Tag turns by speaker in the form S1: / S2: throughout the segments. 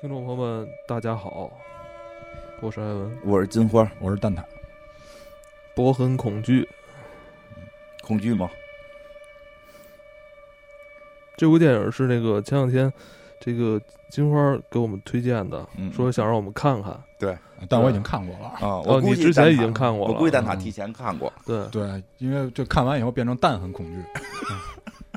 S1: 听众朋友们，大家好，我是艾文。
S2: 我是金花，
S3: 我是蛋挞，
S1: 我很恐惧
S2: 恐惧吗？
S1: 这部电影是那个前两天这个金花给我们推荐的，
S2: 嗯
S1: 说想让我们看看。
S3: 但我已经看过了。
S2: 啊，
S1: 哦，
S2: 我
S1: 你
S2: 估计
S1: 之前
S2: 蛋
S1: 已
S2: 挞
S1: 经看过了，
S2: 我估计蛋挞
S3: 嗯
S2: 提前看过，
S1: 对，
S3: 对，因为这看完以后变成蛋很恐惧， 嗯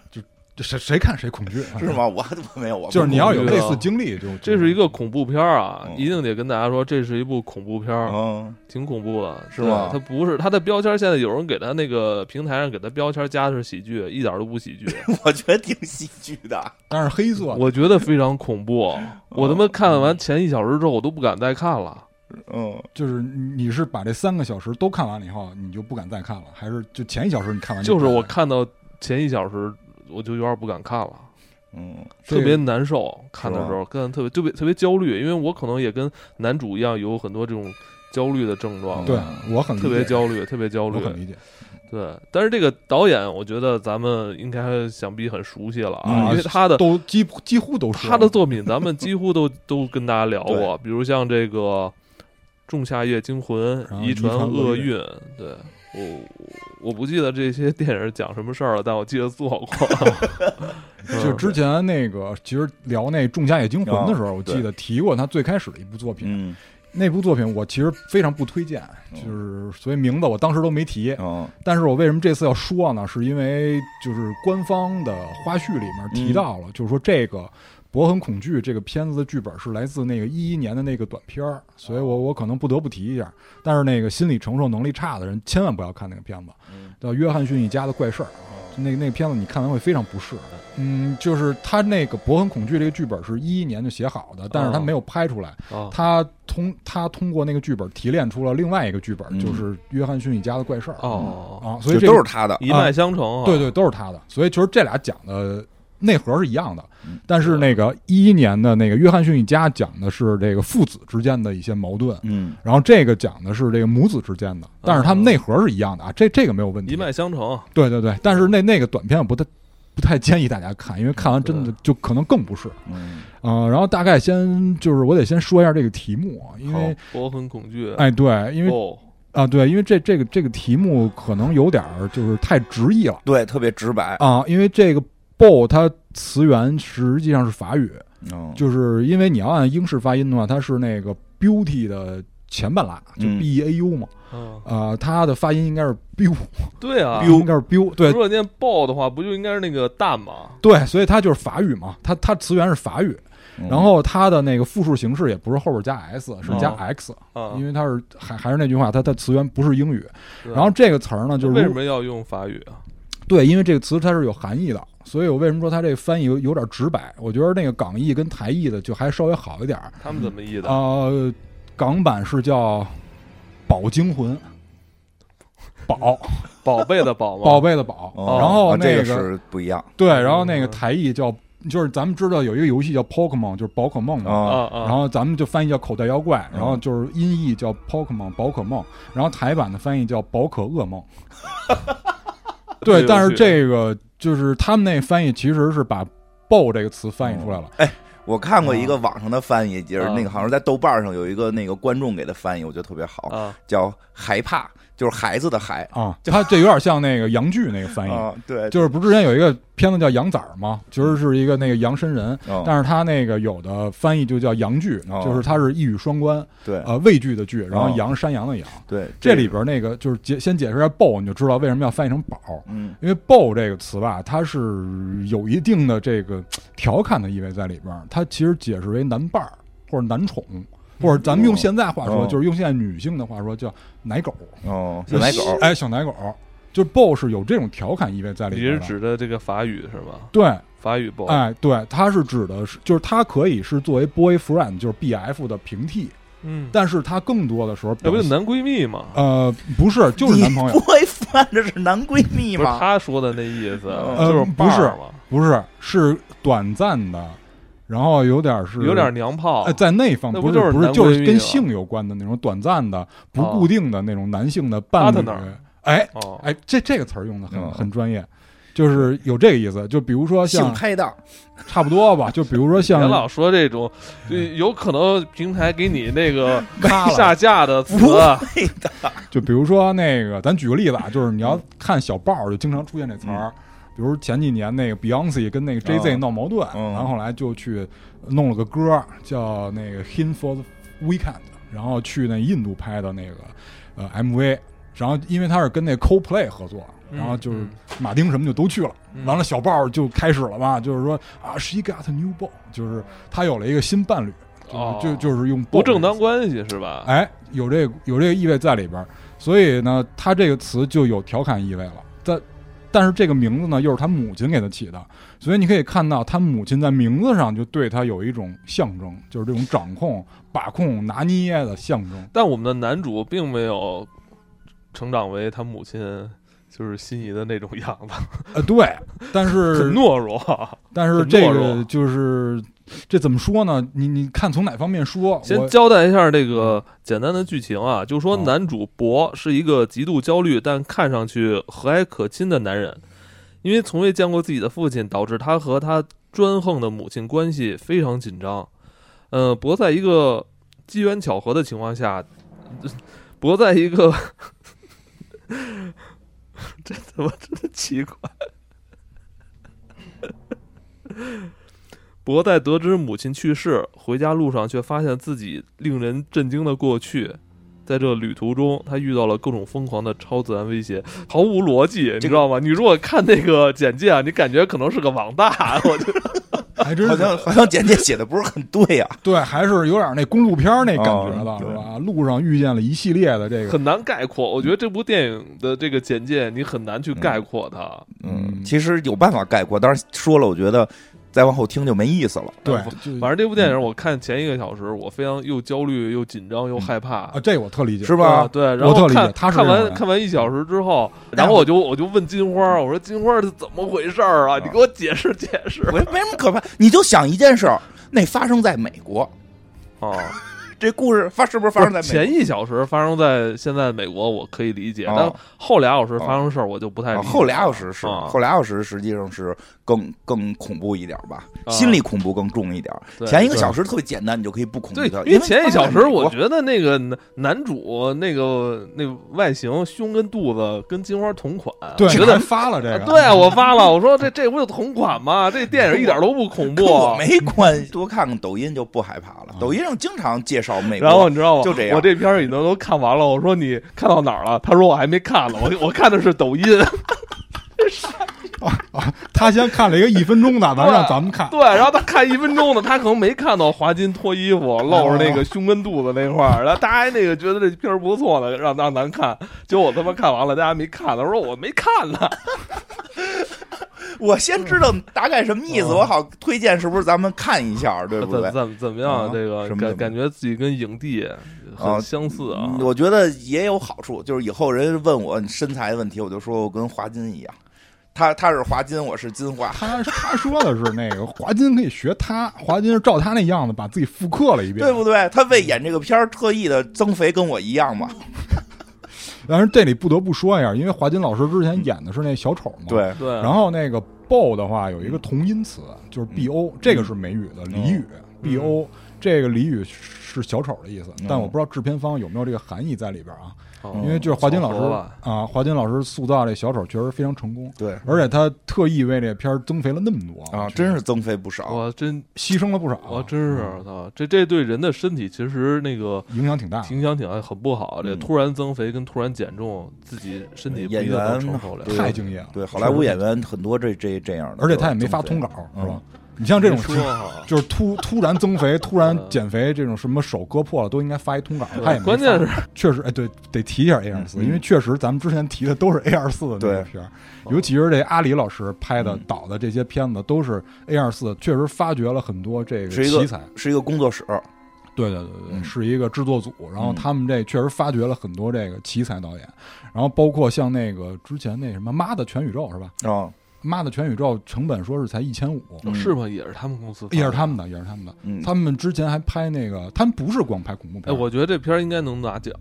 S3: 就这谁谁看谁恐惧，啊
S2: 是？吗？我我没有，我
S3: 就是你要有
S1: 这
S3: 类似经历，就
S1: 这是一个恐怖片儿啊，
S2: 嗯
S1: 一定得跟大家说，这是一部恐怖片儿，
S2: 嗯，
S1: 挺恐怖的，
S2: 是吗
S1: 对它不是它的标签，现在有人给它那个平台上给它标签加的是喜剧，一点儿都不喜 剧，
S2: 我觉得挺喜剧的。
S3: 但是黑色的，
S1: 我觉得非常恐 怖。我他妈看完前一小时之后，我都不敢再看了。
S2: 嗯，
S3: 就是你是把这三个小时都看完了以后，你就不敢再看了，还是就前一啊小时你看完
S1: 就是
S3: 不敢
S1: 我
S3: 再
S1: 看到前一小时，我就有点不敢看了，
S2: 嗯，
S3: 这
S1: 特别难受。看的时候，看得特别特别特别焦虑，因为我可能也跟男主一样，有很多这种焦虑的症状，
S3: 对我很理
S1: 特别
S3: 解
S1: 焦虑，特别焦虑
S3: 我。很理解。
S1: 对，但是这个导演，我觉得咱们应该想必很熟悉了啊，
S3: 嗯
S1: 因为他的
S3: 都几乎几乎都是
S1: 他的作品，咱们几乎都都跟大家聊过，比如像这个《仲夏夜惊魂》
S3: 然
S1: 《
S3: 后
S1: 遗
S3: 遗
S1: 传
S3: 传
S1: 厄
S3: 厄
S1: 运》，对我我不记得这些电影讲什么事儿了，但我记得做过。
S3: 就之前那个，其实聊那《仲夏夜惊魂》的时候，我
S2: 啊对
S3: 记得提过他最开始的一部作品。
S2: 嗯，
S3: 那部作品我其实非常不推荐，就是所以名字我当时都没提。
S2: 嗯，
S3: 但是我为什么这次要说呢？是因为就是官方的花絮里面提到
S2: 嗯
S3: 了，就是说这个《博很恐惧》这个片子的剧本是来自那个一一年的那个短片儿，所以
S2: 哦
S3: 我我可能不得不提一下。但是那个心理承受能力差的人千万不要看那个片子，叫《约翰逊一家的怪事儿》。那那个片子你看完会非常不适，嗯，就是他那个《博很恐惧》这个剧本是一一年就写好
S2: 哦
S3: 的，但是他没有拍出来，
S1: 啊，
S3: 他通他通过那个剧本提炼出了另外一个剧本，
S2: 嗯
S3: 就是《约翰逊一家的怪事儿》
S1: 哦，
S3: 啊，所以
S2: 就
S3: 这
S2: 都
S3: 个
S2: 是他的。
S1: 一脉相承啊，
S3: 对对，都是他的。所以其实这俩讲的内核是一样的
S2: 嗯，
S3: 但是那个一一年的那个约翰逊一家讲的是这个父子之间的一些矛盾，
S2: 嗯，
S3: 然后这个讲的是这个母子之间的，但是他们内核是一样的啊，这这个没有问
S1: 哦一
S3: 题。
S1: 脉相承。
S3: 对对对，但是那那个短片我不太不太建议大家看，因为看完真的就可能更不适。
S2: 嗯，
S3: 嗯、然后大概先就是我得先说一下这个题目，啊，因为
S1: 我很恐惧。
S3: 哎对，因为
S1: 哦，
S3: 啊对，因为这这个这个题目可能有点儿就是太直译了。
S2: 对，特别直白。
S3: 啊，因为这个 “bo” 它词源实际上是法语，
S2: 嗯，
S3: 就是因为你要按英式发音的话，它是那个 “beauty” 的前半拉，就
S2: 嗯
S3: B E A U 嘛，
S1: 嗯，
S3: 呃，它的发音应该
S1: 啊
S3: 是 “biu”，
S1: 对啊，
S2: biu
S3: 应该是 “biu”，对
S1: 如果念爆的话，不就应该是那个蛋吗？
S3: 对，所以它就是法语嘛，它它词源是法语，
S2: 嗯
S1: 嗯
S3: 然后它的那个复数形式也不是后边加 s，是加
S1: 哦
S3: x，
S1: 啊，
S3: 因为它是还还是那句话，它它词源不是英语，
S1: 对啊
S3: 然后这个词儿呢，就是
S1: 为
S3: 如
S1: 什么要用法语啊？
S3: 对，因为这个词它是有含义的，所以我为什么说它这个翻译有有点直白？我觉得那个港译跟台译的就还稍微好一点儿。
S1: 他们怎么译的？
S3: 呃，港版是叫“宝惊魂”，宝
S1: 宝贝的宝吗？
S3: 宝贝的宝，
S2: 哦，
S3: 然后
S2: 啊
S3: 那
S2: 这
S3: 个
S2: 个是不一样。
S3: 对，然后那个
S1: 嗯
S3: 台译叫，就是咱们知道有一个游戏叫 Pokemon，就是宝可梦嘛。
S2: 啊，
S1: 啊啊！
S3: 然后咱们就翻译叫口袋妖怪，
S2: 嗯
S3: 然后就是音译叫 Pokemon 宝可梦，然后台版的翻译叫宝可噩梦。对，但是这个就是他们那翻译其实是把“爆”这个词翻译出来了。
S2: 我看过一个网上的翻译，就是
S1: 啊
S2: 那个好像在豆瓣上有一个那个观众给的翻译，我觉得特别好，
S1: 啊，
S2: 叫“害怕”，就是孩子的孩。
S3: 啊，他这有点像那个洋剧那个翻译，
S2: 啊，对，
S3: 哎就是不是之前有一个片子叫《羊崽儿》吗？其实是一个那个洋绅人，
S2: 嗯
S3: 但是他那个有的翻译就叫洋剧，
S2: 哦
S3: 就是它是一语双关，
S2: 对
S3: 呃，畏惧的惧，然后
S2: 哦
S3: 羊山羊的羊。
S2: 对，
S3: 这
S2: 这
S3: 里边那个就是解先解释一下“爆”，你就知道为什么要翻译成“宝”。
S2: 嗯
S3: 因为“爆”这个词吧，它是有一定的这个调侃的意味在里边儿。它其实解释为男伴儿或者男宠，或者咱们用现在话说，
S2: 哦
S3: 就是用现在女性的话说叫奶狗，
S2: 哦，小奶狗，
S3: 哎，小奶狗，就是“爆”是有这种调侃意味在
S1: 你
S3: 里边
S1: 是
S3: 儿的。
S1: 指的这个法语是吗？
S3: 对，
S1: 法语不？
S3: 哎，对，它是指的是，就是它可以是作为 boyfriend，就是 BF 的平替，
S1: 嗯，
S3: 但是它更多的时候
S1: 那
S3: 表
S1: 不就
S3: 现，
S1: 男闺蜜吗？
S3: 呃，不是，就是男朋
S2: 你
S3: 友，
S2: 不会翻这是男闺蜜
S1: 不是
S2: 吗？
S1: 他说的那意思，
S2: 嗯
S1: 就是
S3: 嗯
S1: 伴
S3: 不是
S1: 儿嘛，
S3: 不是，是短暂的，然后有点嗯是
S1: 有点娘炮
S3: 哎，。在那方
S1: 那
S3: 不
S1: 不就是
S3: 是不
S1: 男
S3: 是就
S1: 闺
S3: 是
S1: 蜜哦
S3: 跟
S1: 了
S3: 性有关的那种短暂的、不固定的那种男性的伴侣
S1: Partner。
S3: 哎
S1: 哦，
S3: 哎，这这个词儿用的很
S2: 嗯
S3: 很专业。就是有这个意思。就比如说
S2: 性
S3: 像
S2: 开档，
S3: 差不多吧，就比如说
S1: 别
S3: 像
S1: 老说这种，就有可能平台给你那 个
S3: 咔了
S1: 下架的词，啊
S3: 就比如说那个，咱举个例子啊，就是你要看小报儿，就经常出现这词
S1: 嗯
S3: 儿。比如前几年那个 Beyonce 跟那个 Jay Z
S2: 嗯
S3: 闹矛盾，
S2: 嗯
S3: 然后后来就去弄了个歌儿叫那个《Him for the Weekend》，然后去那印度拍的那个呃 MV，然后因为他是跟那 Coldplay 合作，
S1: 嗯
S3: 然后就是马丁什么就都去了。
S1: 嗯
S3: 完了，小报儿就开始了吧，就是说啊，she got a new boy，就是她有了一个新伴侣， 就是、
S1: 哦
S3: 就就是用 boy
S1: 不正当关系是吧？
S3: 哎，有这个有这个意味在里边儿，所以呢，他这个词就有调侃意味了。但但是这个名字呢，又是他母亲给他起的，所以你可以看到他母亲在名字上就对他有一种象征，就是这种掌控、把控、拿捏的象征。
S1: 但我们的男主并没有成长为他母亲就是心仪的那种样子，
S3: 呃，对，但
S1: 很
S3: 是
S1: 懦弱。
S3: 但是
S1: 很懦
S3: 这个
S1: 弱
S3: 就是这怎么说呢？你你看从哪方面说？
S1: 先
S3: 我
S1: 交代一下这个简单的剧情啊，就说
S3: 哦
S1: 男主博是一个极度焦虑但看上去和蔼可亲的男人，因为从未见过自己的父亲，导致他和他专横的母亲关系非常紧张。呃，博在一个机缘巧合的情况下， 博在一个 这怎么这么奇怪？博在得知母亲去世，回家路上却发现自己令人震惊的过去。在这旅途中，他遇到了各种疯狂的超自然威胁，毫无逻辑，你知道吗？你如果看那个简介啊，你感觉可能是个网大，我就
S3: 还真
S2: 好
S3: 是
S2: 像好像简介写的不是很对啊 呀、
S3: 对，还是有点那公路片儿那感觉的，
S2: 哦
S3: 是吧？路上遇见了一系列的这个，
S1: 很难概括。我觉得这部电影的这个简介，你很难去概括它。
S2: 嗯，其实有办法概括，当然说了，我觉得再往后听就没意思了。
S3: 对，
S1: 反
S3: 就
S1: 正这部电影，我看前一个小时，我非常又焦虑又紧张又害怕。
S3: 啊，这我特理解，
S2: 是吧
S1: 啊对，然
S3: 我特
S1: 后
S3: 理解
S1: 看
S3: 他是
S1: 看
S3: 这种
S1: 完
S3: 人
S1: 看完一小时之后，
S2: 但
S1: 然
S2: 是
S1: 后我就我就问金花，我说金花是怎么回事儿啊？你给我解释解释
S2: 我没什么可怕，你就想一件事儿，那发生在美国，
S1: 啊！
S2: 这故事发是不是发生在美
S1: 前一小时发生在现在美国，我可以理解，
S2: 哦
S1: 但后俩小时发生事儿我就不太理
S2: 国？啊
S1: 解。
S2: 后俩小时是
S1: 啊
S2: 后俩小时，实际上是更更恐怖一点吧，
S1: 啊
S2: 心理恐怖更重一点。
S1: 对
S2: 前一个
S3: 对
S2: 小时特别简单，你就可以不恐
S1: 对
S2: 惧它，，
S1: 因为前一小时我
S2: 得
S1: 觉得那个男男主那个那个外形胸跟肚子跟金花同款，
S3: 对，
S1: 我觉
S3: 还
S1: 得。
S3: 发了这
S1: 啊
S3: 个，
S1: 对啊，我发了，我说这这不就同款吗？这电影一点都不恐 怖
S2: 跟，我没关系，多看看抖音就不害怕了。抖音上经常介绍美国，
S1: 然后你知道吗？
S2: 就这样
S1: 我这片儿已经都看完了。我说你看到哪儿了？他说我还没看呢。我 我看的是 抖音。
S3: 他先看了一个一分钟的，完让咱们看，
S1: 对，然后他看一分钟的，他可能没看到华金脱衣服露着那个胸跟肚子那块 儿。然后大家那个觉得这片儿不错呢，让让咱看。结果我他妈看完了，大家没看呢。我说我没看呢。
S2: 我先知道大概什么意思，我好推荐是不是咱们看一下，对不对
S1: 怎？怎怎么样？
S2: 啊
S1: 这个
S2: 什
S1: 感
S2: 么怎么样
S1: 感觉自己跟影帝
S2: 啊
S1: 很相似啊
S2: 嗯。我觉得也有好处，就是以后人问我你身材的问题，我就说我跟华金一样，他他是华金，我是金花。
S3: 他他说的是那个华金可以学他，华金是照他那样子把自己复刻了一遍
S2: 对，不对？他为演这个片儿特意的增肥，跟我一样嘛？
S3: 但是这里不得不说一下，因为华金老师之前演的是那小丑嘛，，
S2: 对，
S1: 对，啊
S3: 然后那个 bo 的话有一个同音词，就是 bo，这个是美语的俚语，bo 这个俚语是小丑的意思，但我不知道制片方有没有这个含义在里边啊，
S1: 哦
S3: 因为就是华金老
S1: 巧合
S3: 师
S1: 吧
S3: 啊，华金老师塑造这小丑确实非常成功，
S2: 对
S3: 而且他特意为这片儿增肥了那么多
S2: 啊，真是增肥不少。
S1: 我真
S3: 牺牲了不少，
S1: 我真是
S2: 啊
S1: 我操，这这对人的身体其实那个
S3: 影响挺大的。
S1: 影响挺大很不好。这
S2: 嗯
S1: 突然增肥跟突然减重，自己身体不一定能承受了。
S2: 演员
S3: 太敬业了，
S2: 对，好莱坞
S3: 确实
S2: 演员很多这这这样的，
S3: 而且他也没法通稿，是吧？
S2: 嗯
S3: 你像这种
S1: 说哈。
S3: 就是突突然增肥、突然减肥这种什么手割破了，都应该发一通稿。 他也没发
S1: 关键是
S3: 确实，哎，对，得提一下 A 二四，
S2: 嗯
S3: 因为确实咱们之前提的都是 A 二四的那个
S2: 对嗯
S3: 片儿，尤其是这阿里老师拍的、导的这些片子，都是 A 二四，确实发掘了很多这
S2: 是一
S3: 奇
S2: 个
S3: 才。
S2: 是一个工作室，
S3: 对对对对，对，
S2: 嗯
S3: 是一个制作组，然后
S2: 嗯
S3: 他们这确实发掘了很多这个奇才导演，然后包括像那个之前那什么《妈的全宇宙》是吧？
S2: 啊，
S3: 妈的全宇宙成本说是才一千五，
S2: 嗯
S1: 是吗？也是他们公司，
S3: 也是。他们的，也是他们的。
S2: 嗯，
S3: 他们之前还拍那个，他们不是光拍恐怖
S1: 哎，
S3: 片，
S1: 我觉得这片儿应该能拿奖。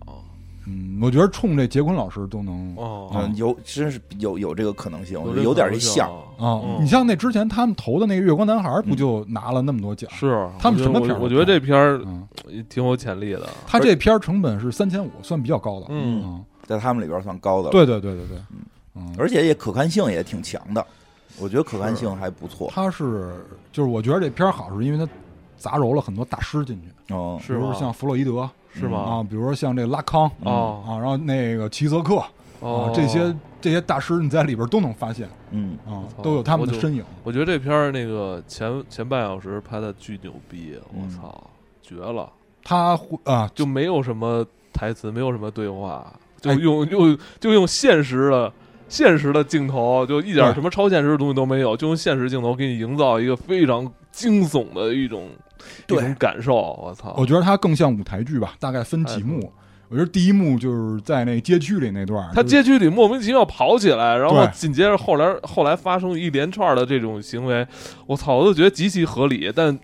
S3: 嗯，我觉得冲这杰昆老师都能
S1: 哦，
S2: 嗯，有真是有有这个可能性，我觉得
S1: 这
S2: 有点
S1: 可能性
S2: 像。
S3: 啊、
S1: 嗯
S3: 你像那之前他们投的那个《月光男孩》，不就拿了那么多奖？
S1: 是啊
S3: 他们
S1: 我觉得我
S3: 什么片儿都
S1: 我觉得这片儿
S3: 嗯，
S1: 挺有潜力的。
S3: 他这片儿成本是三千五，算比较高的。
S1: 嗯，
S3: 嗯，
S2: 在他们里边算高的了，
S3: 对对对对对，嗯，
S2: 而且也可看性也挺强的，我觉得可看性还不错。
S3: 他是就是我觉得这片儿好，是因为他杂糅了很多大师进去，
S2: 嗯，
S1: 是
S3: 比如
S1: 吗？
S3: 说像弗洛伊德
S1: 是吗？
S3: 啊，比如说像这拉康
S1: 哦
S3: 啊，然后那个齐泽克啊
S1: 哦，，
S3: 这些这些大师你在里边都能发现
S2: 嗯，
S3: 啊
S1: 操，
S3: 都有他们
S1: 我
S3: 的
S1: 就
S3: 身影。
S1: 我觉得这片儿那个前前半小时拍的巨牛逼，我
S2: 嗯
S1: 操，绝了！
S3: 他会啊，
S1: 就没有什么台词，没有什么对话，就
S3: 哎
S1: 用用就用现实的现实的镜头，就一点
S3: 对
S1: 什么超现实的东西都没有，就用现实镜头给你营造一个非常惊悚的一种一
S2: 对
S1: 种感受。我操！
S3: 我觉得它更像舞台剧吧，大概分几
S1: 哎
S3: 幕。我觉得第一幕就是在那街区里那段儿，
S1: 他
S3: 就是
S1: 街区里莫名其妙跑起来，然后
S3: 对
S1: 紧接着后来后来发生一连串的这种行为，我操，我都觉得极其合理，但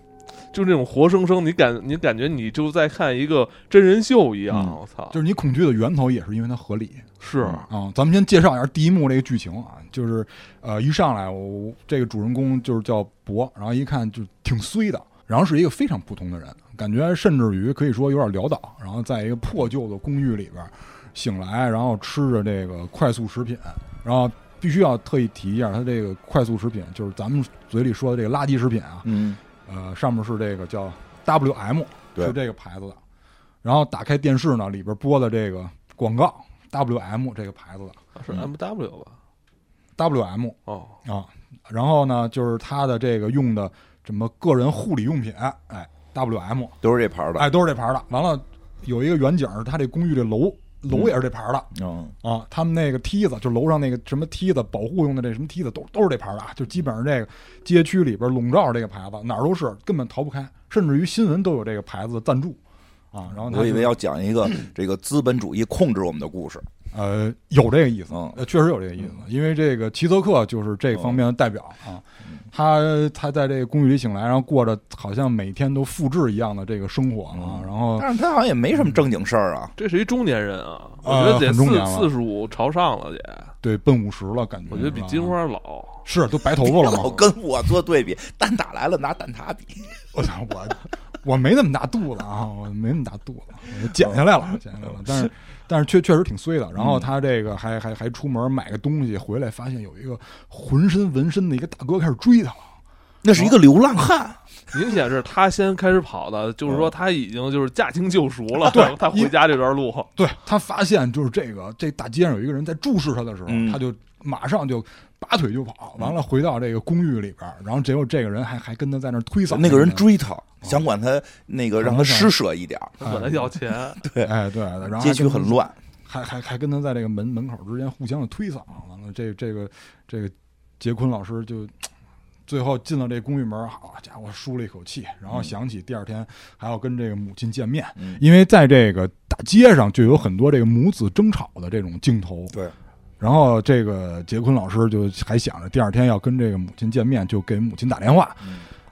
S1: 就那种活生生，你感你感觉你就在看一个真人秀一样，
S2: 嗯
S1: 我操，
S3: 就是你恐惧的源头也是因为它合理
S1: 是
S3: 啊。咱们先介绍一下第一幕这个剧情啊，就是呃一上来我这个主人公就是叫博，然后一看就挺衰的，然后是一个非常普通的人，感觉甚至于可以说有点潦倒，然后在一个破旧的公寓里边醒来，然后吃着这个快速食品，然后。必须要特意提一下，它这个快速食品就是咱们嘴里说的这个垃圾食品啊，
S2: 嗯，
S3: 呃，上面是这个叫 WM，
S2: 对
S3: 是这个牌子的。然后打开电视呢，里边播的这个广告 WM 这个牌子的
S1: 是 M W 吧？
S3: WM
S1: 哦，
S3: 啊。然后呢，就是它的这个用的什么个人护理用品，哎，WM，
S2: 都是这牌儿的。
S3: 哎，都是这牌儿的。完了，有一个远景儿，它这公寓这楼楼也是这牌儿的。
S2: 嗯，
S3: 啊，他们那个梯子，就楼上那个什么梯子，保护用的这什么梯子，都都是这牌儿的啊，就基本上这个街区里边笼罩着这个牌子，哪儿都是，根本逃不开，甚至于新闻都有这个牌子的赞助啊。然后他
S2: 我以
S3: 就
S2: 为要讲一个这个资本主义控制我们的故事。
S3: 呃有这个意思
S2: 嗯，
S3: 呃确实有这个意思，因为这个齐泽克就是这方面的代表啊，
S1: 嗯
S3: 他他在这个公寓里醒来，然后过着好像每天都复制一样的这个生活啊，
S2: 嗯
S3: 然后
S2: 但是他好像也没什么正经事儿啊。
S1: 这是一中年人啊，我
S3: 呃
S1: 觉得得
S3: 很
S1: 四
S3: 中年了
S1: 四十五朝上了得，
S3: 对奔五十了，感觉
S1: 我觉得比
S3: 是吧
S1: 金花老。
S3: 是都白头发 了
S2: 老
S3: 吗？
S2: 跟我做对比，蛋挞来了拿蛋挞比。
S3: 我操，我我没那么大肚子啊，我没那么大肚子，啊我减下来了，
S1: 嗯
S3: 减下来了。但是但是确确实挺衰的。然后他这个还还还出门买个东西，回来发现有一个浑身纹身的一个大哥开始追他了。
S2: 那是一个流浪汉，
S1: 明显是他先开始跑的，就是说他已经就是驾轻就熟 了。
S3: 啊对
S1: 他回家这段 路，
S3: 对他发现就是这个这大街上有一个人在注视他的时候，
S2: 嗯
S3: 他就马上就。拔腿就跑，完了回到这个公寓里边儿，然后结果这个人还还跟他在那儿推搡。
S2: 那个人追他，想管他那个让他施舍一点儿。
S1: 他管他要钱，
S3: 哎对，哎对，然后还
S2: 街区
S3: 跟他
S2: 很乱，
S3: 还还还跟他在这个门门口之间互相的推搡，完了这这个这个杰昆老师就最后进了这公寓门，好家伙，舒了一口气，然后想起第二天还要跟这个母亲见面，
S2: 嗯
S3: 因为在这个大街上就有很多这个母子争吵的这种镜头，
S2: 对，
S3: 然后这个杰昆老师就还想着第二天要跟这个母亲见面，就给母亲打电话。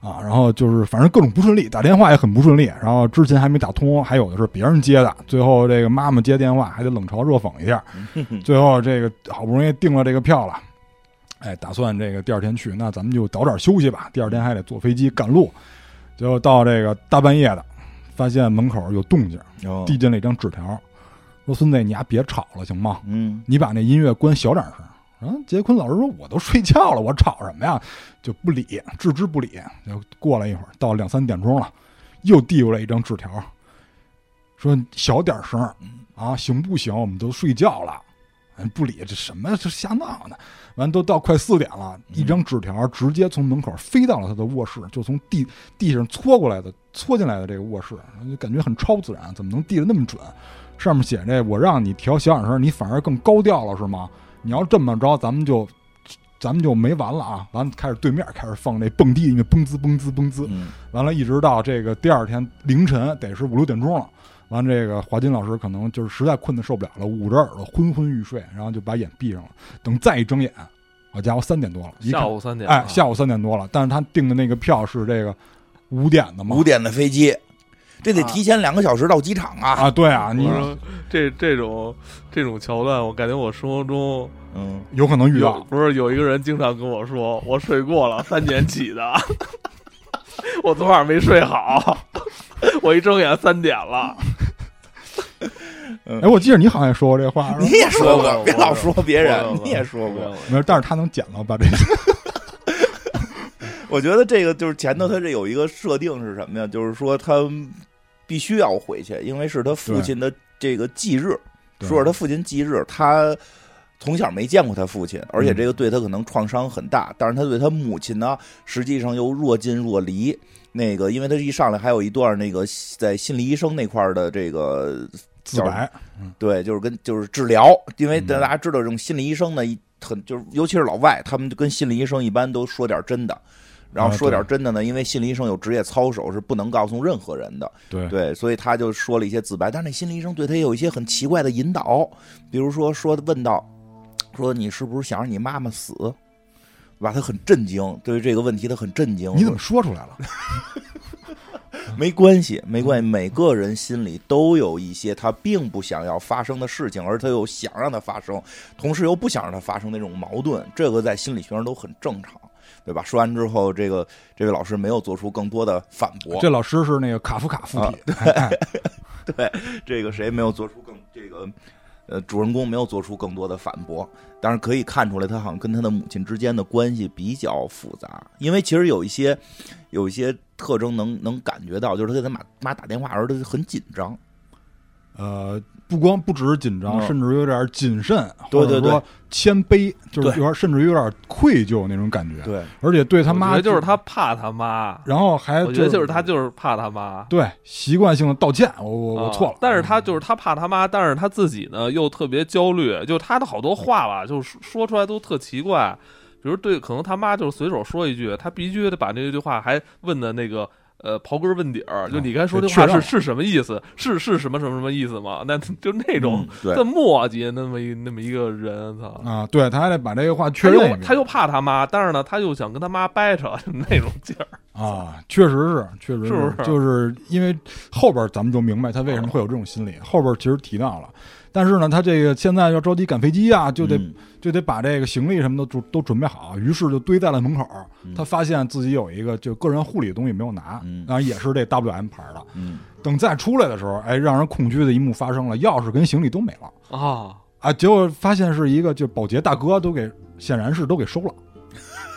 S3: 啊，然后就是反正各种不顺利，打电话也很不顺利，然后之前还没打通，还有的是别人接的，最后这个妈妈接电话还得冷嘲热讽一下，最后这个好不容易订了这个票了，哎，打算这个第二天去，那咱们就早点休息吧，第二天还得坐飞机赶路，结果到这个大半夜的，发现门口有动静，
S2: 嗯
S3: 递进了一张纸条，说孙子你丫别吵了行吗？
S2: 嗯，
S3: 你把那音乐关小点声。然后杰昆老师说：“我都睡觉了，我吵什么呀？”就不理，置之不理。就过了一会儿，到两三点钟了，又递过来一张纸条，说：“小点声啊，行不行？我们都睡觉了。”哎不理，这什么这瞎闹呢？完都到快四点了，一张纸条直接从门口飞到了他的卧室，就从地地上搓过来的，搓进来的这个卧室，就感觉很超自然，怎么能递的那么准？上面写这我让你调小点声，你反而更高调了是吗？你要这么着，咱们就咱们就没完了啊！完了，开始对面开始放那蹦迪音乐，嘣滋嘣滋嘣滋，
S2: 嗯
S3: 完了，一直到这个第二天凌晨，得是五六点钟了。完，了，这个华金老师可能就是实在困得受不了了，捂着耳朵昏昏欲睡，然后就把眼闭上了。等再一睁眼，好家伙，三点多了，一看
S1: 下午三点，啊
S3: 哎，下午三点多了。但是他订的那个票是这个五点的嘛
S2: 五？点的飞机，这得提前两个小时到机场啊。
S3: 啊，对啊，你
S1: 我说这这种这种桥段，我感觉我生活中
S2: 嗯，
S3: 有可能遇
S1: 有
S3: 到。
S1: 不是有一个人经常跟我说， 我睡过了，三点起的， 我昨晚没睡好， 我一睁眼三点了。
S3: 哎，我记得你好像也 说过这话，
S2: 你
S3: 是吧？
S2: 也说
S1: 我
S2: 过，别老说别
S1: 我
S2: 人，你也说过。，
S3: 没有，但是他能捡到把这个。
S2: 我觉得这个就是前头他这有一个设定是什么呀？就是说他必须要回去，因为是他父亲的这个忌日，
S3: 对
S2: 说是他父亲忌日，他从小没见过他父亲，而且这个对他可能创伤很大，但是他对他母亲呢，实际上又若近若离。那个，因为他一上来还有一段那个在心理医生那块儿的这个
S3: 自白，
S2: 对，就是跟就是治疗，因为
S3: 嗯
S2: 大家知道这种心理医生呢，一很就是尤其是老外，他们就跟心理医生一般都说点真的，然后
S3: 啊
S2: 说
S3: 对
S2: 点真的呢，因为心理医生有职业操守，是不能告诉任何人的。
S3: 对
S2: 对，所以他就说了一些自白，但是那心理医生对他也有一些很奇怪的引导，比如说说问到，说你是不是想让你妈妈死？吧，他很震惊，对于这个问题他很震惊。
S3: 你怎么说出来了？
S2: 没关系，没关系，每个人心里都有一些他并不想要发生的事情，而他又想让它发生，同时又不想让它发生那种矛盾，这个在心理学上都很正常，对吧？说完之后，这个这位老师没有做出更多的反驳，
S3: 这老师是那个卡夫卡附体，哎
S2: 这个谁没有做出更这个。呃，主人公没有做出更多的反驳，但是可以看出来，他好像跟他的母亲之间的关系比较复杂，因为其实有一些有一些特征能能感觉到，就是他给他妈妈打电话，而他很紧张，
S3: 呃，不光不只是紧张，
S2: 嗯
S3: 甚至有点谨慎，
S2: 对
S3: 或者
S2: 对对
S3: 说谦卑，就是
S2: 对
S3: 有点甚至有点愧疚那种感觉。
S2: 对，
S3: 而且对他
S1: 他
S3: 妈
S1: 就是，他怕他妈，
S3: 然后还
S1: 我觉得就是他就是怕他妈。
S3: 对习惯性的道歉，我我我
S1: 啊
S3: 错了。
S1: 但是他就是他怕他妈，但是他自己呢又特别焦虑，就他的好多话吧，就是说说出来都特奇怪，比如对，可能他妈就是随手说一句，他必须得把这句话还问的那个呃刨根问底儿，就你刚才说这
S3: 啊对
S1: 话是
S3: 确认
S1: 是什么意思？是是什么什么什么意思吗？那就那种
S2: 嗯对
S1: 这磨叽那么一那么一个人，操！
S3: 啊，对他还得把这个话确
S1: 他
S3: 认一
S1: 又
S3: 遍
S1: 他又怕他妈，但是呢，他又想跟他妈掰扯，就那种劲儿。
S3: 啊，确实是，确实
S1: 是不是
S3: 就是因为后边咱们就明白他为什么会有这种心理。后边其实提到了，但是呢，他这个现在要着急赶飞机啊，就得、
S2: 嗯
S3: 就得把这个行李什么的都都准备好，啊于是就堆在了门口。
S1: 嗯
S3: 他发现自己有一个就个人护理的东西没有拿，
S2: 嗯
S3: 然后也是这 WM 牌的。
S2: 嗯
S3: 等再出来的时候，哎，让人恐惧的一幕发生了，钥匙跟行李都没了
S1: 啊，
S3: 啊！结果发现是一个就保洁大哥都给，显然是都给收了。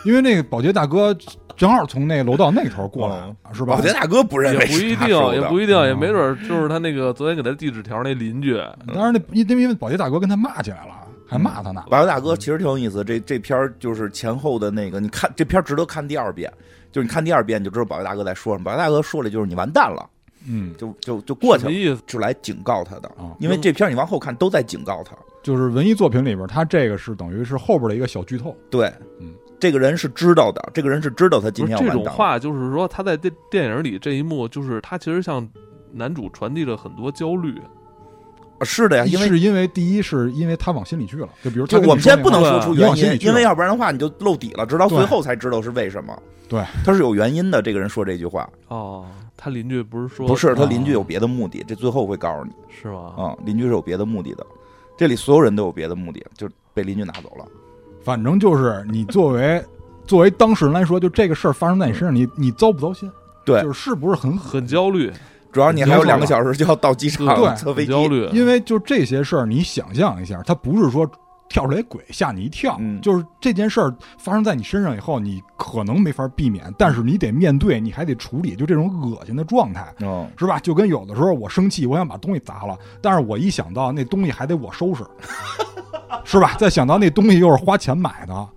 S3: 因为那个保洁大哥正好从那楼道那头过来，
S2: 嗯
S3: 是吧？
S2: 保洁大哥不认
S1: 也
S2: 为
S1: 不一
S2: 是他
S1: 定，
S2: 收的
S1: 也不一定，
S3: 嗯
S1: 也没准儿就是他那个昨天给他递纸条那邻居，
S3: 嗯当然那因因为保洁大哥跟他骂起来了，还骂他呢。
S2: 保洁大哥其实挺有意思，这这片儿就是前后的那个，你看这片儿值得看第二遍，就是你看第二遍你就知道保洁大哥在说什么。保洁大哥说了就是你完蛋了，
S3: 嗯，
S2: 就就就过
S1: 什
S2: 去
S1: 么
S2: 了，
S1: 意思？哦
S2: 是来警告他的
S3: 啊。
S2: 因为这片儿你往后看都在警告他，
S3: 就是文艺作品里边，他这个是等于是后边的一个小剧透。
S2: 对
S3: 嗯，
S2: 这个人是知道的，这个人是知道他今
S1: 不是
S2: 天要
S1: 这
S2: 完
S1: 种
S2: 蛋了。
S1: 话，就是说他在电电影里这一幕，就是他其实向男主传递了很多焦虑。
S2: 是哎的呀，因为
S3: 是因为第一是因为他往心里去了，就比如
S2: 就
S3: 他跟你
S2: 我们
S3: 说
S2: 现在
S3: 那
S2: 不能
S3: 话
S2: 说
S1: 话
S2: 出
S3: 你
S2: 原
S3: 往心里
S2: 因，
S3: 去
S2: 因为
S3: 了
S2: 要不然的话你就露底了，直到最
S3: 对
S2: 后才知道是为什么。
S3: 对，
S2: 他是有原因的。这个人说这句话
S1: 哦，他邻居不是说哦
S2: 不是他邻居
S3: 啊
S2: 有别的目的，这最后会告诉你。
S1: 是吗？
S2: 啊、邻居是有别的目的的，这里所有人都有别的目的，就被邻居拿走了。
S3: 反正就是你作为作为当事人来说，就这个事儿发生在你身上，你你糟不糟心？
S2: 对
S3: 就是是不是很狠？
S1: 很焦虑，啊
S2: 主要你还有
S3: 没错
S2: 两个小时就要到机场
S3: 对
S2: 了，坐
S1: 很
S2: 飞机。
S1: 焦虑，
S3: 因为就这些事儿，你想象一下，他不是说跳出来鬼吓你一跳，
S2: 嗯
S3: 就是这件事儿发生在你身上以后，你可能没法避免，但是你得面对，你还得处理，就这种恶心的状态。
S2: 嗯，
S3: 是吧？就跟有的时候我生气，我想把东西砸了，但是我一想到那东西还得我收拾， 是吧？再想到那东西又是花钱买的，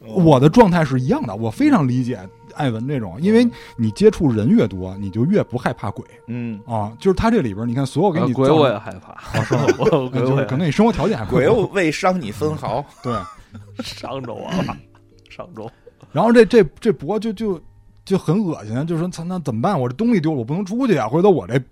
S3: 我的状态是一样的。我非常理解艾文这种，因为你接触人越多，你就越不害怕鬼
S2: 嗯，
S3: 啊。就是他这里边，你看所有给
S1: 啊
S3: 你
S1: 鬼
S3: 造
S1: 我
S3: 成
S1: 也害 怕， 我
S3: 呃
S1: 鬼
S3: 就
S1: 我
S3: 是
S1: 也
S3: 可能你生活条件还不
S2: 鬼
S3: 够
S2: 又未伤你 分
S1: 嗯
S2: 毫。
S3: 对。
S1: 上周啊，上周
S3: 然后这这这博就就就很恶心，就说操那怎么办？我这东西丢了，我不能出去啊！回头我这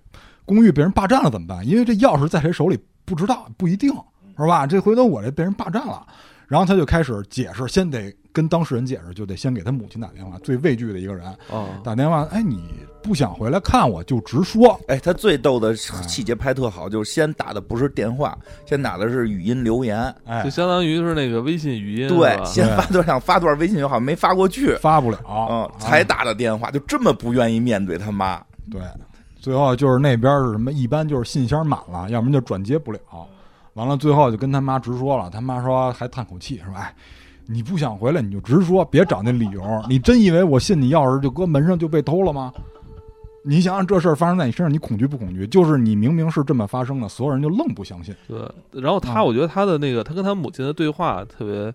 S3: 公寓被人霸占了怎么办？因为这钥匙在谁手里不知道，不一定是吧？这回头我这被人霸占了，然后他就开始解释，先得跟当事人解释，就得先给他母亲打电话，最畏惧的一个人
S2: 哦
S1: 啊，
S3: 打电话，哎，你不想回来看我就直说，
S2: 哎，他最逗
S1: 嗯
S2: 的细节拍特好，就是先打的不是电话，先打的是语音留言。
S3: 哎
S1: 就，相当于是那个微信语音，是
S2: 对，
S1: 吧
S2: 先发段想发段微信就好，没发过去，
S3: 发不了，
S1: 哦
S2: 嗯
S3: 啊，
S2: 才打的电话，就这么不愿意面对他妈。
S3: 对，最后就是那边是什么，一般就是信箱满了，要不然就转接不了。完了，最后就跟他妈直说了，他妈说还叹口气说：“哎，你不想回来你就直说，别找那理由。你真以为我信你钥匙就搁门上就被偷了吗？你想想这事儿发生在你身上，你恐惧不恐惧？就是你明明是这么发生的，所有人就愣不相信。
S1: 对，然后他，
S3: 嗯
S1: 我觉得他的那个，他跟他母亲的对话特别，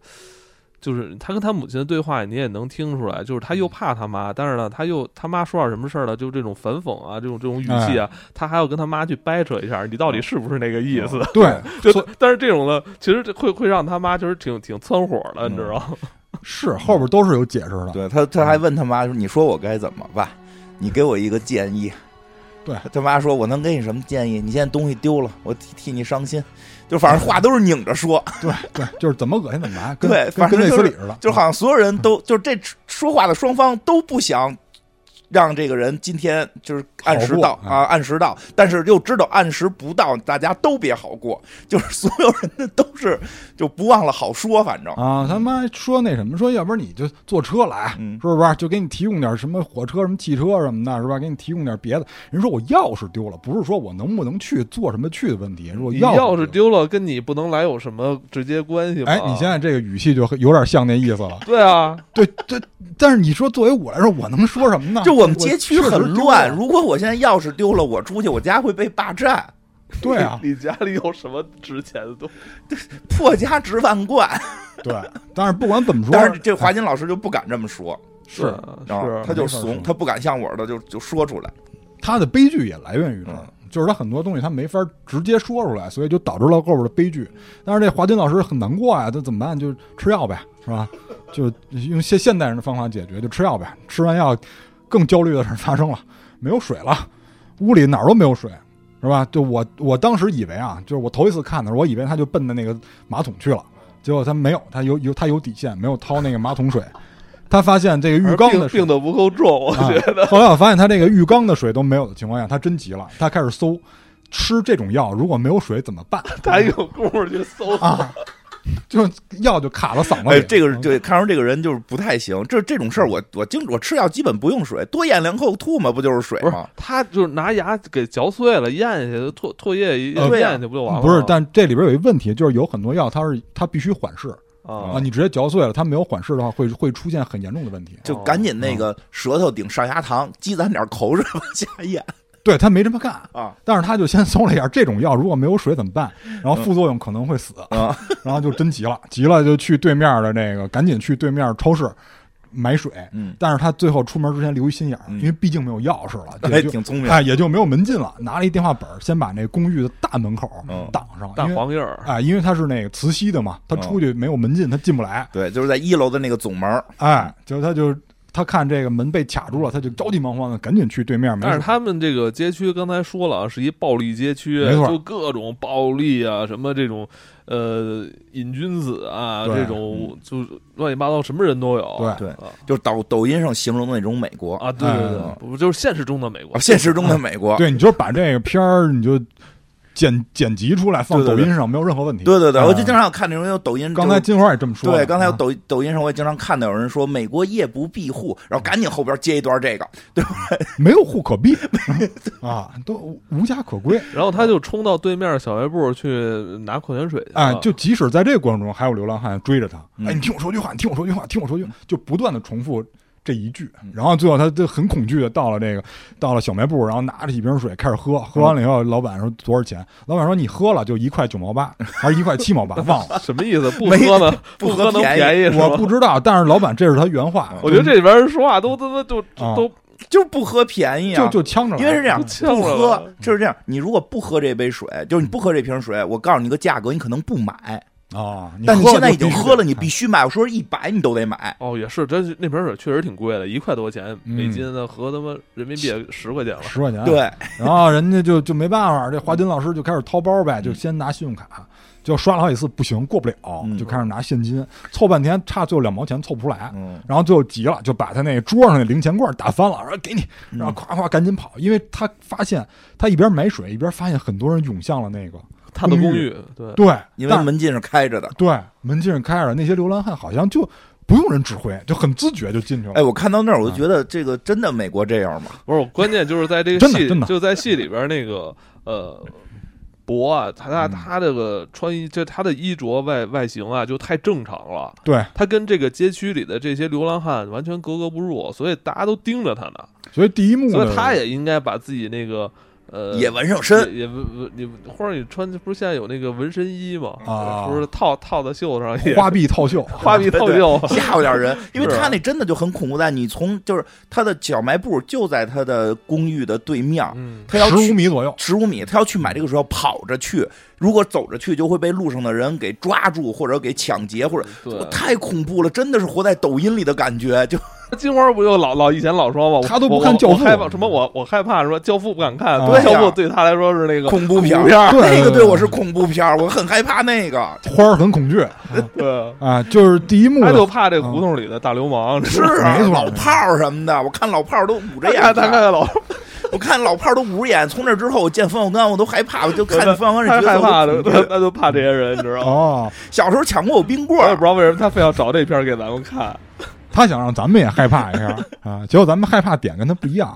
S1: 就是他跟他母亲的对话，你也能听出来，就是他
S3: 嗯
S1: 又怕他妈，但是呢，他又他妈说点什么事儿了，就这种反讽啊，这种这种语气
S3: 哎
S1: 啊，他还要跟他妈去掰扯一下，你到底是不是那个意思？
S3: 对，
S1: 就
S3: 嗯所
S1: 但是这种的，其实这会会让他妈就是挺挺蹿火的，
S3: 嗯
S1: 你知道吗？
S3: 是后边都是有解释的。
S2: 对他，他还问他妈说：“你说我该怎么办？你给我一个建议。”
S3: 嗯对
S2: 他妈说：“我能给你什么建议？你现在东西丢了，我替替你伤心。”就反正话都是拧着说，
S3: 对对，就是怎么恶心怎么来，跟
S2: 对
S3: 跟
S2: 反
S3: 跟
S2: 正就
S3: 卫
S2: 是
S3: 斯理似的，
S2: 就好像所有人都就是这说话的双方都不想让这个人今天就是按时到
S3: 好过嗯
S2: 啊，按时到，但是又知道按时不到，大家都别好过，就是 所有人的都是就不忘了好说，反正
S3: 啊，他妈说那什么，说要不然你就坐车来，
S2: 嗯
S3: 是不是？就给你提供点什么火车、什么汽车什么的，是吧？给你提供点别的。人说我钥匙丢了，不是说我能不能去坐什么去的问题，是我
S1: 你
S3: 钥
S1: 钥匙。丢了，跟你不能来有什么直接关系吧？。
S3: 哎，你现在这个语气就有点像那意思了
S1: 对啊，
S3: 对对，但是你说作为我来说，我能说什么呢？
S2: 就我们街区
S3: 确实
S2: 很
S3: 丢
S2: 乱，
S3: 了
S2: 如果我现在钥匙丢了，我出去我家会被霸占，
S3: 对啊，
S1: 你家里有什么值钱的东西？
S2: 破家值万贯。
S3: 对。但是不管怎么说，哎
S2: 但是这华金老师就不敢这么说，
S3: 是
S2: 知道吗
S1: 嗯是
S2: 他就
S3: 没法
S2: 怂，
S3: 说
S2: 他不敢像我似的就就说出来。
S3: 他的悲剧也来源于这儿
S2: 嗯，
S3: 就是他很多东西他没法直接说出来，所以就导致了后边的悲剧。但是这华金老师很难过啊呀，他怎么办？就吃药呗，是吧？ 就用现现代人的方法解决，就吃药呗。吃完药，更焦虑的事儿发生了，没有水了，屋里哪儿都没有水，是吧？就我我当时以为啊，就是我头一次看的时候，我以为他就奔着那个马桶去了，结果他没有，他有有他有底线，没有掏那个马桶水。他发现这个浴缸的
S1: 病
S3: 水
S1: 病得不够重，我
S3: 啊
S1: 觉得。
S3: 后来我发现他这个浴缸的水都没有的情况下，他真急了，他开始搜，吃这种药如果没有水怎么办？
S1: 他有功夫去搜
S3: 啊，就药就卡到嗓子里。嗯
S2: 哎，这个对，看出这个人就是不太行。这这种事儿，我我经我吃药基本不用水，多咽两口吐嘛，不就是水
S1: 不是
S2: 吗？
S1: 他就是拿牙给嚼碎了，咽下去，唾唾液一
S3: 呃
S1: 咽下去不就完了吗？啊
S3: 不是，但这里边有一问题，就是有很多药它是它必须缓释啊，
S1: 啊，
S3: 你直接嚼碎了，它没有缓释的话，会会出现很严重的问题。
S2: 就赶紧
S3: 嗯
S2: 那个舌头顶上牙膛，积攒点口水往下咽
S3: 对他没这么干，
S2: 啊。
S3: 但是他就先搜了一下这种药如果没有水怎么办，然后副作用可能会死，
S2: 啊
S3: 然后就真急了，急了就去对面的那个，赶紧去对面超市买水，
S2: 嗯，
S3: 但是他最后出门之前留一心眼儿，
S2: 嗯
S3: 因为毕竟没有钥匙了，
S2: 还
S3: 也就
S2: 挺聪明。
S3: 哎也就没有门禁了，拿了一电话本儿，先把那公寓的大门口
S2: 嗯
S3: 挡上，
S1: 大
S3: 因为
S1: 黄印儿，
S3: 哎，因为他是那个磁吸的嘛，他出去没有门禁，他进不来，
S2: 对，就是在一楼的那个总门儿，
S3: 哎，就他就他看这个门被卡住了，他就着急忙慌的赶紧去对面买
S1: 但是
S3: 水。
S1: 他们这个街区刚才说了啊，是一暴力街区，啊
S3: 没错
S1: 就各种暴力啊，什么这种呃瘾君子啊，
S3: 对嗯
S1: 这种就是乱七八糟，什么人都有。
S3: 对
S2: 对
S1: 啊
S2: 就是抖抖音上形容的那种美国
S1: 啊，对对对
S2: 哎，
S3: 嗯
S1: 不就是现实中的美国
S2: 啊，？现实中的美国。
S3: 对，你就把这个片儿你就剪剪辑出来放
S2: 对对
S3: 抖
S2: 对
S3: 音上，没有任何问题。
S2: 对对对，
S3: 哎
S2: 我就经常有看那种有抖音，
S3: 刚才
S2: 就是
S3: 金花也这么说的。
S2: 对，刚才有
S3: 啊
S2: 抖抖音上我也经常看到有人说美国夜不闭户，然后赶紧后边接一段这个，
S3: 没有户可避 啊，都无家可归。
S1: 然后他就冲到对面小卖部去拿矿泉水去了
S3: 哎，就即使在这个过程中，还有流浪汉追着他，
S2: 啊嗯
S3: 哎，你听我说句话，你听我说句话，听我说句话，就不断的重复这一句，然后最后他就很恐惧的到了这个到了小卖部，然后拿着一瓶水开始喝，
S2: 嗯
S3: 喝完了以后，老板说多少钱？老板说你喝了就一块九 毛八，还是一块七毛八，忘了，
S1: 什么意思？不
S2: 没
S1: 喝呢？
S2: 不喝
S1: 喝能
S2: 便宜
S1: 便宜是
S3: 我
S1: 吗
S3: 不知道，但是老板这是他原话，
S1: 我觉得这里边人说话都他妈就
S3: 啊
S1: 都
S2: 就是不喝便宜啊，
S3: 就就呛着了，
S2: 因为是这样，
S1: 不呛
S2: 不
S1: 了
S2: 喝就是这样。你如果不喝这杯水，就是你不喝这瓶水，我告诉你个价格，你可能不买。
S3: 啊，
S2: 但你
S3: 喝
S2: 现在已经
S3: 就必须
S2: 喝了，
S3: 得
S2: 你必须买。我说一百你都得买。
S1: 哦，也是，真是那瓶水确实挺贵的，一块多钱
S3: 嗯
S1: 美金的，合他妈人民币十块钱了。
S3: 十块钱，
S2: 对，
S3: 然后人家就就没办法，这华金老师就开始掏包呗，就先拿信用卡，就刷了好几次不行，过不了，
S2: 嗯
S3: 就开始拿现金凑半天，差最后两毛钱凑不出来，
S2: 嗯
S3: 然后最后急了，就把他那桌上那零钱罐打翻了，说给你，然后夸夸赶紧跑，因为他发现他一边买水一边发现很多人涌向了那个
S1: 他的
S3: 公
S1: 公
S3: 寓
S1: 寓，对，
S3: 对，
S2: 因为
S3: 但嗯
S2: 门禁是开着的。
S3: 对门禁是开着，那些流浪汉好像就不用人指挥，就很自觉就进去了。
S2: 哎，我看到那儿，我就觉得这个真的美国这样吗？
S1: 不是，关键就是在这个
S3: 真的
S1: 戏
S3: 真，的
S1: 就在戏里边那个呃，博啊，他他
S3: 嗯
S1: 他这个穿衣，就他的衣着外外形啊，就太正常了。
S3: 对，
S1: 他跟这个街区里的这些流浪汉完全格格不入，所以大家都盯着他呢。
S3: 所以第一幕
S1: 所
S3: 呢
S1: 以，他也应该把自己那个呃
S2: 也纹上身，
S1: 也也纹纹你或者你穿不是现在有那个纹身衣吗？
S3: 啊
S1: 不是套套在袖子上也
S3: 花臂套袖，
S1: 花臂套袖，
S2: 吓唬点人，因为
S1: 是啊
S2: 他那真的就很恐怖。但你从就是他的小卖部就在他的公寓的对面，
S1: 嗯，
S2: 他要
S3: 十五
S2: 去
S3: 米左右，
S2: 十五米，他要去买这个时候跑着去，如果走着去就会被路上的人给抓住或者给抢劫，或者我
S1: 对。
S2: 太恐怖了，真的是活在抖音里的感觉，就
S1: 金花不就老老以前老说吗？我
S3: 他都不
S1: 我
S3: 看
S1: 我
S3: 教
S1: 我
S3: 父
S1: 害怕什么我？我害怕什么？教父不敢看，
S3: 啊
S1: 对
S2: 对
S1: 教
S2: 呀
S1: 父对他来说是那个
S2: 恐怖片儿。
S1: 儿。
S3: 对
S2: 那个对我是恐怖片儿，我很害怕那个。
S3: 花儿很恐惧
S2: 嗯
S1: 对，
S3: 啊，就是第一幕
S1: 他
S3: 的
S1: 就怕这胡
S3: 啊
S1: 同里的大流
S3: 嗯
S1: 氓。
S2: 是啊
S3: 没，错
S2: 老炮儿什么的，我看老炮儿都捂
S3: 嗯
S2: 着
S1: 他
S2: 眼
S1: 看他
S2: 看
S1: 看老
S2: 我看老炮儿都捂着眼。从那之后，我见冯小刚我都害怕，我就看见冯小刚
S1: 他
S2: 这角色
S1: 害
S2: 我
S1: 怕的，
S2: 都恐
S1: 他
S2: 惧
S1: 他就怕这些人，你知道吗？
S3: 哦，
S2: 小时候抢过我冰棍
S1: 我也不知
S2: 儿，
S1: 道为什么他非要找这片儿给咱们看。
S3: 他想让咱们也害怕 一下啊，结果咱们害怕点跟他不一样。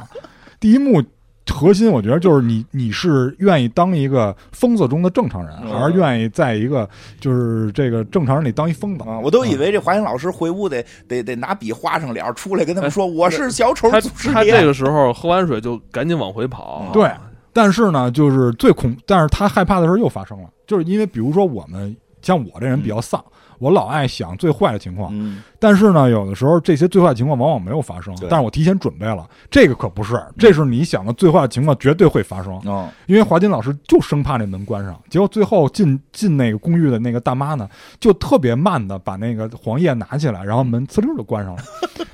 S3: 第一幕核心，我觉得就是你你是愿意当一个疯子中的正常人，
S2: 嗯
S3: 还是愿意在一个就是这个正常人里当一疯子
S2: 啊，我都以
S1: 嗯
S2: 为这华英老师回屋得得得拿笔画上脸儿出来跟他们说我是小丑
S1: 哎他
S2: 祖师
S1: 他这
S2: 爷。
S1: 个时候喝完水就赶紧往回
S2: 啊
S1: 跑。
S3: 啊对，但是呢，就是最恐，但是他害怕的事儿又发生了，就是因为比如说我们像我这人比较丧，我老爱想最坏的情况，
S2: 嗯，
S3: 但是呢，有的时候这些最坏情况往往没有发生，
S2: 对
S3: 但是我提前准备了，这个可不是，这是你想的最坏的情况绝对会发生，
S2: 哦，
S3: 因为华金老师就生怕那门关上，结果最后进进那个公寓的那个大妈呢，就特别慢的把那个黄页拿起来，然后门呲溜就关 上了，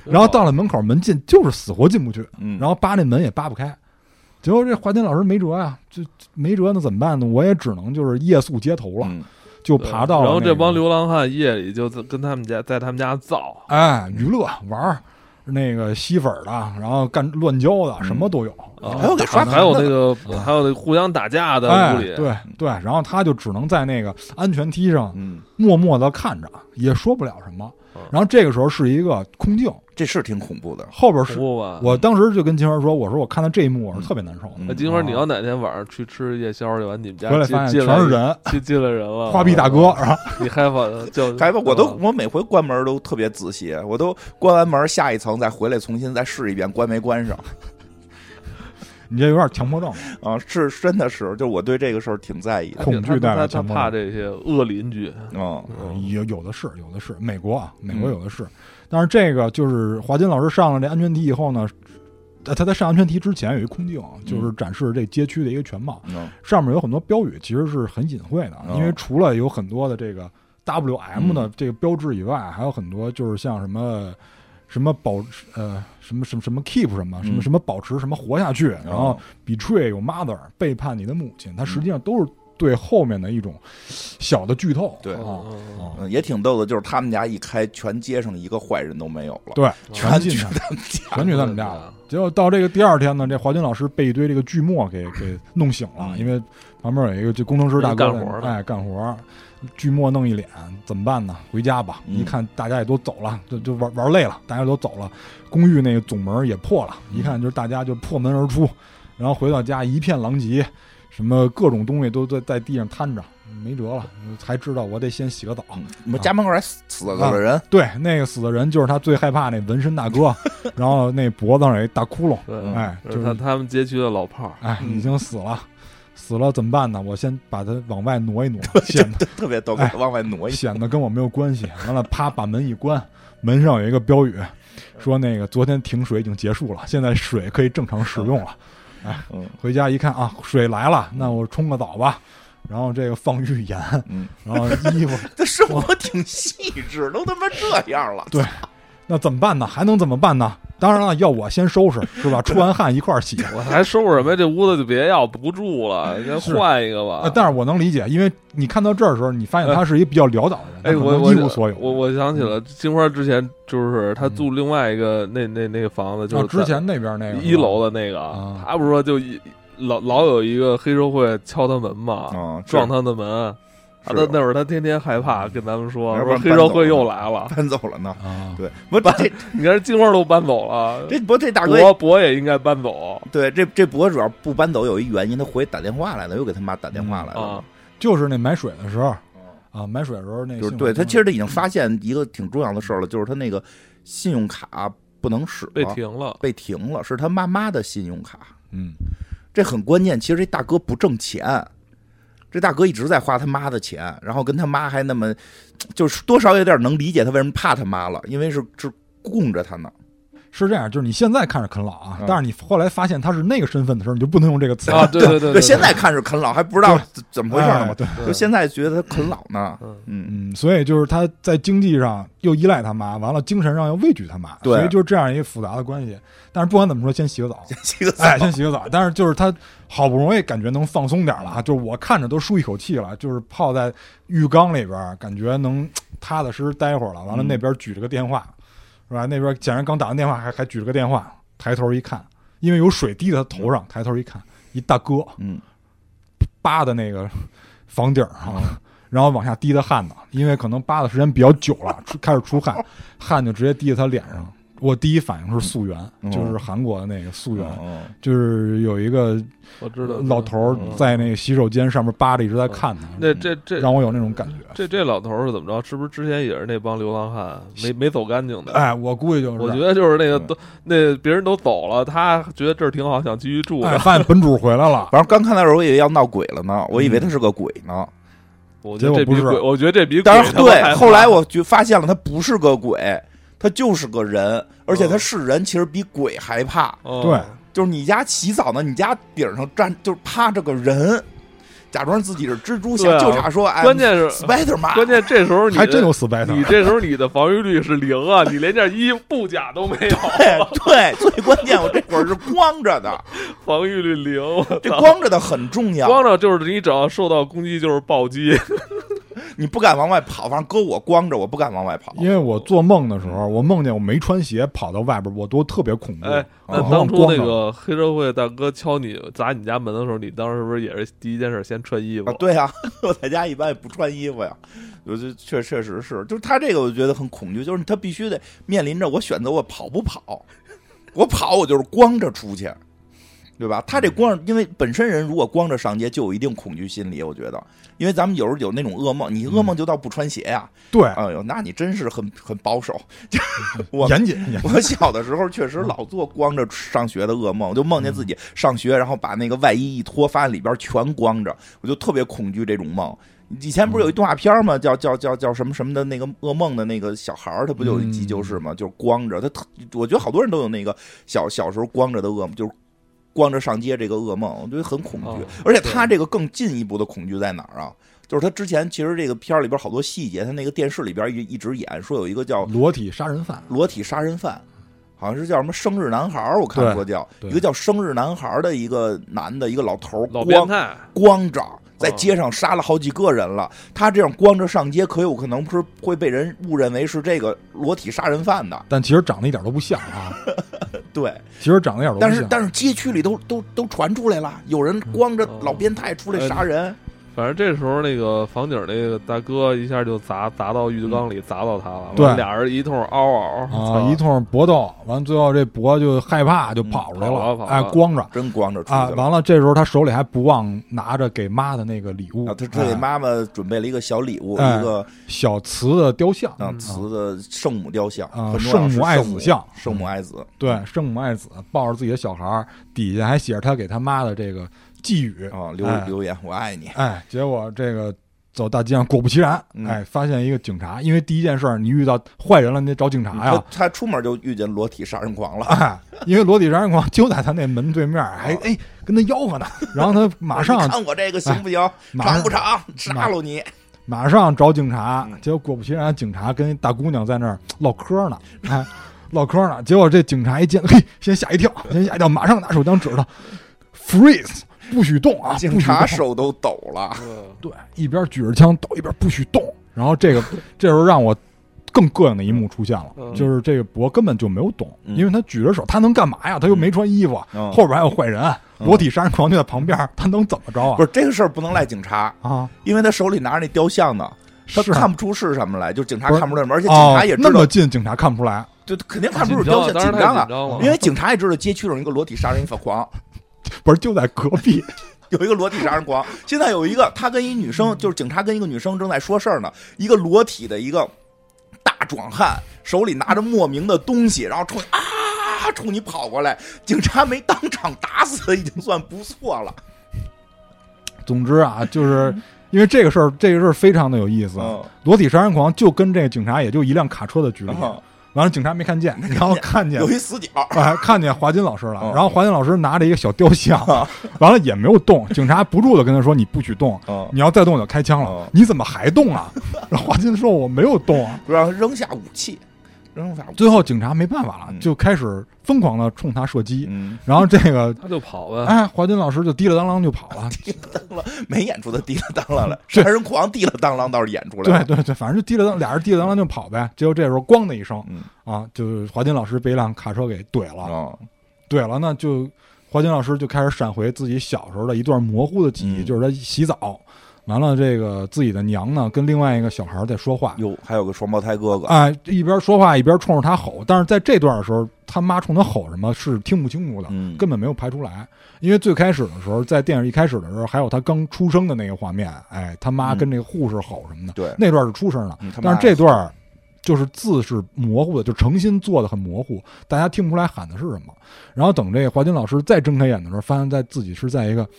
S3: 然后到了门口门禁就是死活进不去，
S2: 嗯
S3: 然后扒那门也扒不开。结果这华金老师没辙啊，这这没辙那怎么办呢？我也只能就是夜宿街头了，
S2: 嗯
S3: 就爬到了
S1: 然后
S3: 那
S1: 这
S3: 个
S1: 帮流浪汉夜里就在跟他们家在他们家造。
S3: 哎娱乐玩儿那个吸粉儿的，然后干乱交的，什么都有。
S1: 啊
S2: 还有给刷
S1: 还有
S2: 盘
S1: 那
S2: 子
S1: 个，还有那互相打架的
S3: 哎
S1: 屋里，，嗯
S3: 对对，然后他就只能在那个安全梯上
S2: 嗯，
S3: 默默地看着，也说不了什么
S1: 嗯。
S3: 然后这个时候是一个空镜，
S2: 这是挺恐怖的。
S3: 后边
S1: 恐
S3: 是
S1: 怖吧？
S3: 我当时就跟金花说：“我说我看到这一幕，我是特别难受的，
S1: 啊那
S2: 嗯
S1: 金花，
S3: 哦
S1: 你要哪天晚上去吃夜宵去，完你们家
S3: 回来
S1: 进
S3: 发现
S1: 嗯进
S3: 全
S1: 来
S3: 是人，
S1: 进进来人了，
S3: 花臂大哥，
S1: 啊，
S3: 然后
S1: 你害怕 叫
S2: 还有，我都
S1: 是吧
S2: 我每回关门都特别仔细，我都关完门下一层再回来重新再试一遍关没关 上
S3: 你这有点强迫症了，
S2: 啊，是真的是，就是我对这个事儿挺在意的。
S3: 恐惧带
S1: 啊他他
S3: 来强迫
S1: 怕
S3: 症。
S1: 这些恶邻居，
S2: 嗯
S1: 嗯
S3: 呃有有的是，有的是，美国啊，美
S2: 嗯
S3: 国有的是。但是这个就是华金老师上了这安全梯以后呢，呃他在上安全梯之前有一空镜，啊就是展示这街区的一个全貌，
S2: 嗯
S3: 上面有很多标语，其实是很隐晦的，啊
S2: 哦嗯
S3: 因为除了有很多的这个 WM 的这个标志以外，还有很多就是像什么什么保呃什么什么什么 keep 什么什么
S2: 嗯哦
S3: 什么保持什么活下去，然后 betray your mother 背叛你的母亲，它
S2: 嗯
S3: 实际上都是对后面的一种小的剧透，
S2: 对
S3: 啊
S1: 嗯嗯
S3: 啊，
S2: 嗯也挺逗的，就是他们家一开，全街上一个坏人都没有了。
S3: 对，
S2: 全
S3: 全进去了，
S2: 他们家。
S3: 全去他们家了。结果到这个第二天呢，这华军老师被一堆这个锯末给给弄醒了，
S2: 嗯
S3: 因为旁边有一个这工程师大哥在
S1: 干活儿的
S3: 哎，干活儿，锯末弄一脸，怎么办呢？回家吧。
S2: 嗯
S3: 一看大家也都走了，就就玩玩累了，大家都走了，公寓那个总门也破了，
S2: 嗯
S3: 一看就是大家就破门而出，然后回到家一片狼藉，什么各种东西都在在地上摊着，没辙了，才知道我得先洗个澡。
S2: 嗯啊我们家门口还死死了个人，
S3: 对，那个死的人就是他最害怕那纹身大 哥，然后那脖子上有一大窟窿，
S1: 嗯对，
S3: 哎，
S1: 就是
S3: 就
S1: 他
S3: 是
S1: 他们街区的老炮儿，
S3: 哎，
S2: 嗯
S3: 已经死了，死了怎么办呢？我先把他往外挪一挪， 显得
S2: 特别逗，
S3: 哎
S2: 往外挪一下。
S3: 显得跟我没有关系。完了，啪，把门一关，门上有一个标语，说那个昨天停水已经结束了，现在水可以正常使用了。
S2: 嗯
S3: 回家一看啊，水来了，那我冲个澡吧。然后这个放浴盐，
S2: 嗯，
S3: 然后衣服，
S2: 这生活挺细致，都他妈这样了。
S3: 对那怎么办呢？还能怎么办呢？当然了，要我先收拾是吧？出完汗一块儿洗。
S1: 我还收拾什么呀？这屋子就别要不住 了，先
S3: 是
S1: 换一个
S3: 呃
S2: 啊
S1: 吧。
S3: 但是我能理解，因为你看到这儿的时候，你发现他
S2: 呃
S3: 是一个比较潦倒的人，
S1: 哎，
S3: 他可
S1: 我
S3: 能
S1: 我
S3: 一无所有。嗯
S1: 我我想起了金花之前就是她住另外一个那那那个房子，就
S3: 啊
S1: 是
S3: 之
S1: 在
S3: 前那边那个
S1: 一楼的那个
S3: 啊，
S1: 她不是说就一老老有一个黑社会敲她门嘛，
S2: 啊，是
S1: 撞她的门。她
S2: 是
S1: 她那会儿她天天害怕，跟咱们说
S2: 要不
S1: 说
S2: 然
S1: 黑
S2: 搬
S1: 社
S2: 走
S1: 会
S2: 了
S1: 又来 了。
S2: 搬走了呢。
S3: 啊，
S2: 对，不这
S1: 你看金花都搬走了，
S2: 这不这大哥
S1: 博博也应该搬走
S2: 对这这博主要不搬走有一原因，他回去打电话来了，又给他妈打电话来了
S1: 啊。。
S3: 就是那买水的时候啊，买水的时候那
S2: 嗯就是
S3: 信
S2: 对
S3: 用卡
S2: 他其实他已经发现一个挺重要的事儿了，就是他那个信用卡不能使了，
S1: 被停了，
S2: 被停了，是他妈妈的信用卡，
S3: 嗯
S2: 这很关键。其实这大哥不挣钱，这大哥一直在花他妈的钱，然后跟他妈还那么，就是多少有点能理解他为什么怕他妈了，因为是是供着他呢。
S3: 是这样，就是你现在看着啃老啊
S2: 嗯，
S3: 但是你后来发现他是那个身份的时候，你就不能用这个词
S1: 啊，
S3: 了。
S1: 对对对对，
S2: 现在看是啃老，还不知道怎么回事儿啊
S3: 哎
S2: 呢。
S3: 对，
S2: 就现在觉得他啃老呢，
S1: 嗯
S2: 嗯，
S3: 嗯，所以就是他在经济上又依赖他妈，完了精神上又畏惧他妈，
S2: 对
S3: 所以就是这样一个复杂的关系。但是不管怎么说，先洗个澡，
S2: 这个
S3: 哎，先洗个澡。但是就是他好不容易感觉能放松点了啊，就是我看着都舒一口气了，就是泡在浴缸里边儿，感觉能踏踏实实待会儿了。完了
S2: 嗯
S3: 那边举着个电话，是吧？那边显然刚打完电话，还还举着个电话，抬头一看，因为有水滴在他头上，抬头一看，一大哥
S2: 嗯，
S3: 扒的那个房顶儿啊，然后往下滴的汗呢，因为可能扒的时间比较久了，出开始出汗，汗就直接滴在他脸上。我第一反应是素媛，
S2: 嗯
S3: 就是韩国的那个素媛，
S1: 哦
S2: 嗯
S3: 就是有一个
S1: 我知道
S3: 老头儿在那个洗手间上面扒着，一直在看他，
S1: 嗯那这这
S3: 让我有那种感觉。
S1: 这这老头儿是怎么着？是不是之前也是那帮流浪汉没没走干净的？
S3: 哎，我估计就是，
S1: 我觉得就是那个
S2: 嗯
S1: 都那别人都走了，他觉得这儿挺好，想继续住。
S3: 哎，发现本主回来了，
S2: 反正刚看到的时候，我以为要闹鬼了呢，
S1: 嗯
S2: 我以为他是个鬼呢。
S1: 我觉得这比
S3: 结果不
S1: 鬼，
S3: 是
S1: 我觉得这比鬼
S2: 当然
S1: 他妈害
S2: 对，
S1: 怕
S2: 后来我就发现了，他不是个鬼，他就是个人，而且
S1: 哦
S2: 他是人，其实比鬼还怕。
S1: 嗯
S3: 对，
S2: 就是你家洗澡呢，你家顶上站就是趴着个人，假装自己是蜘蛛侠，
S1: 对啊
S2: 就差说哎，
S1: 关键是
S2: Spider Man，
S1: 关键这时候你
S3: 还真有
S1: 的
S3: s p i
S1: 你这时候你的防御率是零啊，你连件衣布甲都没有，
S2: 对，最关键我这会儿是光着 的，
S1: 防御率零。我
S2: 这
S1: 操
S2: 光着的很重
S1: 光
S2: 要，
S1: 着就是你只要受到攻击就是暴击，
S2: 你不敢往外跑，反正搁我光着，我不敢往外跑。
S3: 因为我做梦的时候，我梦见我没穿鞋跑到外边，我都特别恐怖。
S1: 哎，那
S3: 我好
S1: 当
S3: 像
S1: 初
S3: 哦光
S1: 那
S3: 着
S1: 个黑社会大哥敲你砸你家门的时候，你当时是不是也是第一件事先穿衣服
S2: 啊？，对啊， 我在家一般也不穿衣服呀，我就确确实是，就是他这个我觉得很恐惧，就是他必须得面临着我选择我跑不跑，我跑我就是光着出去，对吧？他这光着，因为本身人如果光着上街就有一定恐惧心理，我觉得，因为咱们有时候有那种噩梦，你噩梦就到不穿鞋呀、
S3: 对，
S1: 啊
S2: 哎呦，那你真是很很保守。 我
S3: 严谨严谨。
S2: 我小的时候确实老做光着上学的噩梦，我就梦见自己上学，然后把那个外衣一脱，发现里边全光着，我就特别恐惧这种梦。以前不是有一动画片吗？叫叫叫叫什么什么的那个噩梦的那个小孩儿，他不就有一集就是吗？就是光着，他特，我觉得好多人都有那个小小时候光着的噩梦，就是光着上街这个噩梦，我觉得很恐
S1: 哦
S2: 惧。而且他这个更进一步的恐惧在哪儿啊？就是他之前其实这个片儿里边好多细节，他那个电视里边一一直演说有一个叫
S3: 裸体杀人犯，
S2: 裸体杀人犯，好像是叫什么生日男孩儿，我看说叫
S3: 对
S2: 一个叫生日男孩儿的一个男的，一个老头儿，
S1: 老变
S2: 光
S1: 态，
S2: 光着在街上杀了好几个人了。
S3: 嗯
S2: 他这样光着上街，可有可能是会被人误认为是这个裸体杀人犯的。
S3: 但其实长得一点都不像啊，
S2: 对，
S3: 其实长得一点都
S2: 但
S3: 不
S2: 是
S3: 像。
S2: 但是街区里都都都传出来了，有人光着
S3: 哦
S1: 嗯
S2: 老变态出来杀
S3: 嗯
S2: 人，
S1: 反正这时候那个房顶那个大哥一下就砸砸到浴缸里，砸到他了。
S3: 对
S1: 完俩人一通嗷嗷
S3: 啊，一通搏斗，完最后这博就害怕，就跑出来
S1: 嗯跑了
S3: 了，
S1: 跑了
S3: 哎，光着
S2: 真光着出去
S3: 啊，
S2: 了。
S3: 完了这时候他手里还不忘拿着给妈的那个礼物，
S2: 啊，他他给
S3: 哎
S2: 妈妈准备了一个小礼物，
S3: 哎
S2: 一个
S3: 小瓷的雕像，
S2: 啊瓷的圣母雕像，
S3: 啊
S2: 很重要
S3: 圣母
S2: 是
S3: 爱子像
S2: 圣母爱子，
S3: 对，圣母爱子抱着自己的小孩儿，底下还写着他给他妈的这个寄语
S2: 啊，留
S3: 哎
S2: 留言，我爱你。
S3: 哎，结果这个走大街上，果不其然，
S2: 嗯
S3: 哎，发现一个警察，因为第一件事儿你遇到坏人了，你得找警察呀
S2: 他，他出门就遇见裸体杀人狂了，
S3: 哎，因为裸体杀人狂就在他那门对面，还
S2: 哦
S3: 哎 跟他吆喝呢，然后他马上哎
S2: 你看我这个行不行？
S3: 马啊
S2: 长
S3: 上
S2: 不长？杀了你！
S3: 马上找警察
S2: 嗯，
S3: 结果果不其然，警察跟一大姑娘在那儿唠 嗑呢，哎，唠嗑呢。结果这警察一见，嘿，先吓一跳，先吓一跳，马上拿手枪指着她，freeze，不许动啊！
S2: 警察
S3: 不许动
S2: 手都抖了，
S1: 嗯
S3: 对，一边举着枪抖，一边不许动。然 后这个这时候让我更膈应的一幕出现了，
S1: 嗯
S3: 就是这个博根本就没有懂，
S2: 嗯
S3: 因为他举着手，他能干嘛呀？他又没穿衣服，
S2: 嗯
S3: 后边还有坏人，裸体杀人狂就在旁边，他能怎么着啊？
S2: 不是这个事儿不能赖警察，
S3: 啊，
S2: 因为他手里拿着那雕像呢，他
S3: 是啊
S2: 看不出是什么来，就警察
S3: 不是
S2: 看不出来什么，而且警察也
S3: 哦
S2: 知
S3: 那
S2: 道
S3: 么，近，警察看不出来。啊
S2: 就肯定看不出是
S1: 紧张
S2: 雕
S1: 啊当
S2: 像，
S1: 然
S2: 紧
S1: 太
S2: 张
S1: 紧张
S2: 啊
S1: 了，
S2: 因为警察也知道街区有一个裸体杀人犯狂，
S3: 不是就在隔壁，
S2: 有一个裸体杀人狂。现在有一个他跟一女生，就是警察跟一个女生正在说事儿呢，一个裸体的一个大壮汉，手里拿着莫名的东西，然后冲你啊冲你跑过来，警察没当场打死他已经算不错了。
S3: 总之啊，就是因为这个事儿，这个事儿非常的有意思。
S2: 嗯
S3: 裸体杀人狂就跟这个警察也就一辆卡车的距离，
S2: 嗯
S3: 完了警察没看见，然后看见
S2: 有一死角，
S3: 哎，看见华金老师了，
S2: 嗯
S3: 然后华金老师拿着一个小雕像，完了也没有动，警察不住的跟他说：“你不许动，
S2: 嗯
S3: 你要再动我就开枪了。
S2: 嗯
S3: 你怎么还动啊？”然后华金说：“我没有动啊。
S2: 让他扔下武器，扔下武”器。
S3: 最后警察没办法了，
S2: 嗯
S3: 就开始疯狂的冲他射击，
S2: 嗯，
S3: 然后这个
S1: 他就跑呗。
S3: 哎，华金老师就滴了当啷就跑了。
S2: 没演出的滴了当啷了，杀人狂滴了当啷倒是演出来
S3: 对
S2: 了。
S3: 对对，反正就滴了当，俩人滴了当啷就跑呗。结果这时候咣的一声
S2: 嗯，
S3: 啊，就是华金老师被一辆卡车给怼了，
S2: 哦，
S3: 怼了呢就华金老师就开始闪回自己小时候的一段模糊的记忆，
S2: 嗯
S3: 就是他洗澡，完了这个自己的娘呢跟另外一个小孩在说话，
S2: 哟，还有个双胞胎哥哥，
S3: 啊、一边说话一边冲着他吼，但是在这段的时候，他妈冲他吼什么是听不清楚的。
S2: 嗯，
S3: 根本没有排出来，因为最开始的时候，在电影一开始的时候，还有他刚出生的那个画面，哎，他妈
S2: 嗯
S3: 跟这个护士吼什么的，
S2: 对，
S3: 那段是出声的，
S2: 嗯他妈
S3: 但是这段儿就是字是模糊的，就诚心做的很模糊，大家听不出来喊的是什么。然后等这个华金老师再睁开眼的时候，发现在自己是在一个嘖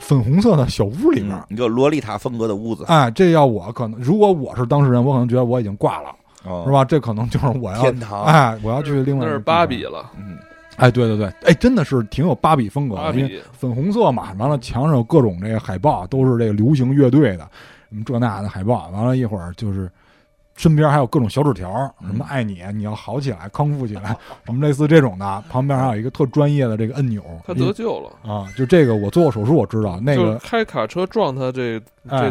S3: 粉红色的小屋里面。
S2: 嗯一个洛丽塔风格的屋子，嗯
S3: 哎，这要我可能，如果我是当事人，我可能觉得我已经挂了，
S2: 是
S3: 是？吧？这可能就是我要
S2: 哦天，堂，
S3: 哎，我要去另外
S1: 那
S3: 一
S1: 是
S3: 个地方
S1: 芭比。啊了，
S2: 啊嗯，
S3: 哎，对对对，哎，真的是挺有芭比风格
S1: 芭
S3: 的，因为
S1: 比
S3: 粉红色嘛，完了墙上有各种这个海报，都是这个流行乐队的，什么这那的海报，完了一会儿就是身边还有各种小纸条，
S2: 嗯
S3: 什么爱你，你要好起来，康复起来，什么类似这种的，旁边还有一个特专业的这个按钮，
S1: 他得救了。
S3: 啊，就这个我做过手术，我知道那
S1: 就是
S3: 个
S1: 开卡车撞他这
S3: 哎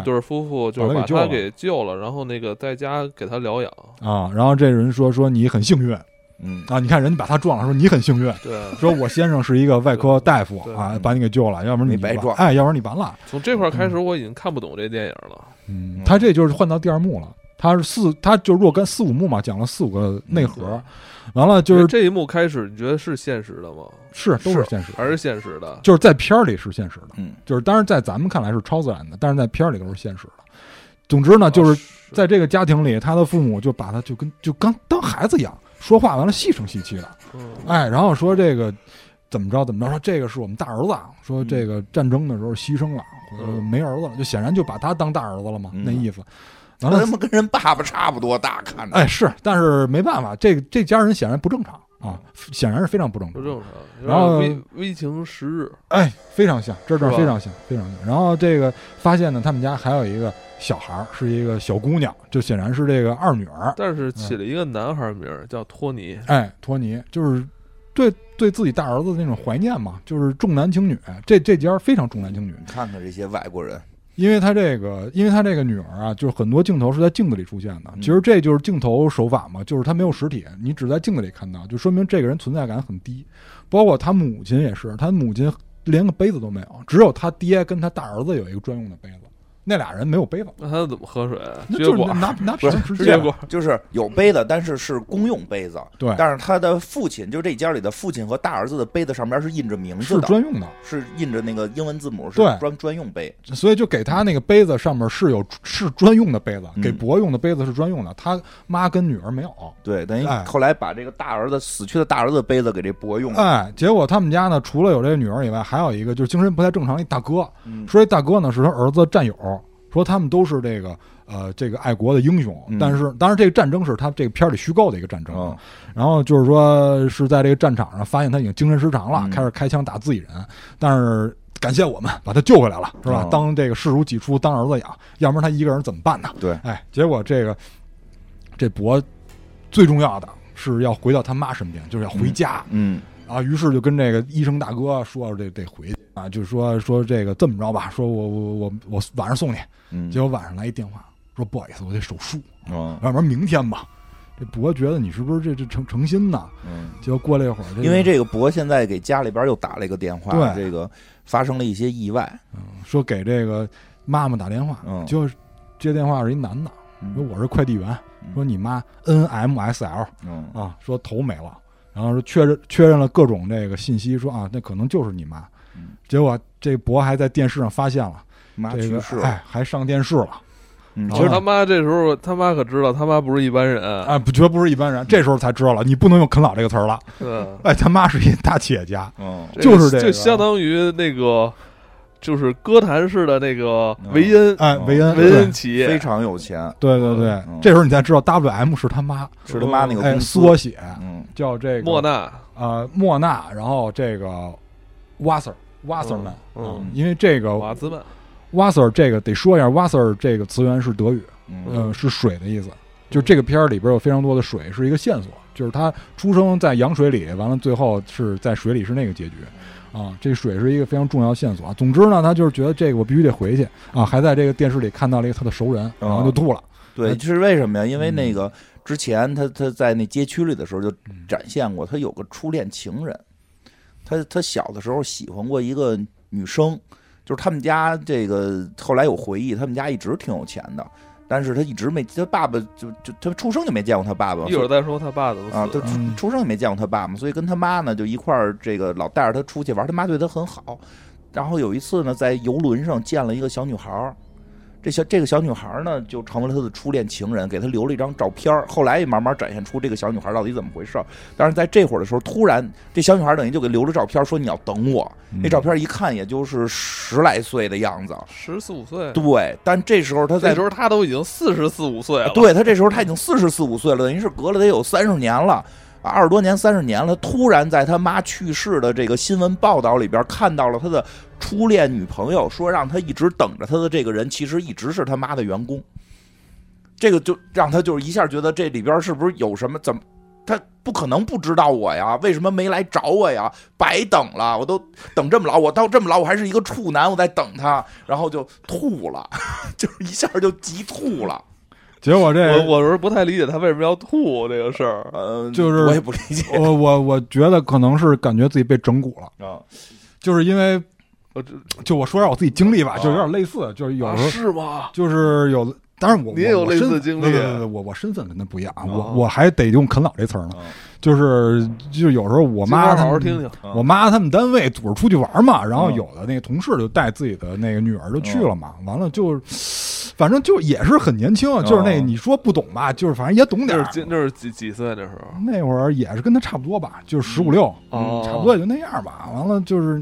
S1: 这对夫妇，就是
S3: 把他
S1: 把
S3: 给救了
S1: 他给救了，然后那个在家给他疗养。
S3: 啊，然后这人说说你很幸运
S2: 嗯，
S3: 啊，你看人家把他撞了，说你很幸运。
S1: 对，啊
S3: 说我先生是一个外科大夫
S1: 对
S3: 啊，把你给救了，要不然你
S2: 没白
S3: 完
S2: 撞
S3: 哎，要不然你完了。
S1: 从这块开始，我已经看不懂这电影了。
S3: 嗯
S2: 嗯，
S3: 他这就是换到第二幕了，他是四，他就若干四五幕嘛，讲了四五个内核，完了就是
S1: 这一幕开始，你觉得是现实的吗？
S3: 是都是
S2: 是
S3: 现实的，
S1: 还是现实的？
S3: 就是在片儿里是现实的，
S2: 嗯，
S3: 就是当然在咱们看来是超自然的，但是在片儿里都是现实的。总之呢，啊就是
S1: 哦啊是
S3: 在这个家庭里，他的父母就把他就跟就刚当孩子养，说话完了细声细气的，
S1: 嗯
S3: 哎，然后说这个怎么着怎么着，说这个是我们大儿子，啊，说这个战争的时候牺牲了，或者
S1: 嗯
S3: 没儿子了，就显然就把他当大儿子了嘛，
S2: 嗯
S3: 那意思。完
S2: 那
S3: 了
S2: 他，妈跟人爸爸差不多大，看着，
S3: 哎，是，但是没办法，这这家人显然不正常啊，显然是非常不正
S1: 嗯不
S3: 常，
S1: 正常。有
S3: 然后
S1: 点危危情时日，
S3: 哎，非常像，这段
S1: 是吧
S3: 非常像，非常像。然后这个发现呢，他们家还有一个小孩儿，是一个小姑娘，就显然是这个二女儿，
S1: 但是起了一个男孩名儿叫托尼，
S3: 哎，托尼就是对对自己大儿子的那种怀念嘛，就是重男轻女，这这家非常重男轻女。
S2: 你看看这些外国人，
S3: 因为他这个，因为他这个女儿啊，就是很多镜头是在镜子里出现的。
S2: 嗯
S3: 其实这就是镜头手法嘛，就是他没有实体，你只在镜子里看到，就说明这个人存在感很低。包括他母亲也是，他母亲连个杯子都没有，只有他爹跟他大儿子有一个专用的杯子，那俩人没有杯子，
S1: 那他怎么喝水？撅
S3: 那就是
S1: 管
S3: 拿
S1: 儿，
S3: 拿拿 瓶儿直
S1: 直
S3: 接
S1: 接管儿。
S2: 就是有杯子，但是是公用杯子，
S3: 对
S2: 但是他的父亲，就这家里的父亲和大儿子的杯子上面是印着名字
S3: 是
S2: 的，
S3: 专用的，
S2: 是印着那个英文字母，是
S3: 对
S2: 专专用杯，
S3: 所以就给他那个杯子上面是有是专用的杯子，
S2: 嗯
S3: 给博用的杯子是专用的，他妈跟女儿没有。
S2: 对，等于
S3: 哎
S2: 后来把这个大儿子死去的大儿子的杯子给这伯用了，
S3: 哎，结果他们家呢，除了有这个女儿以外，还有一个就是精神不太正常的一大哥，
S2: 嗯
S3: 说这大哥呢是他儿子的战友，说他们都是这个呃这个爱国的英雄，
S2: 嗯
S3: 但是当然这个战争是他这个片儿里虚构的一个战争，
S2: 嗯
S3: 然后就是说是在这个战场上发现他已经精神失常了，
S2: 嗯
S3: 开始开枪打自己人，但是。感谢我们把他救回来了，是吧？
S2: 嗯
S3: 当这个视如己出，当儿子养，要不然他一个人怎么办呢？
S2: 对，
S3: 哎，结果这个这博最重要的是要回到他妈身边，就是要回家、
S2: 嗯
S3: 啊。于是就跟这个医生大哥说说这得回去啊，就说说这个这么着吧，说我我我我晚上送你。
S2: 嗯，
S3: 结果晚上来一电话说不好意思，我得手术，
S2: 嗯
S3: 要不然明天吧。这博觉得你是不是这这诚诚心呢？
S2: 嗯。
S3: 结果过了一会儿，这个
S2: 因为这个博现在给家里边又打了一个电话，
S3: 哎对
S2: 这个发生了一些意外，
S3: 说给这个妈妈打电话，
S2: 嗯
S3: 结果接电话是一男的，
S2: 嗯
S3: 说我是快递员，
S2: 嗯
S3: 说你妈 NMSL
S2: 嗯
S3: 啊，说头没了，然后说确认确认了各种这个信息，说啊那可能就是你妈
S2: 嗯，
S3: 结果这博还在电视上发现了
S2: 妈
S3: 这
S2: 去
S3: 个
S2: 世，，
S3: 哎还上电视了，
S2: 嗯，
S1: 其实哦他妈这时候他妈可知道他妈不是一般人，
S3: 啊不绝不是一般人，这时候才知道了你不能用啃老这个词儿了，
S1: 嗯，
S3: 哎他妈是一大企业家，
S2: 嗯，
S1: 这
S3: 就是这个
S1: 就相当于那个就是歌坛式的那个
S2: 嗯
S1: 维恩
S3: 哎
S2: 嗯
S3: 维恩
S1: 维
S3: 对
S1: 恩企
S2: 非
S1: 业，
S2: 常有钱，
S3: 对对对
S2: 嗯，
S3: 这时候你才知道 WM 是他妈，
S2: 是他妈那个
S3: 哎
S2: 公司，
S3: 缩写
S2: 嗯
S3: 叫这个
S1: 莫纳，
S3: 呃莫纳，然后这个瓦 Sir 瓦 Sir 们，
S1: 嗯
S3: 啊因为这个
S1: 瓦兹曼，
S3: 瓦 Sir 这个得说一下，瓦 Sir 这个词源是德语，
S2: 嗯
S3: 呃，是水的意思。就这个片儿里边有非常多的水，是一个线索，就是他出生在羊水里，完了最后是在水里是那个结局，啊，这水是一个非常重要的线索啊。总之呢，他就是觉得这个我必须得回去啊，还在这个电视里看到了一个他的熟人，然后就吐了，
S2: 对，
S3: 哎
S2: 是为什么呀？因为
S3: 嗯嗯
S2: 那个之前他他在那街区里的时候就展现过，他有个初恋情人，他他小的时候喜欢过一个女生，就是他们家这个后来有回忆，他们家一直挺有钱的，但是他一直没他爸爸就就他出生就没见过他爸爸，
S1: 一会儿再说他爸怎么
S2: 啊，
S1: 死的。
S2: 他出
S3: 嗯
S2: 出生也没见过他爸嘛，所以跟他妈呢就一块儿这个老带着他出去玩，他妈对他很好。然后有一次呢，在游轮上见了一个小女孩儿，这小这个小女孩儿呢就成为了他的初恋情人，给他留了一张照片儿。后来也慢慢展现出这个小女孩儿到底怎么回事儿。但是在这会儿的时候，突然这小女孩儿等于就给留了照片儿，说你要等我。那照片儿一看也就是十来岁的样子，
S1: 十四五岁，
S2: 对。但这时候他在
S1: 那时候他都已经四十四五岁了，
S2: 哎对他这时候他已经四十四五岁了，等于是隔了得有三十年了。啊二十多年、三十年了，突然在他妈去世的这个新闻报道里边看到了他的初恋女朋友，说让他一直等着他的这个人，其实一直是他妈的员工。这个就让他就是一下觉得这里边是不是有什么？怎么他不可能不知道我呀？为什么没来找我呀？白等了，我都等这么老，我到这么老我还是一个处男，我在等他，然后就吐了， 就是一下就急吐了。
S3: 结果这
S1: 我我是不太理解他为什么要吐这个事儿。
S2: 呃，
S3: 就是
S2: 我也不理解
S3: 我我我觉得可能是感觉自己被整蛊了，
S2: 啊，
S3: 就是因为
S1: 我这
S3: 就我说一下我自己经历吧，
S2: 啊
S3: 就有点类似，就是有时
S1: 啊
S3: 候
S1: 是吗？
S3: 就是有，当然我
S1: 你也有
S3: 我
S1: 类似
S3: 身份
S1: 经历啊
S3: 对对对对我我身份跟他不一样啊，我
S1: 哦
S3: 我还得用啃老这词儿呢，就是就有时候我
S1: 我
S3: 妈他
S1: 好好
S3: 们
S1: 听啊哦听。
S2: 嗯
S3: 我妈他们单位组织出去玩嘛，然后
S2: 嗯
S3: 有的那个同事就带自己的那个女儿就去了
S1: 哦
S3: 嘛，完了就是，反正就也是很年轻啊，就是那
S2: 嗯
S3: 你说不懂吧，就是反正也懂点
S1: 那
S3: 儿
S1: 哦是。几那是几几岁那时候？
S3: 那会儿也是跟他差不多吧，就是十五六，嗯
S1: 哦
S3: 差不多也就那样吧。完了就是，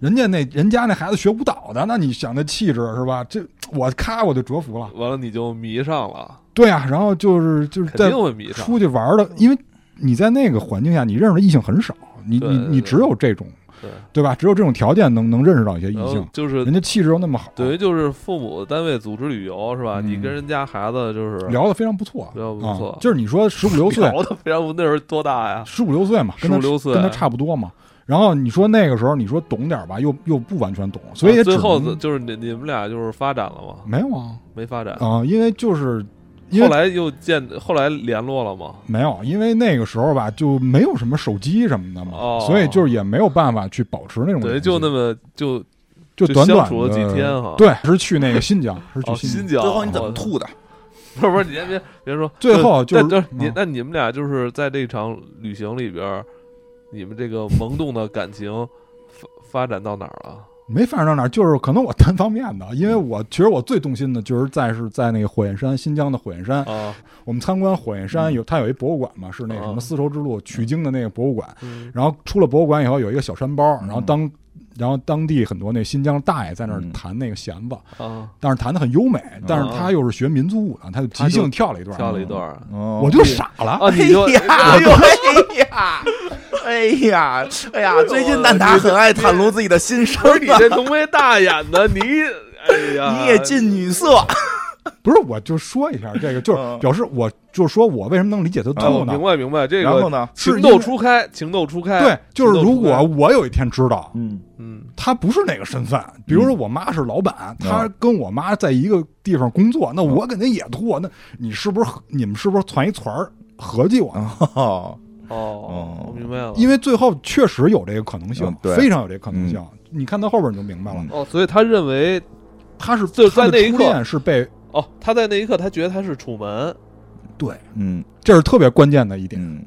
S3: 人家那人家那孩子学舞蹈的，那你想那气质是吧？这我咔我就折服了。
S1: 完了你就迷上了，
S3: 对啊，然后就是就是
S1: 肯
S3: 在
S1: 定会迷上。
S3: 出去玩
S1: 嗯
S3: 的，因为你在那个环境下，你认识的异性很少，你
S1: 对
S3: 你
S1: 对对
S3: 你只有这种，
S1: 对
S3: 对吧？只有这种条件能能认识到一些异
S1: 然后
S3: 性，
S1: 就是
S3: 人家气质又那么好，
S1: 等于就是父母单位组织旅游是吧？
S3: 啊嗯
S1: 你跟人家孩子就是
S3: 聊的非常不错，
S1: 聊得不错
S3: 啊就是你说十五六岁，
S1: 聊的非常那时候多大呀？
S3: 十五六岁嘛，跟他
S1: 15-16岁
S3: 跟他差不多嘛。然后你说那个时候，你说懂点儿吧，又又不完全懂，所以也只
S1: 啊最
S3: 能
S1: 后就是你你们俩就是发展了吗？
S3: 没有啊
S1: 没发展。
S3: 啊、因为就是因
S1: 后
S3: 为
S1: 来又见，后来联络了吗？
S3: 没有，因为那个时候吧，就没有什么手机什么的嘛，
S1: 哦
S3: 所以就是也没有办法去保持那种
S1: 等于
S3: 联系
S1: 就那么就
S3: 就
S1: 就
S3: 短
S1: 相
S3: 短
S1: 处了
S3: 的
S1: 几天哈
S3: 对，是去那个新疆，是去
S1: 哦新疆。
S3: 疆。
S2: 最后你怎么
S1: 我
S2: 吐的？
S1: 不是不是，你先别别说，
S3: 最后就是
S1: 那就是你
S3: 嗯
S1: 那你们俩就是在这场旅行里边儿，你们这个萌动的感情发发展到哪儿了？
S3: 没发展到哪儿，就是可能我单方面的，因为我其实我最动心的就是在是在那个火焰山，新疆的火焰山，
S1: 啊，
S3: 我们参观火焰山有它有一博物馆嘛，是那个什么
S1: 嗯
S3: 丝绸之路取经的那个博物馆，
S1: 嗯
S3: 然后出了博物馆以后有一个小山包，然后
S2: 嗯
S3: 当然后当地很多那新疆大爷在那儿
S2: 嗯
S3: 弹那个弦子，
S1: 啊，
S3: 但是弹的很优美，但是他又是学民族舞的，他就即兴跳了一段，
S1: 跳了一段儿。
S2: 哦
S3: 我就傻了，
S1: 啊啊，你就
S2: 哎呀，哎呦哎呀，哎呀，哎呀，最近蛋挞很爱袒露自己的心声
S1: 不是你
S2: 啊，
S1: 这浓眉大眼的，你哎呀，
S2: 你也近女色
S3: 不是，我就说一下这个，就是
S2: 嗯
S3: 表示我就说我为什么能理解他
S1: 哦，
S3: 吐呢
S1: 明？白明白，这
S2: 然后
S1: 个
S2: 呢？
S3: 是
S1: 情
S3: 因
S1: 窦
S3: 为
S1: 初开，情窦初
S2: 哎
S1: 开，
S3: 对，就是
S1: 情窦初
S3: 如
S1: 开
S3: 果我有一天知道
S2: 嗯
S1: 嗯
S3: 他不是那个身份，比如说我妈是老板，
S2: 嗯
S3: 他跟我妈在一个地方工作，那我肯定也吐。那你是不是你们是不是攒一团儿合计我呢？
S2: 哦，
S1: 哦
S2: 哦，
S1: 我明白了，
S3: 因为最后确实有这个可能性
S2: 嗯，对
S3: 非常有这个可能性。你看到后边你就明白了
S2: 嗯，
S1: 哦，所以他认为
S3: 他是
S1: 就
S3: 他
S1: 在
S3: 的
S1: 那一
S3: 初
S1: 刻
S3: 恋是被
S1: 哦，他在那一刻他觉得他是楚门，
S3: 对，
S2: 嗯
S3: 这是特别关键的一点。
S2: 嗯。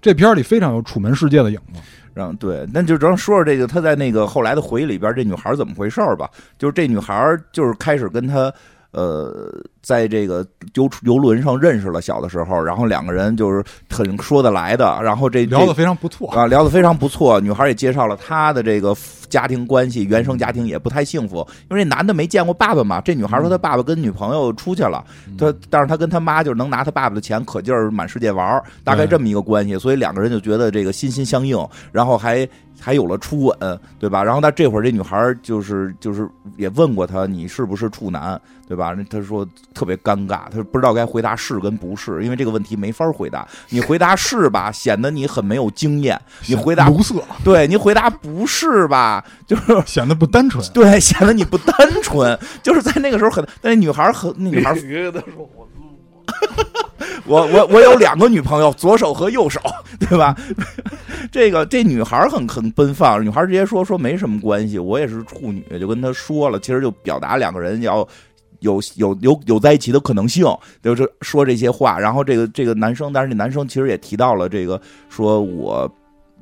S3: 这片儿里非常有楚门世界的影子。
S2: 然后对，那就咱说说这个，他在那个后来的回忆里边，这女孩怎么回事儿吧？就是这女孩儿就是开始跟他，呃，在这个游游轮上认识了，小的时候，然后两个人就是很说得来的，然后这
S3: 聊得
S2: 这
S3: 非常不错。
S2: 啊聊得非常不错，女孩也介绍了她的这个家庭关系，原生家庭也不太幸福，因为这男的没见过爸爸嘛。这女孩说她爸爸跟女朋友出去了，
S3: 嗯
S2: 他但是他跟他妈就是能拿他爸爸的钱可劲儿满世界玩儿，大概这么一个关系，所以两个人就觉得这个心心相印，然后还还有了初吻，对吧？然后他这会儿这女孩儿就是就是也问过他你是不是处男，对吧？那他说特别尴尬，他不知道该回答是跟不是，因为这个问题没法儿回答。你回答是吧，显得你很没有经验；你回答
S3: 卢瑟，
S2: 对你回答不是吧， 就是
S3: 显得不单纯。
S2: 对显得你不单纯， 就是在那个时候很，但是女孩儿很那女孩儿
S1: 你跟他说我
S2: 我我我有两个女朋友，左手和右手， 对吧？这个这女孩儿很很奔放，女孩儿直接说说没什么关系，我也是处女，就跟她说了，其实就表达两个人要。有有有有在一起的可能性，就是说这些话。然后这个这个男生，但是这男生其实也提到了这个，说我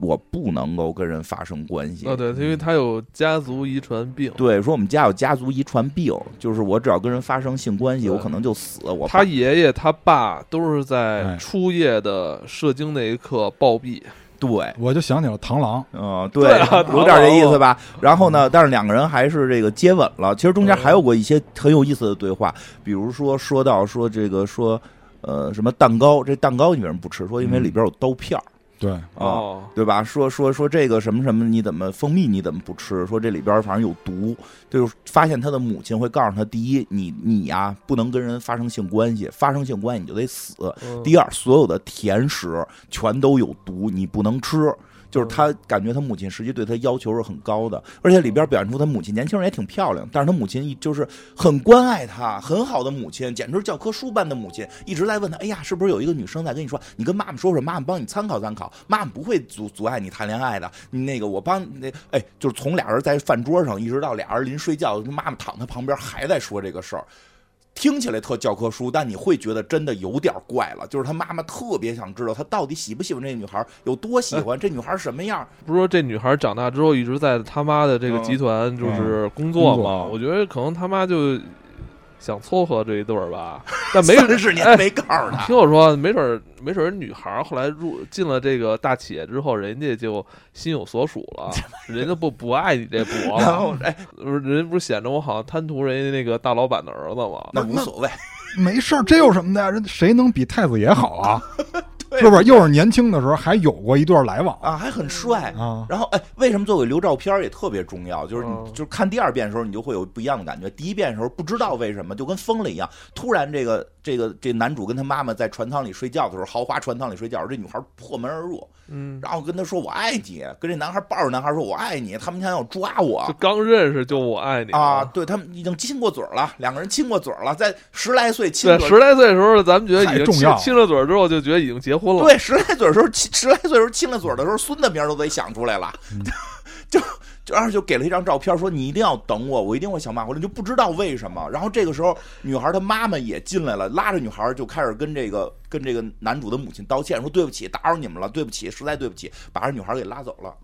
S2: 我不能够跟人发生关系。
S1: 啊，对，因为他有家族遗传病，
S2: 对，说我们家有家族遗传病，就是我只要跟人发生性关系，
S1: 对
S2: 我可能就死。我
S1: 他
S2: 爸
S1: 爷爷他爸都是在
S3: 哎
S1: 初夜的射精那一刻暴毙，
S2: 对，
S3: 我就想起了螳螂，
S2: 嗯，对
S1: 对啊，
S2: 有点这意思吧。然后呢，但是两个人还是这个接吻了。其实中间还有过一些很有意思的对话，比如说说到说这个说呃什么蛋糕，这蛋糕你为什么不吃？说因为里边有刀片儿
S3: 对，
S2: 啊。
S1: 嗯哦，
S2: 对吧？说说说这个什么什么，你怎么蜂蜜你怎么不吃？说这里边反正有毒，就是发现他的母亲会告诉他：第一，你你呀、不能跟人发生性关系，发生性关系你就得死；
S1: 嗯
S2: 第二，所有的甜食全都有毒，你不能吃。就是他感觉他母亲实际对他要求是很高的，而且里边表现出他母亲年轻人也挺漂亮，但是他母亲一就是很关爱他，很好的母亲，简直是教科书般的母亲，一直在问他，哎呀，是不是有一个女生在跟你说，你跟妈妈说说，妈妈帮你参考参考，妈妈不会阻阻碍你谈恋爱的，那个我帮那哎，就是从俩人在饭桌上一直到俩人临睡觉，妈妈躺他旁边还在说这个事儿，听起来特教科书，但你会觉得真的有点怪了。就是他妈妈特别想知道他到底喜不喜欢这女孩，有多喜欢，这女孩什么样。
S1: 不是说这女孩长大之后一直在他妈的这个
S2: 嗯
S1: 集团就是工作
S3: 工
S1: 嘛？
S3: 作
S1: 我觉得可能他妈就想撮合这一对儿 吧，但没
S2: 三十年
S1: 哎
S2: 没告 诉他，
S1: 听我说，没准儿没准儿人女孩儿后来入进了这个大企业之后，人家就心有所属 了，人家不不爱你这博
S2: 然
S1: 了，
S2: 后哎，
S1: 不是人不是显着我好像贪图人家那个大老板的儿子吗？
S2: 那无所谓，
S3: 没事儿，这有什么的呀？人谁能比太子爷好 啊？是不是？又是年轻的时候还有过一段来往
S2: 啊，还很帅。
S3: 啊？
S2: 然后哎，为什么作为留照片儿也特别重要？就是你
S1: 嗯
S2: 就是看第二遍的时候，你就会有不一样的感觉。第一遍的时候不知道为什么，就跟疯了一样。突然这个这个这男主跟他妈妈在船舱里睡觉的时候，豪华船舱里睡觉，这女孩破门而入，
S1: 嗯，
S2: 然后跟他说我爱你，跟这男孩抱着男孩说我爱你，他们想要抓我
S1: 就。刚认识就我爱你
S2: 啊，！对他们已经亲过嘴儿了，两个人亲过嘴儿了，在十来岁亲
S1: 对，
S2: 嘴
S1: 十来岁的时候，咱们觉得已
S3: 太
S1: 经
S3: 重
S1: 亲
S3: 要
S1: 亲了嘴儿之后，就觉得已经结婚了。
S2: 对，十来嘴儿的时候，亲十来岁的时候亲了嘴儿的时候，孙子名儿都得想出来了，
S1: 嗯
S2: 就就然后就给了一张照片，说你一定要等我，我一定会想办法回来，就不知道为什么。然后这个时候，女孩她妈妈也进来了，拉着女孩儿就开始跟这个跟这个男主的母亲道歉，说对不起，打扰你们了，对不起，实在对不起，把这女孩儿给拉走了。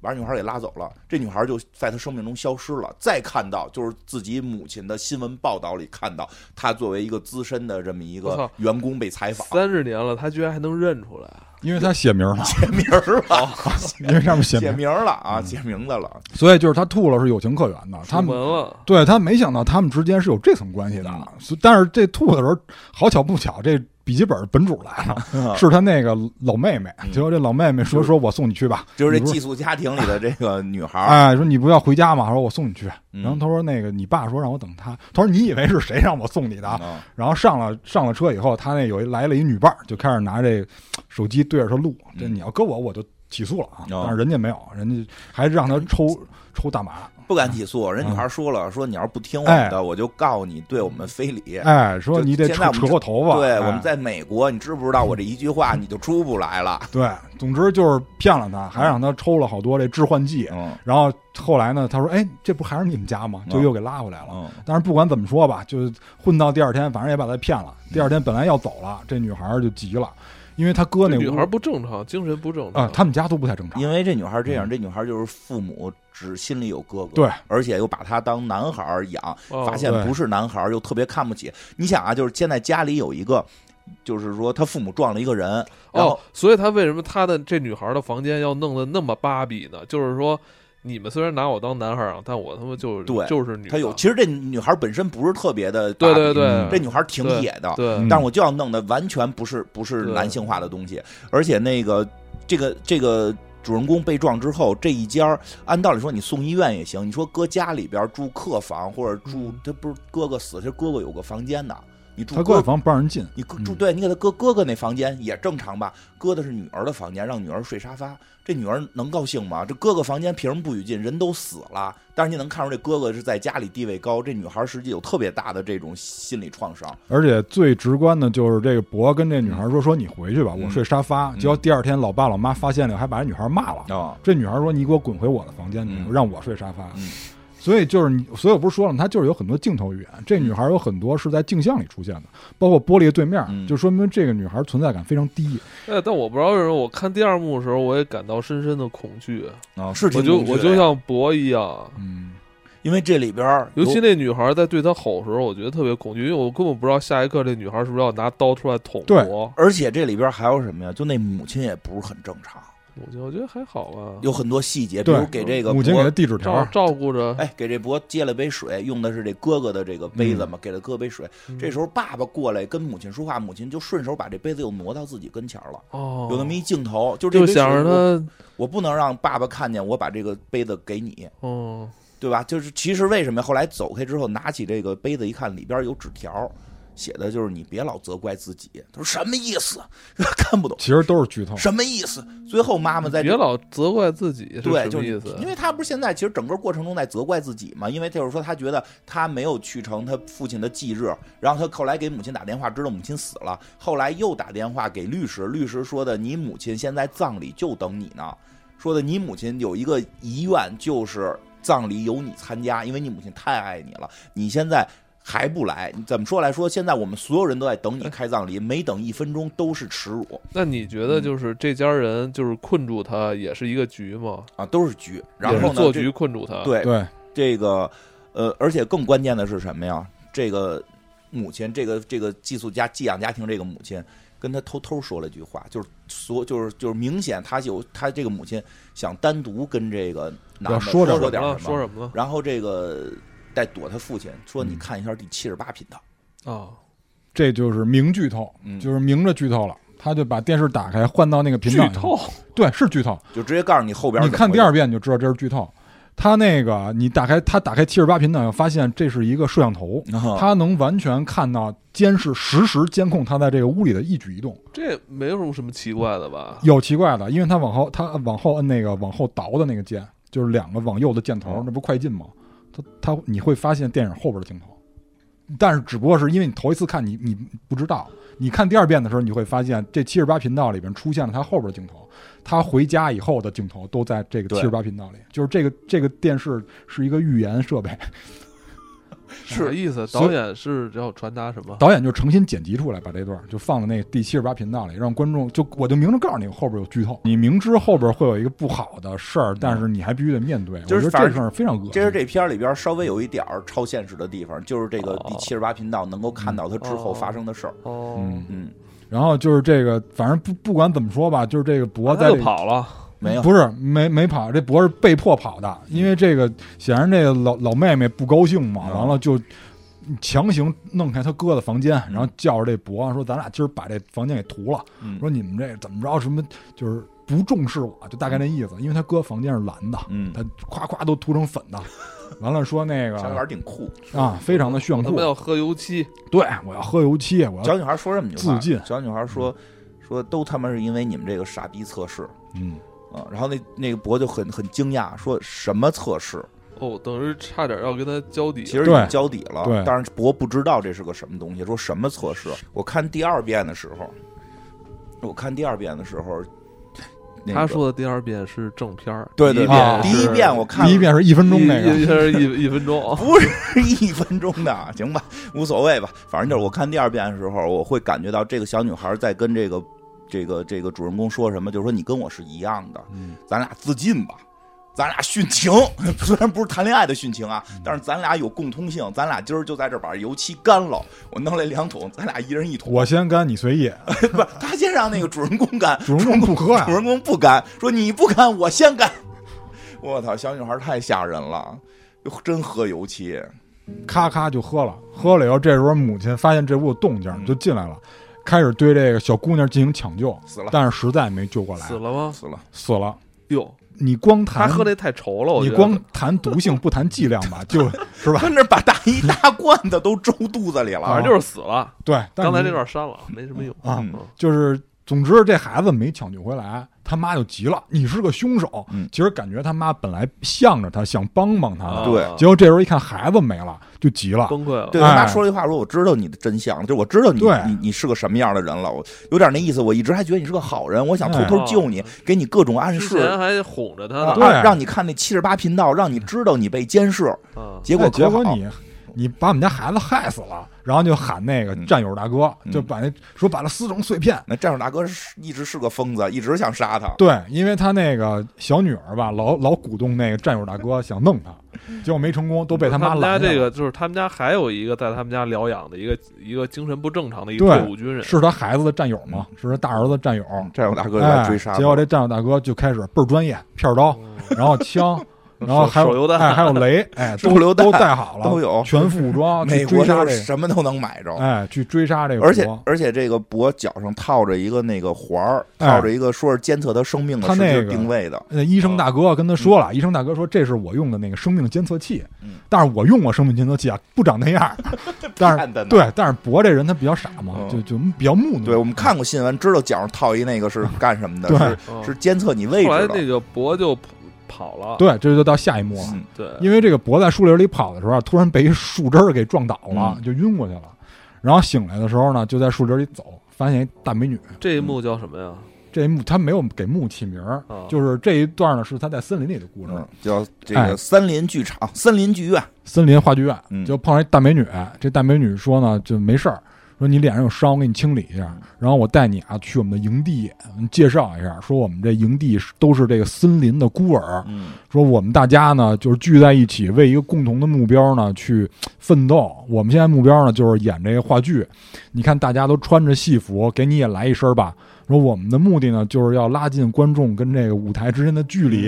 S2: 把这女孩儿给拉走了，这女孩儿就在她生命中消失了。再看到就是自己母亲的新闻报道里看到，她作为一个资深的这么一
S1: 我
S2: 个
S1: 操
S2: 员工被采访，
S1: 三十年了，他居然还能认出来，
S3: 因为他写名了，
S2: 签名儿了，
S3: 因为上面写
S2: 哦写
S3: 名，
S2: 名儿了啊，写名字了。
S3: 所以就是他吐了是有情可原的。
S1: 出
S3: 他
S1: 门
S3: 们
S1: 了。
S3: 对他没想到他们之间是有这层关系的
S2: 嗯，
S3: 所以但是这吐的时候，好巧不巧，这笔记本本主来了， 是他那个老妹妹。结果这老妹妹说：“说我送你去吧。”
S2: 就是这
S3: 你不
S2: 寄宿家庭里的这个女孩儿，
S3: 哎，说你不要回家嘛，说我送你去。
S2: 嗯
S3: 然后他说那个你爸说让我等他，他说你以为是谁让我送你的啊？
S2: 啊，
S3: 然后上了上了车以后，他那有一来了一女伴儿，就开始拿这手机对着他录。这
S2: 嗯
S3: 你要搁我，我就起诉了啊！
S2: 哦
S3: 但是人家没有，人家还让他抽抽大麻。
S2: 不敢起诉，人女孩说了，说你要是不听我
S3: 哎
S2: 们的，我就告你对我们非礼。
S3: 哎，说
S2: 嗯就
S3: 你得
S2: 现在
S3: 扯
S2: 我们
S3: 扯
S2: 这
S3: 过头发。
S2: 对，
S3: 哎
S2: 我们在美国，你知不知道我这一句话你就出不来 了？
S3: 对，总之就是骗了他，还让他抽了好多这致幻剂。
S2: 嗯
S3: 然后后来呢，他说：“哎，这不还是你们家吗？”就
S2: 嗯
S3: 又给拉回来了。
S2: 嗯
S3: 但是不管怎么说吧，就混到第二天，反正也把他骗了。
S2: 嗯
S3: 第二天本来要走了，这女孩儿就急了，因为他哥那
S1: 这女
S3: 屋
S1: 孩不正常，精神不正常
S3: 啊，他们家都不太正常。
S2: 因为这女孩这样，这女孩就是父母只心里有哥哥，
S3: 对，
S2: 而且又把她当男孩儿养，
S1: 哦
S2: 发现
S3: 对
S2: 不是男孩儿又特别看不起。你想啊，就是现在家里有一个，就是说他父母撞了一个人，然后
S1: 哦，所以他为什么他的这女孩的房间要弄得那么芭比呢？就是说，你们虽然拿我当男孩儿啊，但我他妈就是
S2: 对
S1: 就是女的，
S2: 他有，其实这女孩本身不是特别的
S1: 对
S2: 大
S1: 对对，
S3: 嗯
S2: 这女孩挺野的，
S1: 对
S3: 嗯
S2: 但我就要弄的完全不是不是
S1: 对
S2: 男性化的东西，而且那个这个这个主人公被撞之后，这一家儿按道理说你送医院也行，你说搁家里边儿住客房或者住
S1: 嗯
S2: 他不是哥哥死，他哥哥有个房间的，你住
S3: 他
S2: 哥
S3: 闺房不让人进，
S2: 你搁
S3: 嗯
S2: 住对，你给他搁哥哥那房间也正常吧？搁的是女儿的房间，让女儿睡沙发，这女儿能高兴吗？这哥哥房间凭什么不许进？人都死了，但是你能看出这哥哥是在家里地位高，这女孩实际有特别大的这种心理创伤。
S3: 而且最直观的就是这个博跟这女孩说：“说你回去吧，
S2: 嗯
S3: 我睡沙发。”结果第二天，老爸老妈发现了，还把这女孩骂了。
S2: 啊，
S3: 这女孩说：“你给我滚回我的房间去，
S2: 嗯
S3: 让我睡沙发。
S2: 嗯
S3: 所以就是你，所以我不是说了吗？她就是有很多镜头语言，这女孩有很多是在镜像里出现的，包括玻璃对面，
S2: 嗯
S3: 就说明这个女孩存在感非常低。
S1: 哎，但我不知道为什么，我看第二幕的时候，我也感到深深的恐惧，
S2: 啊，是挺
S1: 我就
S2: 恐惧
S1: 我
S2: 的
S1: 就
S2: 呀
S1: 像博一样。
S3: 嗯，
S2: 因为这里边儿
S1: 尤其
S2: 有
S1: 那女孩在对他吼的时候，我觉得特别恐惧，因为我根本不知道下一刻这女孩是不是要拿刀出来捅
S3: 对
S1: 我。
S2: 而且这里边儿还有什么呀？就那母亲也不是很正常，
S1: 我觉得我觉得还好吧，
S2: 有很多细节，比如
S3: 对
S2: 给这个
S3: 母亲
S2: 博
S3: 给她递纸
S1: 照
S3: 条儿，
S1: 照顾着。
S2: 哎，给这博接了杯水，用的是这哥哥的这个杯子嘛，给了哥杯水。
S1: 嗯
S2: 这时候爸爸过来跟母亲说话，母亲就顺手把这杯子又挪到自己跟前儿了。
S1: 哦，
S2: 有那么一镜头，就是这
S1: 就
S2: 杯
S1: 想
S2: 水
S1: 着
S2: 我，
S1: 他，
S2: 我不能让爸爸看见我把这个杯子给你，
S1: 嗯，
S2: 对吧？就是其实为什么后来走开之后，拿起这个杯子一看，里边有纸条，写的就是你别老责怪自己。他说什么意思？ 看不懂
S3: 其实都是
S1: 哦
S3: 剧透。
S2: 什么意思。最后妈妈在
S1: 别
S2: 这。
S1: 老责怪自己是
S2: 对，
S1: 什
S2: 就
S1: 么意
S2: 是
S1: 思？
S2: 因为他不是现在其实整个过程中在责怪自己嘛，因为就是说他觉得他没有去成他父亲的忌日，然后他后来给母亲打电话，知道母亲死了，后来又打电话给律师，律师说的你母亲现在葬礼就等你呢，说的你母亲有一个遗愿就是葬礼由你参加，因为你母亲太爱你了，你现在。还不来？怎么说来说？现在我们所有人都在等你开葬礼，每等一分钟都是耻辱
S1: 那你觉
S2: 嗯
S1: 得就是这家人就是困住他，也是一个局吗？
S2: 啊，都是局。然
S1: 也
S2: 后
S1: 是
S2: 呢？
S1: 做
S2: 这
S1: 局困住他。，
S2: 对，
S3: 对，
S2: 这个，呃，而且更关键的是什么呀？这个母亲，这个这个寄宿家寄养家庭这个母亲，跟他偷偷说了一句话，就是所就是就是明显他有他这个母亲想单独跟这个男的
S3: 要说
S2: 点
S1: 说
S3: 点
S2: 点
S1: 什么了？
S2: 什
S1: 啊说什么
S2: 然后这个在躲他父亲，说
S3: 嗯
S2: 你看一下第七十八频道，
S1: 了？啊，
S3: 这就是明剧透，
S2: 嗯
S3: 就是明着剧透了。他就把电视打开，换到那个频
S1: 剧
S3: 道。
S1: 透，
S3: 对，是剧透。
S2: 就直接告诉你后边
S3: 你
S2: 怎么
S3: 看
S2: 回
S3: 第
S2: 事
S3: 二遍你就知道这是剧透。他那个，你打开他打开七十八频道，发现这是一个摄像头，
S2: 啊
S3: 他能完全看到监视实时监控他在这个屋里的一举一动。
S1: 这没有什么奇怪的吧？
S3: 有奇怪的，因为他往后他往后摁那个往后倒的那个键，就是两个往右的箭头
S2: 嗯，
S3: 那不是快进吗？他他你会发现电影后边的镜头，但是只不过是因为你头一次看你你不知道，你看第二遍的时候你会发现这七十八频道里边出现了他后边的镜头，他回家以后的镜头都在这个
S2: 对
S3: 七十八频道里，就是这个这个电视是一个预言设备，
S1: 啥意思？
S3: 所以
S1: 导演是要传达什么？
S3: 导演就诚心剪辑出来，把这段儿就放到那第七十八频道里，让观众就我就明着告诉你后边有剧透，你明知后边会有一个不好的事儿，但是你还必须得面对。
S2: 就是
S3: 我觉
S2: 反
S3: 得
S2: 正
S3: 这事儿非常恶心。
S2: 这是这片儿里边稍微有一点儿超现实的地方，就是这个第
S1: 哦
S2: 七十八频道能够看到他之后
S1: 哦
S2: 发生的事儿。
S1: 哦，
S3: 嗯
S2: 嗯，
S3: 然后就是这个，反正不不管怎么说吧，就是这个博
S1: 啊
S3: 在
S1: 他
S3: 这
S1: 就跑了。
S2: 没有，嗯
S3: 不是没没跑，这博是被迫跑的，因为这个显然这个老老妹妹不高兴嘛，
S2: 嗯
S3: 完了就强行弄开他哥的房间，然后叫着这博说：“咱俩今儿把这房间给屠了。
S2: 嗯
S3: 说你们这怎么着？什么就是不重视我，就大概那意思。因为他哥房间是蓝的，
S2: 嗯
S3: 他夸夸都涂成粉 的。完了说那
S2: 小女孩
S3: 个
S2: 儿挺酷，
S3: 啊，非常的炫
S1: 他
S3: 酷
S1: 们。要喝油漆，
S3: 对，我要喝油漆，我要
S2: 小女孩儿说这么一句话
S3: 自尽，
S2: 小女孩儿说说都他妈是因为你们这个傻逼测试
S3: 嗯，
S2: 啊，然后那那个博就很很惊讶，说什么测试？
S1: 哦，等于差点要跟他交底。
S2: 其实已
S3: 对
S2: 经交底
S3: 对
S2: 了，但是博不知道这是个什么东西，说什么测试。我看第二遍的时候，我看第二遍的时候，那个
S1: 他说的第二遍是正片儿，
S2: 对
S1: 第
S2: 对
S1: 一遍
S2: 对，
S3: 啊
S1: 是
S2: 第一遍我看
S3: 第一遍是一分钟那
S1: 一
S3: 个，
S1: 一是一一分钟啊，
S2: 不是 一分钟的，行吧，无所谓吧，反正就是我看第二遍的时候，我会感觉到这个小女孩在跟这个这个这个主人公说什么，就是说你跟我是一样的，
S3: 嗯
S2: 咱俩自尽吧。咱俩殉情， 虽然不是谈恋爱的殉情
S3: 嗯
S2: 啊，但是咱俩有共通性，咱俩今儿就在这儿把油漆干了。我弄来两桶，咱俩一人一 桶。
S3: 我先干，你随意。
S2: 不是，他先让那个主人公干，
S3: 主人公不喝呀
S2: 主，人公不干，说你不干，我先干。 我操，小女孩太吓人了，真喝油漆。
S3: 咔咔就喝了。喝了以后，这时候母亲发现这屋有动静，
S2: 嗯
S3: 就进来了，开始对这个小姑娘进行抢救，
S2: 死了
S3: 但是实在没救过来
S1: 死，了吗？
S2: 死了，
S3: 死了。
S1: 哟，
S3: 你光
S1: 他
S3: 谈
S1: 喝那太稠了，我
S3: 你
S1: 觉得
S3: 光谈毒性不谈剂量 吧，就是吧？
S2: 跟着把大衣大罐子都周肚子里
S1: 反
S3: 啊
S2: 了。啊
S1: 正就是死了。
S3: 对，但是
S1: 刚才
S3: 你
S1: 这段删了，没什么用
S3: 啊
S1: 嗯
S3: 就是，总之这孩子没抢救回来，他妈就急了，你是个凶手。
S2: 嗯
S3: 其实感觉他妈本来向着他，想帮帮他的，
S2: 对
S1: 啊
S3: 结果这时候一看孩子没了，就急了。
S1: 崩溃了。
S2: 对
S3: 哎
S2: 他妈说了一句话，说我知道你的真相，就我知道你
S3: 对
S2: 你你是个什么样的人了。我有点那意思，我一直还觉得你是个好人，我想偷偷救你
S1: 哎，
S2: 给你各种暗
S1: 之
S2: 示，
S1: 前还哄着他
S2: 哦
S1: 呢，
S2: 啊
S3: 对
S2: 让你看那七十八频道，让你知道你被监视。
S1: 啊，
S2: 结
S3: 哎
S2: 果
S3: 结
S2: 可好
S3: 果，你你把我们家孩子害死了，然后就喊那个
S2: 嗯
S3: 战友大哥，
S2: 嗯
S3: 就把那说把他撕成碎片。
S2: 那战术大哥是一直是个疯子，一直想杀他。
S3: 对，因为他那个小女儿吧，老老鼓动那个战友大哥想弄他，结果没成功，都被
S1: 他
S3: 他妈
S1: 们家
S3: 拦下
S1: 这
S3: 了。
S1: 个就是他们家还有一个在他们家疗养的一个一个精神不正常的一个
S3: 对
S1: 退伍军人，
S3: 是他孩子的战友嘛，是他大儿子的战友。
S2: 战术大嗯哥就
S3: 哎
S2: 来，追杀他，
S3: 结果这战友大哥就开始倍儿专业，片儿刀，然后枪， 然后
S1: 嗯
S3: 还
S1: 手手
S3: 有
S1: 榴弹
S3: 哎还有 雷，哎
S2: 手
S3: 都
S2: 榴弹
S3: 都带好了，
S2: 都有
S3: 全副武 装
S2: 美
S3: 去
S2: 国
S3: 追
S2: 他
S3: 杀
S2: 是
S3: 这个，
S2: 什么都能买着，
S3: 哎，去追杀这个国，
S2: 而且而且这个脖脚上套着一个那个环儿，
S3: 哎
S2: 套着一个说是监测他生命的
S3: 他
S2: 实
S3: 那
S2: 时
S3: 个
S2: 定位的，
S3: 那呃医生大哥跟他说了，医生大哥说这是我用的那个生命监测器，
S2: 嗯
S3: 但是我用过生命监测器啊，不长那 样儿，但
S2: 看的
S3: 是
S2: 呢
S3: 对，但是博这人他比较傻嘛，
S2: 嗯
S3: 就就比较木讷，
S2: 对，我们看过新闻，知道脚上套一那个是干什么的，
S3: 对
S1: 嗯
S2: 是是监测你位置
S1: 后来
S2: 的。
S1: 那个博就跑了，
S3: 对，这就到下一幕了，
S2: 嗯
S1: 对，
S3: 因为这个博在树林里跑的时候啊，突然被一树枝儿给撞倒
S2: 嗯
S3: 了，就晕过去了，然后醒来的时候呢，就在树林里走，发现一大美女，
S2: 哦
S1: 这一幕叫什么呀？
S3: 这一幕他没有给木起名儿
S2: 哦
S1: 啊，
S3: 就是这一段呢是他在森林里的故事，
S2: 嗯，叫这
S3: 哎
S2: 个森林剧场、森林剧院，
S3: 森林话剧院，
S2: 嗯
S3: 就碰上一大美女。这大美女说呢，就没事儿，说你脸上有伤，我给你清理一下，然后我带你啊去我们的营地，嗯介绍一下，说我们这营地是都是这个森林的孤儿，
S2: 嗯，
S3: 说我们大家呢就是聚在一起，为一个共同的目标呢去奋斗。我们现在目标呢就是演这个话剧，你看大家都穿着戏服，给你也来一身吧。说我们的目的呢就是要拉近观众跟这个舞台之间的距离。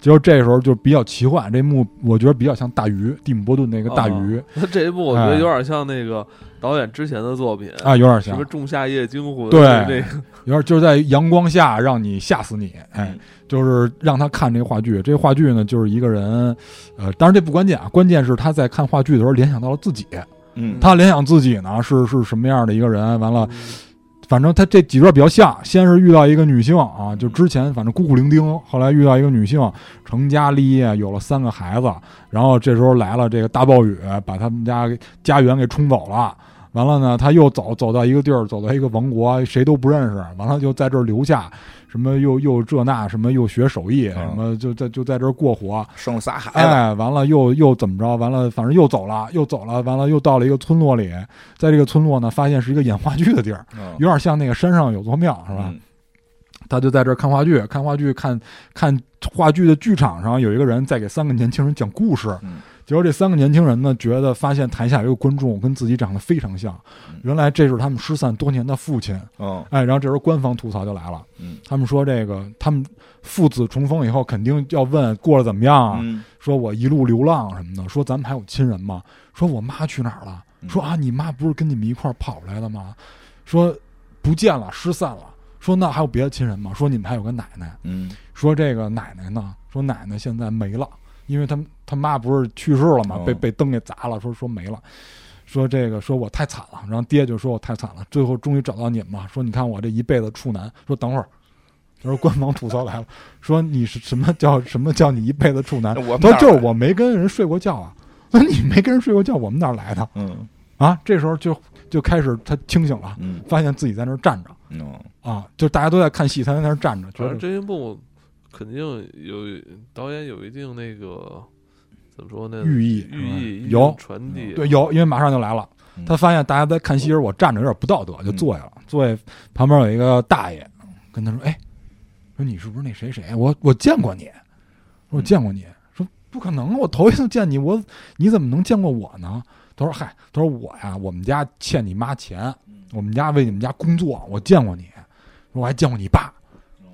S3: 结果这时候就比较奇幻，这幕我觉得比较像大鱼，蒂姆·波顿那个大鱼哎
S1: 那啊 这一幕我觉得有点像那个导演之前的作品，
S3: 啊，有点
S1: 什
S3: 像，
S1: 么《仲夏夜惊魂》
S3: 对
S1: 那个
S3: 有点就是在阳光下让你吓死你，哎
S2: 嗯，
S3: 就是让他看这话剧。这话剧呢，就是一个人，呃，当然这不关键啊，关键是他在看话剧的时候联想到了自己，
S2: 嗯，
S3: 他联想自己呢是是什么样的一个人，完了，
S1: 嗯
S3: 反正他这几段比较像，先是遇到一个女性啊，就之前反正孤苦伶仃，后来遇到一个女性，成家立业，有了三个孩子，然后这时候来了这个大暴雨，把他们家给家园给冲走了。完了呢，他又走走到一个地儿，走到一个王国，谁都不认识。完了就在这儿留下，什么又又这那，什么又学手艺，
S2: 嗯
S3: 什么就在就在这儿过活。
S2: 生了仨孩子，
S3: 哎，完了又又怎么着？完了，反正又走了，又走了，完了又到了一个村落里，在这个村落呢，发现是一个演话剧的地 儿，
S2: 嗯
S3: 有点像那个山上有座庙，是吧？
S2: 嗯
S3: 他就在这儿看话剧，看话剧，看看话剧的剧场上有一个人在给三个年轻人讲故事
S2: 嗯，
S3: 结果这三个年轻人呢，觉得发现台下有一个观众跟自己长得非常像，原来这是他们失散多年的父亲。
S2: 嗯
S3: 哎，然后这时候官方吐槽就来了，
S2: 嗯
S3: 他们说这个他们父子重逢以后，肯定要问过得怎么样啊，
S2: 嗯
S3: 说我一路流浪什么的，说咱们还有亲人吗？说我妈去哪儿了？说啊，你妈不是跟你们一块儿跑来的吗？说不见了，失散了。说那还有别的亲人吗？说你们还有个奶奶。
S2: 嗯
S3: 说这个奶奶呢？说奶奶现在没了，因为他他妈不是去世了嘛，
S2: 哦
S3: 被被灯给砸了，说说没了。说这个，说我太惨了，然后爹就说我太惨了，最后终于找到你们了。说你看我这一辈子处男，说等会儿，他说官方吐槽来了，说你是什么叫什么叫你一辈子处男？
S2: 那我们
S3: 他
S2: 哪
S3: 说
S2: 儿
S3: 就是
S2: 来
S3: 我没跟人睡过觉啊，那你没跟人睡过觉，我们哪儿来的
S2: 嗯
S3: 啊？这时候就就开始他清醒了，
S2: 嗯
S3: 发现自己在那儿站着
S2: 嗯
S3: 啊，就大家都在看戏，他在那儿站着，觉
S1: 反
S2: 啊
S1: 正
S3: 得
S1: 这一部肯定有导演有一定那个怎么说呢？
S3: 寓意是吧
S1: 寓意
S3: 有嗯
S1: 一定传递啊
S3: 对，有，因为马上就来了
S2: 嗯。
S3: 他发现大家在看戏时，我站着有点不道德，就坐下了。坐下旁边有一个大爷，跟他说：“哎，说你是不是那谁谁？我我见过你，我见过你。说不可能，啊我头一次见你，我你怎么能见过我呢？”他说：“嗨，他说我呀，我们家欠你妈钱，我们家为你们家工作，我见过你，说我还见过你爸，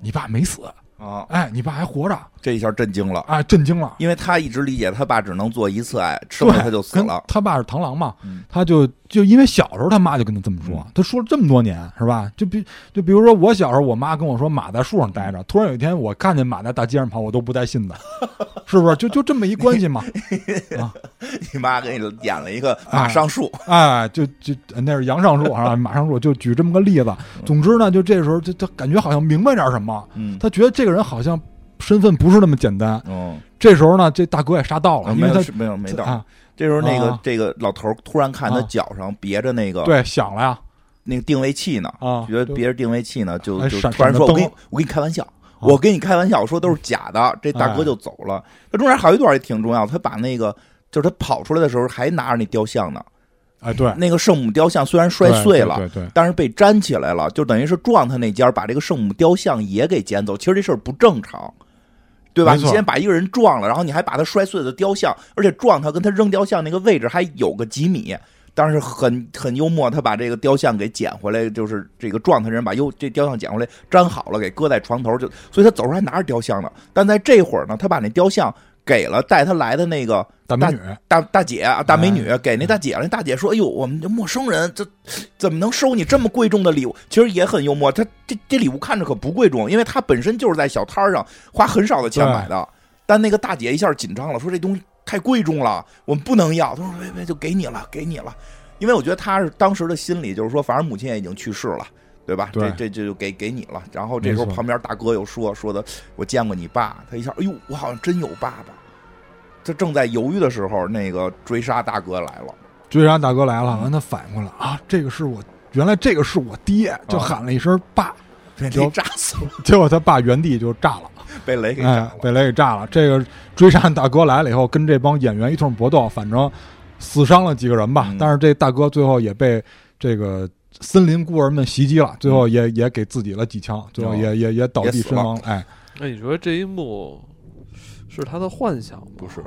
S3: 你爸没死，
S2: 啊，
S3: 哎，你爸还活着，
S2: 这一下震惊了，
S3: 哎，震惊了。”
S2: 因为他一直理解他爸只能做一次爱，生了
S3: 对
S2: 他就死
S3: 跟
S2: 了。
S3: 他爸是螳螂嘛，
S2: 嗯
S3: 他就就因为小时候他妈就跟他这么说，他说了这么多年是吧？就比就比如说我小时候，我妈跟我说马在树上待
S2: 嗯
S3: 着，突然有一天我看见马在大街上跑，我都不带信的，是不是？就就这么一关 系嘛？
S2: 你妈给你演了一个
S3: 啊
S2: 马上树，
S3: 哎，就就那是杨上树啊，马上树，就举这么个例子。 总之呢，就这时候就他感觉好像明白点什么，
S2: 嗯
S3: 他觉得这个人好像身份不是那么简单。
S2: 嗯，哦
S3: 这时候呢，这大哥也杀到了，
S2: 啊
S3: 因
S2: 没
S3: 为他
S2: 有是没有没到。
S3: 啊，
S2: 这时候那个
S3: 啊
S2: 这个老头儿突然看他
S3: 啊
S2: 脚上别着那个
S3: 对，想了呀
S2: 那个定位器呢，
S3: 啊，
S2: 啊觉得
S3: 就
S2: 别着定位器呢，就
S3: 哎
S2: 就
S3: 闪
S2: 突然
S3: 闪
S2: 说：“
S3: 着
S2: 我
S3: 灯哦
S2: 跟你我跟你开玩笑，我跟你开玩笑，我说都是假的。”这大哥
S3: 哎
S2: 就走了。他中间还有一段也挺重要，他把那个就是他跑出来的时候还拿着那雕像呢，
S3: 哎对，
S2: 那个圣母雕像虽然摔
S3: 对
S2: 碎
S3: 对
S2: 了，
S3: 对对。
S2: 但是被粘起来了，就等于是撞他那家把这个圣母雕像也给捡走。其实这事儿不正常，对吧？
S3: 没
S2: 你
S3: 错
S2: 先把一个人撞了，然后你还把他摔碎的雕像，而且撞他跟他扔雕像那个位置还有个几米。当时很很幽默，他把这个雕像给捡回来，就是这个撞他人把幽这雕像捡回来粘好了，给搁在床头就，所以他走时候还拿着雕像呢。但在这会儿呢，他把那雕像给了带他来的那个
S3: 大美女，
S2: 大大姐啊，
S3: 哎
S2: 大美女给那大姐了，那大姐说：“哎呦，我们这陌生人，这怎么能收你这么贵重的礼物？”其实也很幽默，他这这礼物看着可不贵重，因为他本身就是在小摊儿上花很少的钱
S3: 对
S2: 买的。但那个大姐一下紧张了，说：“这东西太贵重了，我们不能要。”他说：“别别，就给你了，给你了。”因为我觉得他是当时的心理就是说，反正母亲也已经去世了。对吧？
S3: 对
S2: 这这这就给给你了。然后这时候
S3: 没错
S2: 旁边大哥又说说的，我见过你爸。他一下，哎呦，我好像真有爸爸。他正在犹豫的时候，那个追杀大哥来了。
S3: 追杀大哥来了，完他反应过来啊，这个是我原来这个是我爹，就喊了一声爸，
S2: 被
S3: 就
S2: 雷炸死了，
S3: 啊 结果他爸原地就炸了，
S2: 被雷给炸
S3: 哎
S2: 了，。
S3: 被雷给炸了。这个追杀大哥来了以后，跟这帮演员一通搏斗，反正死伤了几个人吧，
S2: 嗯
S3: 但是这大哥最后也被这个。森林孤儿们袭击了，最后也也给自己了几枪，最后也、也嗯哦也倒
S2: 也
S3: 地
S2: 死
S3: 身
S2: 了
S3: 亡。哎，
S1: 那你觉得这一幕是他的幻想吗？
S2: 不是，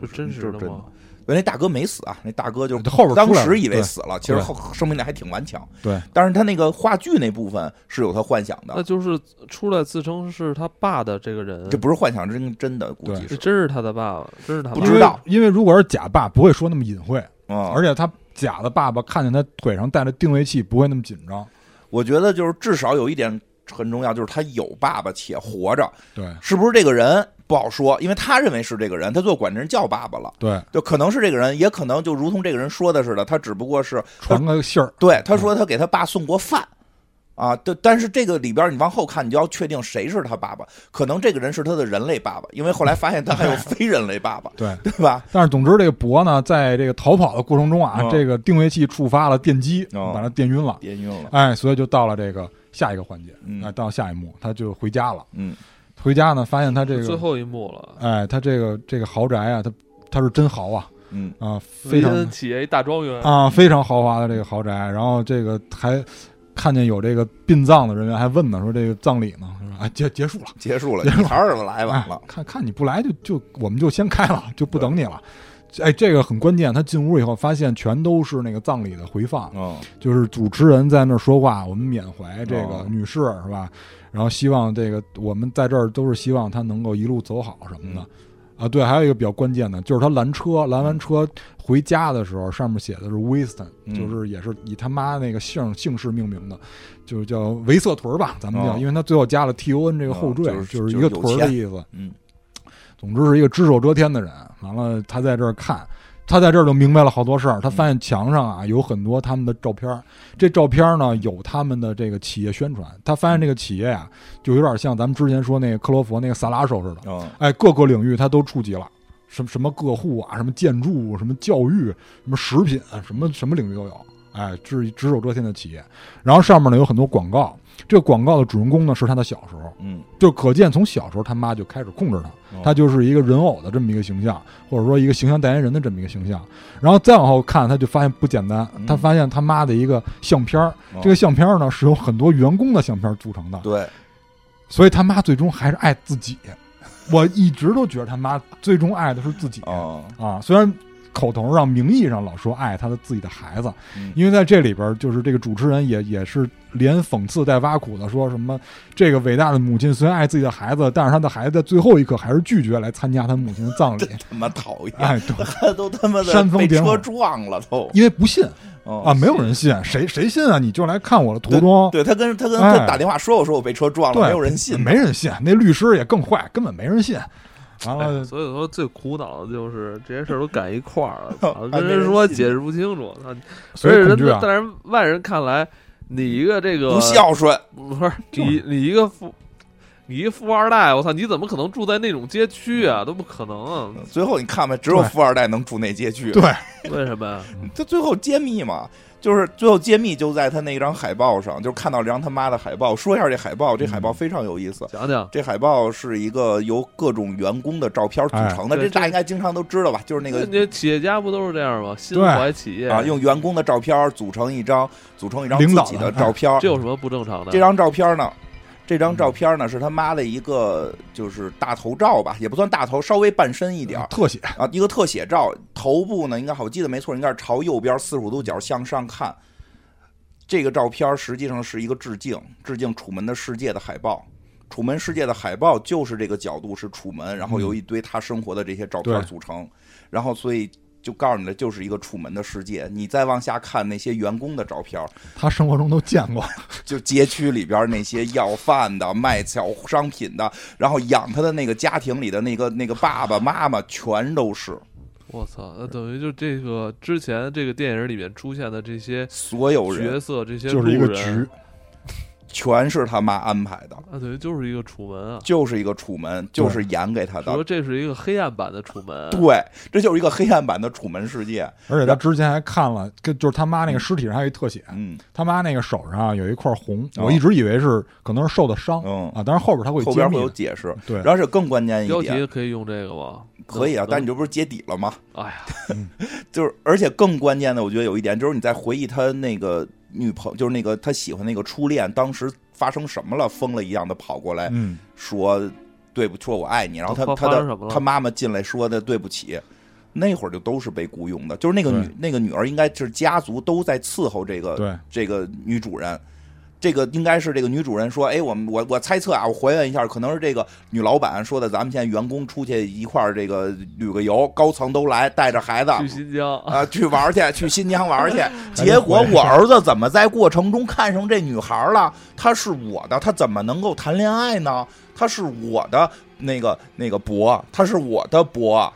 S1: 是真实
S2: 这
S1: 的
S2: 是真
S1: 吗？
S2: 那大哥没死啊，那大哥就
S3: 后边出来
S2: 当
S3: 了
S2: 时以为
S3: 对
S2: 死了，其实后生命力还挺顽强。
S3: 对，呃
S2: 但是他那个话剧那部分是有他幻想
S1: 那
S2: 的，
S1: 就是出来自称是他爸的这个人，
S2: 这不是幻想，这是真的，估
S3: 对
S2: 计
S1: 这
S2: 是
S1: 真是他的爸爸，真是他
S2: 不
S1: 爸
S2: 知
S1: 爸。
S2: 道
S3: 因为因为如果是假爸，不会说那么隐晦，
S2: 啊。
S3: 而且他假的爸爸看见他腿上戴着定位器，不会那么紧张。
S2: 我觉得就是至少有一点很重要，就是他有爸爸且活着，
S3: 对
S2: 是不是这个人不好说，因为他认为是这个人，他最后管这人叫爸爸了。
S3: 对，
S2: 就可能是这个人，也可能就如同这个人说的似的，他只不过是
S3: 传个信儿，
S2: 对他说他给他爸送过饭，啊，但但是这个里边你往后看，你就要确定谁是他爸爸，可能这个人是他的人类爸爸，因为后来发现他还 有非人类爸爸，
S3: 对。
S2: 对吧？
S3: 但是总之，这个博呢，在这个逃跑的过程中啊，
S2: 嗯
S3: 这个定位器触发了电击，
S2: 哦
S3: 把他电晕了。
S2: 别晕了，
S3: 哎，所以就到了这个下一个环节，
S2: 嗯
S3: 哎，到下一幕，他就回家了。
S2: 嗯
S3: 回家呢，发现他这
S1: 最
S3: 个，
S1: 后一幕了，
S3: 哎，他这个这个豪宅啊，他他是真豪啊，
S2: 嗯，
S3: 啊，非常
S1: 维恩企业一大庄园，
S3: 啊非常豪华的这个豪宅。然后这个还看见有这个殡葬的人员还问呢，说这个葬礼呢，啊、哎、结结束了。
S2: 结束了，
S3: 结束
S2: 你
S3: 了
S2: 还是来晚
S3: 哎
S2: 了，
S3: 看看你不来就就我们就先开了，就不等你了。哎，这个很关键。他进屋以后发现全都是那个葬礼的回放，
S2: 嗯
S3: 就是主持人在那儿说话，我们缅怀这个
S2: 哦
S3: 女士是吧？然后希望这个我们在这儿都是希望她能够一路走好什么的。
S2: 嗯
S3: 啊，对，还有一个比较关键的，就是他拦车，拦完车回家的时候，上面写的是 Winston，、
S2: 嗯
S3: 就是也是以他妈那个姓姓氏命名的，就叫维瑟屯儿吧，咱们叫，
S2: 哦
S3: 因为他最后加了 T O N 这个后缀，
S2: 哦就是
S3: 是一
S2: 就是
S3: 个
S2: 有
S3: 屯儿的
S2: 钱
S3: 意思。
S2: 嗯
S3: 总之是一个只手遮天的人。完了，他在这儿看，他在这儿就明白了好多事儿。他发现墙上啊有很多他们的照片儿，这照片儿呢有他们的这个企业宣传。他发现这个企业呀、就有点像咱们之前说那个克罗佛那个萨拉手似的，
S2: 嗯
S3: 哎，各个领域他都触及了。什么什么个户啊，什么建筑，什么教育，什么食品，什么什么领域都有。哎，这是只手遮天的企业。然后上面呢有很多广告，这个广告的主人公呢是他的小时候，
S2: 嗯，
S3: 就可见从小时候他妈就开始控制他。
S2: 哦
S3: 他就是一个人偶的这么一个形象，或者说一个形象代言人的这么一个形象。然后再往后看，他就发现不简单，
S2: 嗯
S3: 他发现他妈的一个相片儿，
S2: 哦
S3: 这个相片儿呢是由很多员工的相片儿组成的，
S2: 对，
S3: 所以他妈最终还是爱自己。我一直都觉得他妈最终爱的是自己
S2: 哦，
S3: 啊，虽然。口头上、名义上老说爱他的自己的孩子，
S2: 嗯
S3: 因为在这里边儿，就是这个主持人也也是连讽刺带挖苦的，说什么这个伟大的母亲虽然爱自己的孩子，但是他的孩子在最后一刻还是拒绝来参加他母亲的 葬礼。
S2: 他妈讨厌，
S3: 哎，对，
S2: 他都他妈的
S3: 煽风
S2: 被
S3: 点火
S2: 车撞了都
S3: 因为不信啊，
S2: 啊
S3: 没有人信，谁谁信啊？你就来看我的途
S2: 对
S3: 中，
S2: 嗯对他跟他跟
S3: 哎
S2: 他打电话说，我说我被车撞了，
S3: 对
S2: 没有人信，
S3: 没人信，那律师也更坏，根本没人信。完
S1: 哎
S3: 了，
S1: 所以说最苦恼的就是这些事儿都赶一块儿了，
S2: 还
S3: 啊
S1: 操
S2: 没
S1: 跟
S2: 人
S1: 人说
S2: 信
S1: 解释不清楚，操
S3: 所以
S1: 而且
S3: 恐惧
S1: 人，
S3: 啊，
S1: 但是外人看来，你一个这个
S2: 不孝顺，
S1: 不是
S3: 就
S1: 你你一个富，你一富二代，我操，你怎么可能住在那种街区啊？都不可能啊、
S2: 最后你看吧，只有
S3: 对
S2: 富二代能住那街区。
S3: 对
S1: 为什么啊 呀？
S2: 他最后揭秘嘛，就是最后揭秘就在他那张海报上，就是看到张他妈的海报。说一下这海报，这海
S3: 嗯
S2: 报非常有意思。
S1: 讲讲，
S2: 这海报是一个由各种员工的照片组成的，
S1: 哎
S2: 这大家应该经常都知道吧？就是那个
S1: 那企业家不都是这样吗？心
S3: 对
S1: 怀企业
S2: 啊，用员工的照片组成一张，组成一张
S3: 领导
S2: 自
S3: 的哎
S2: 己的照片。
S1: 这有什么不正常的？
S2: 这张照片呢？这
S3: 嗯
S2: 张照片呢是他妈的一个就是大头照吧，也不算大头，稍微半身一点儿
S3: 特写，
S2: 啊，一个特写照，头部呢应该好，我记得没错，应该是朝右边四十五度角向上看。这个照片实际上是一个致敬，致敬《楚门的世界》的海报。《楚门世界》的海报就是这个角度是楚门，然后
S3: 嗯
S2: 由一堆他生活的这些照片
S3: 对
S2: 组成，然后所以就告诉你的就是一个楚门的世界。你再往下看那些员工的照片，
S3: 他生活中都见过。
S2: 就街区里边那些要饭的、卖小商品的，然后养他的那个家庭里的那个那个爸爸妈妈，全都是
S1: 我操，那等于就这个之前这个电影里面出现的这些
S2: 所有人
S1: 角色，这些
S3: 就是一个
S1: 路人
S3: 局，
S2: 全是他妈安排的，
S1: 那等于就是一个楚门啊。
S2: 就是一个楚门，就是演给他
S1: 我说
S2: 的。
S1: 这是一个黑暗版的楚门，
S2: 对，这就是一个黑暗版的《楚门世界》。
S3: 而且他之前还看了，跟就是他妈那个尸体上还有一特写，
S2: 嗯，
S3: 他妈那个手上啊有一块红，
S2: 哦
S3: 我一直以为是可能是受的伤
S2: 嗯
S3: 啊，但是后边他会
S2: 后
S3: 揭
S2: 边会有
S3: 秘的。
S2: 解释。
S3: 对
S2: 然，后这更关键一
S1: 标
S2: 点
S1: 题，可以用这个吗？
S2: 可以啊，但你
S1: 就
S2: 这不是揭底了吗？
S1: 哎呀，
S2: 就是，而且更关键的，我觉得有一点就是你在回忆他那个女朋就是那个他喜欢那个初恋，当时发生什么了，疯了一样的跑过来
S3: 嗯，
S2: 说对不，说我爱你。然后他
S1: 发
S2: 他
S1: 发生什么
S2: 的
S1: 了
S2: 他妈妈进来说的对不起。那会儿就都是被雇佣的，就是那个女
S3: 对
S2: 那个女儿应该就是家族都在伺候这个
S3: 对，
S2: 这个女主人。这个应该是这个女主人说，哎，我们我我猜测啊，我还原一下，可能是这个女老板说的，咱们现在员工出去一块儿这个旅个游，高层都来，带着孩子
S1: 去新疆，
S2: 啊去玩儿去，去新疆玩儿去。结果我儿子怎么在过程中看上这女孩儿了？她是我的，她怎么能够谈恋爱呢？她是我的那个那个伯，她是我的伯，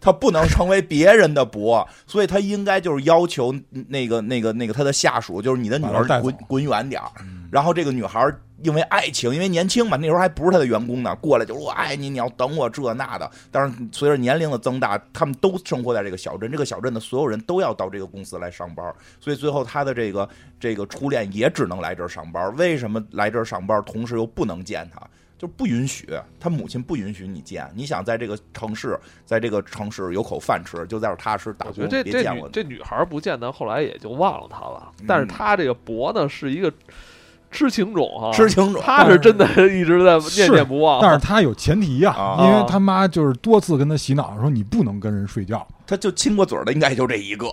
S2: 她不能成为别人的伯，所以她应该就是要求那个那个那个她的下属，就是你的女
S3: 把她带
S2: 儿
S3: 走嗯
S2: 滚滚远点儿。然后这个女孩儿因为爱情，因为年轻嘛，那时候还不是她的员工呢，过来就说我爱你，你要等我这那的。但是随着年龄的增大，他们都生活在这个小镇，这个小镇的所有人都要到这个公司来上班儿，所以最后她的这个这个初恋也只能来这儿上班儿。为什么来这儿上班儿，同时又不能见她？就不允许，她母亲不允许你见。你想在这个城市，在这个城市有口饭吃，就在这儿踏实打
S1: 我觉
S2: 工，
S1: 得这
S2: 别
S1: 这
S2: 见
S1: 女
S2: 我。
S1: 这女孩儿不见得后来也就忘了他了，但是
S2: 嗯
S1: 他这个博呢是一个啊痴情种哈，
S2: 痴情种
S1: 他是真的一直在念念不忘，
S3: 但是他有前提呀、
S2: 啊
S3: 因为他妈就是多次跟他洗脑说你不能跟人睡觉。
S2: 他就亲过嘴儿的，应该也就这一个。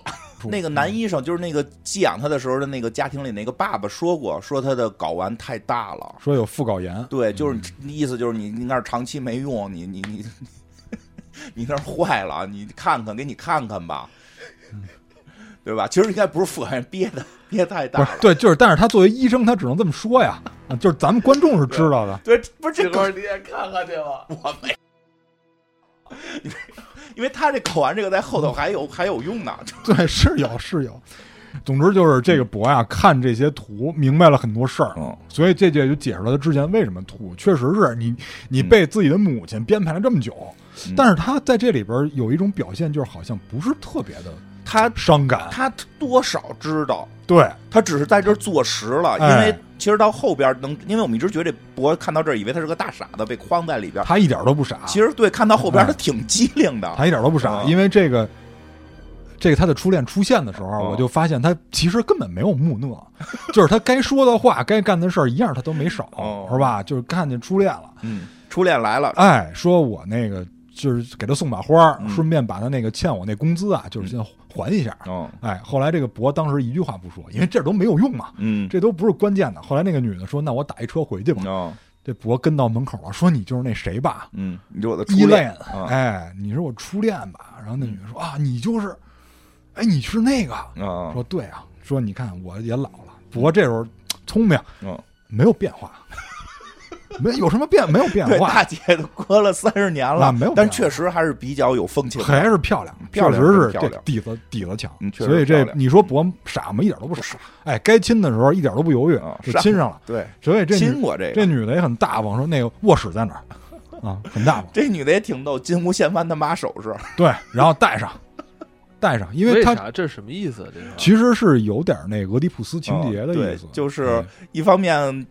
S2: 那个男
S3: 一
S2: 医生就是那个寄养他的时候的那个家庭里那个爸爸说过，说他的睾丸太大了。
S3: 说有副睾炎，
S2: 对，就是你意思就是你你那儿长期没用，你你你 你那儿坏了，你看看给你看看吧，
S3: 嗯
S2: 对吧？其实应该不是腹感憋的憋太 大
S3: 不是
S2: 了。
S3: 对，就是但是他作为医生，他只能这么说呀。啊就是咱们观众是知道 的，
S2: 对，不是这
S1: 这
S2: 个
S1: 块你也看看去吧。
S2: 我没，因为 他这睾丸这个在后头还有还有用呢，
S3: 对，是有是有。总之就是这个博呀，看这些图明白了很多事儿，
S2: 嗯
S3: 所以这就就解释了他之前为什么吐。确实是你你
S2: 嗯
S3: 被自己的母亲编排了这么久，
S2: 嗯
S3: 但是他在这里边有一种表现，就是好像不是特别的
S2: 他
S3: 伤感。
S2: 他多少知道。
S3: 对，
S2: 他只是在这儿坐实了，因
S3: 哎
S2: 为其实到后边能，因为我们一直觉得这博看到这儿，以为他是个大傻子，被框在里边。
S3: 他一点都不傻，
S2: 其实对，看到后边
S3: 哎
S2: 他挺机灵的，
S3: 他一点都不傻，
S2: 啊
S3: 因为这个，这个他的初恋出现的时候，
S2: 哦
S3: 我就发现他其实根本没有木讷， 就是他该说的话、该干的事儿一样他都没少，
S2: 哦
S3: 是吧？就是看见初恋了，
S2: 嗯，初恋来了，
S3: 哎，说我那个就是给他送把花儿，
S2: 嗯
S3: 顺便把他那个欠我那工资啊，就是先还一下。
S2: 嗯
S3: 哎，后来这个博当时一句话不说，因为这都没有用嘛，
S2: 嗯
S3: 这都不是关键的。后来那个女的说：“那我打一车回去吧。
S2: 哦
S3: 这博跟到门口了，说：“你就是那谁吧？”
S2: 嗯，你就我的
S3: 依
S2: 初
S3: 恋
S2: 恋，啊嗯
S3: 哎，你是我初恋吧？然后那女的说啊，你就是，哎，你是那个，
S2: 啊
S3: 说对啊，说你看我也老了，不过这时候聪明，
S2: 嗯，
S3: 没有变 化，没有什么变，没有变
S2: 对，
S3: 化，
S2: 大姐都隔了三十年
S3: 那
S2: 了
S3: 没有，
S2: 但
S3: 办法
S2: 确实还是比较有风情的，
S3: 还是漂亮，
S2: 漂
S3: 确
S2: 亮
S3: 实是
S2: 漂
S3: 这
S2: 亮
S3: 底子底子强
S2: 嗯，确实
S3: 所以
S2: 漂
S3: 这
S2: 亮
S3: 你说博傻吗？一点都不傻，哎，该亲的时候一点都不犹豫
S2: 啊，
S3: 就是
S2: 啊
S3: 亲上了，
S2: 对，
S3: 所以这
S2: 亲
S3: 女
S2: 过这
S3: 这
S2: 个。
S3: 女的也很大方，说那个卧室在哪儿啊，很大方，
S2: 这女的也挺逗，金无限般他妈手势，
S3: 对，然后带上，带上，因为她
S1: 啥？这是什么意思啊？这是
S3: 其实是有点那俄狄浦斯情节的意思，
S2: 哦
S3: 嗯哎
S2: 对就是一方面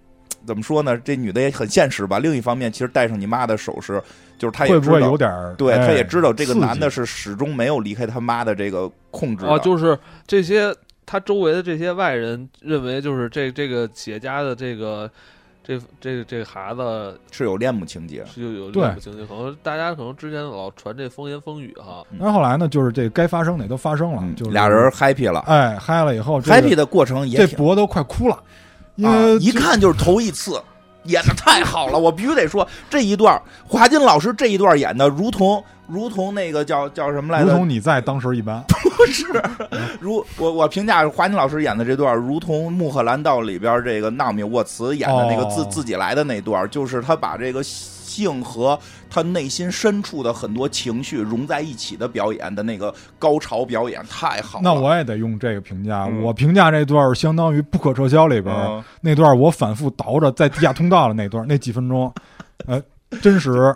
S2: 怎么说呢，这女的也很现实吧；另一方面，其实带上你妈的首饰，就是她
S3: 哎
S2: 也
S3: 会
S2: 知
S3: 不
S2: 道，
S3: 会有点儿？
S2: 对，
S3: 哎
S2: 她也知道这个男的
S3: 刺
S2: 是始终没有离开他妈的这个控制的。
S1: 啊，就是这些他周围的这些外人认为，就是这这个企业家的这个这这这个孩子
S2: 是有恋母情节，
S1: 是有有
S3: 对
S1: 恋母情节，可能大家可能之前老传这风言风语哈，
S3: 激？但是后来呢，就是这该发生的也都发生了，
S2: 嗯
S3: 就是
S2: 俩人 happy 了、
S3: 哎嗨了以后
S2: h a p p y
S3: 这个
S2: 的过程也
S3: 这
S2: 挺，
S3: 博都快哭了，因
S2: 啊
S3: 为
S2: 一
S3: 这
S2: 看就是头一次。演的太好了，我必须得说这一段，华金老师这一段演的如同如同那个叫叫什么来
S3: 如
S2: 着？
S3: 同你在当时一般，
S2: 如我我评价华金老师演的这段，如同《穆赫兰道》里边这个纳米沃茨演的那个自、
S3: 哦
S2: 自己来的那段，就是他把这个性和他内心深处的很多情绪融在一起的表演的那个高潮表演，太好了。
S3: 那我也得用这个评价。
S2: 嗯
S3: 我评价这段儿相当于《不可撤销》里边儿
S2: 嗯
S3: 那段，我反复倒着在地下通道的那段那几分钟， 呃，真实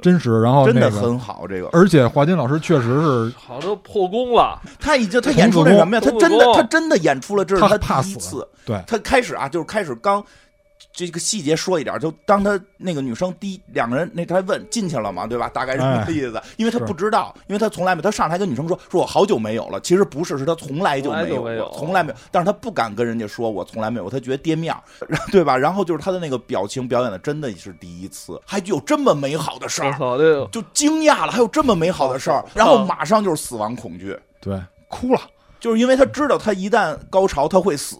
S3: 真实，然后
S2: 真
S3: 那
S2: 的
S3: 个。
S2: 很好，这个
S3: 而且华金老师确实是
S1: 好像都破功了，
S2: 他已经他演出了什么呀？他
S1: 童子
S2: 真的
S1: 功
S2: 他真的演出了，这
S3: 他
S2: 是
S3: 怕
S2: 第一
S3: 死
S2: 次。
S3: 对
S2: 他开始啊，就是开始刚这个细节说一点，就当他那个女生第一两个人那他问进去了嘛，对吧？大概是
S3: 哎
S2: 这个意思，因为他
S3: 是
S2: 不知道，因为他从来没他上台跟女生说说我好久没有了，其实不是，是他从来就没
S1: 从来就没
S2: 有
S1: 有
S2: 过，从来没有，但是他不敢跟人家说我从来没有，他觉得跌面儿，然后 对吧？然后就是他的那个表情表演的真的是第一次，还有这么美好的事
S1: 我
S2: 儿。
S1: 操，这个
S2: 就惊讶了，还有这么美好的事儿，然后马上就是死亡恐惧，
S3: 对哭了，
S2: 就是因为他知道他一旦高潮他会死，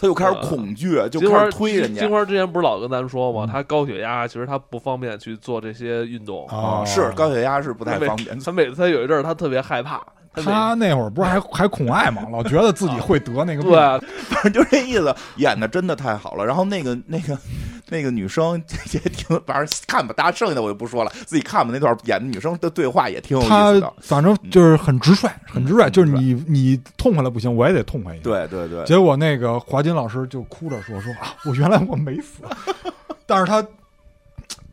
S2: 他就开始
S1: 呃
S2: 恐惧，就
S1: 金
S2: 开
S1: 花
S2: 始推人家啊嗯
S1: 金。花之前不是老跟咱说吗？他高血压，其实他不方便去做这些运动，
S3: 哦
S2: 是高血压是啊不太
S1: 他每
S2: 方便。
S1: 他每次他有一阵儿他特别害怕，他每
S3: 他那会儿不是还 还恐爱嘛，老觉得自己会得那个病。
S1: 对 啊
S2: 反正就这意思，演的真的太好了。然后那个 那个那个女生也挺，反正看吧，大家剩下的我就不说了，自己看吧。那段演的女生的对话也挺有
S3: 他
S2: 意思的。
S3: 反正就是很直率，很直率，
S2: 嗯
S3: 就是你你痛快了不行，我也得痛快一下。
S2: 对对对，
S3: 结果那个华金老师就哭着说说啊，我原来我没 死，但是他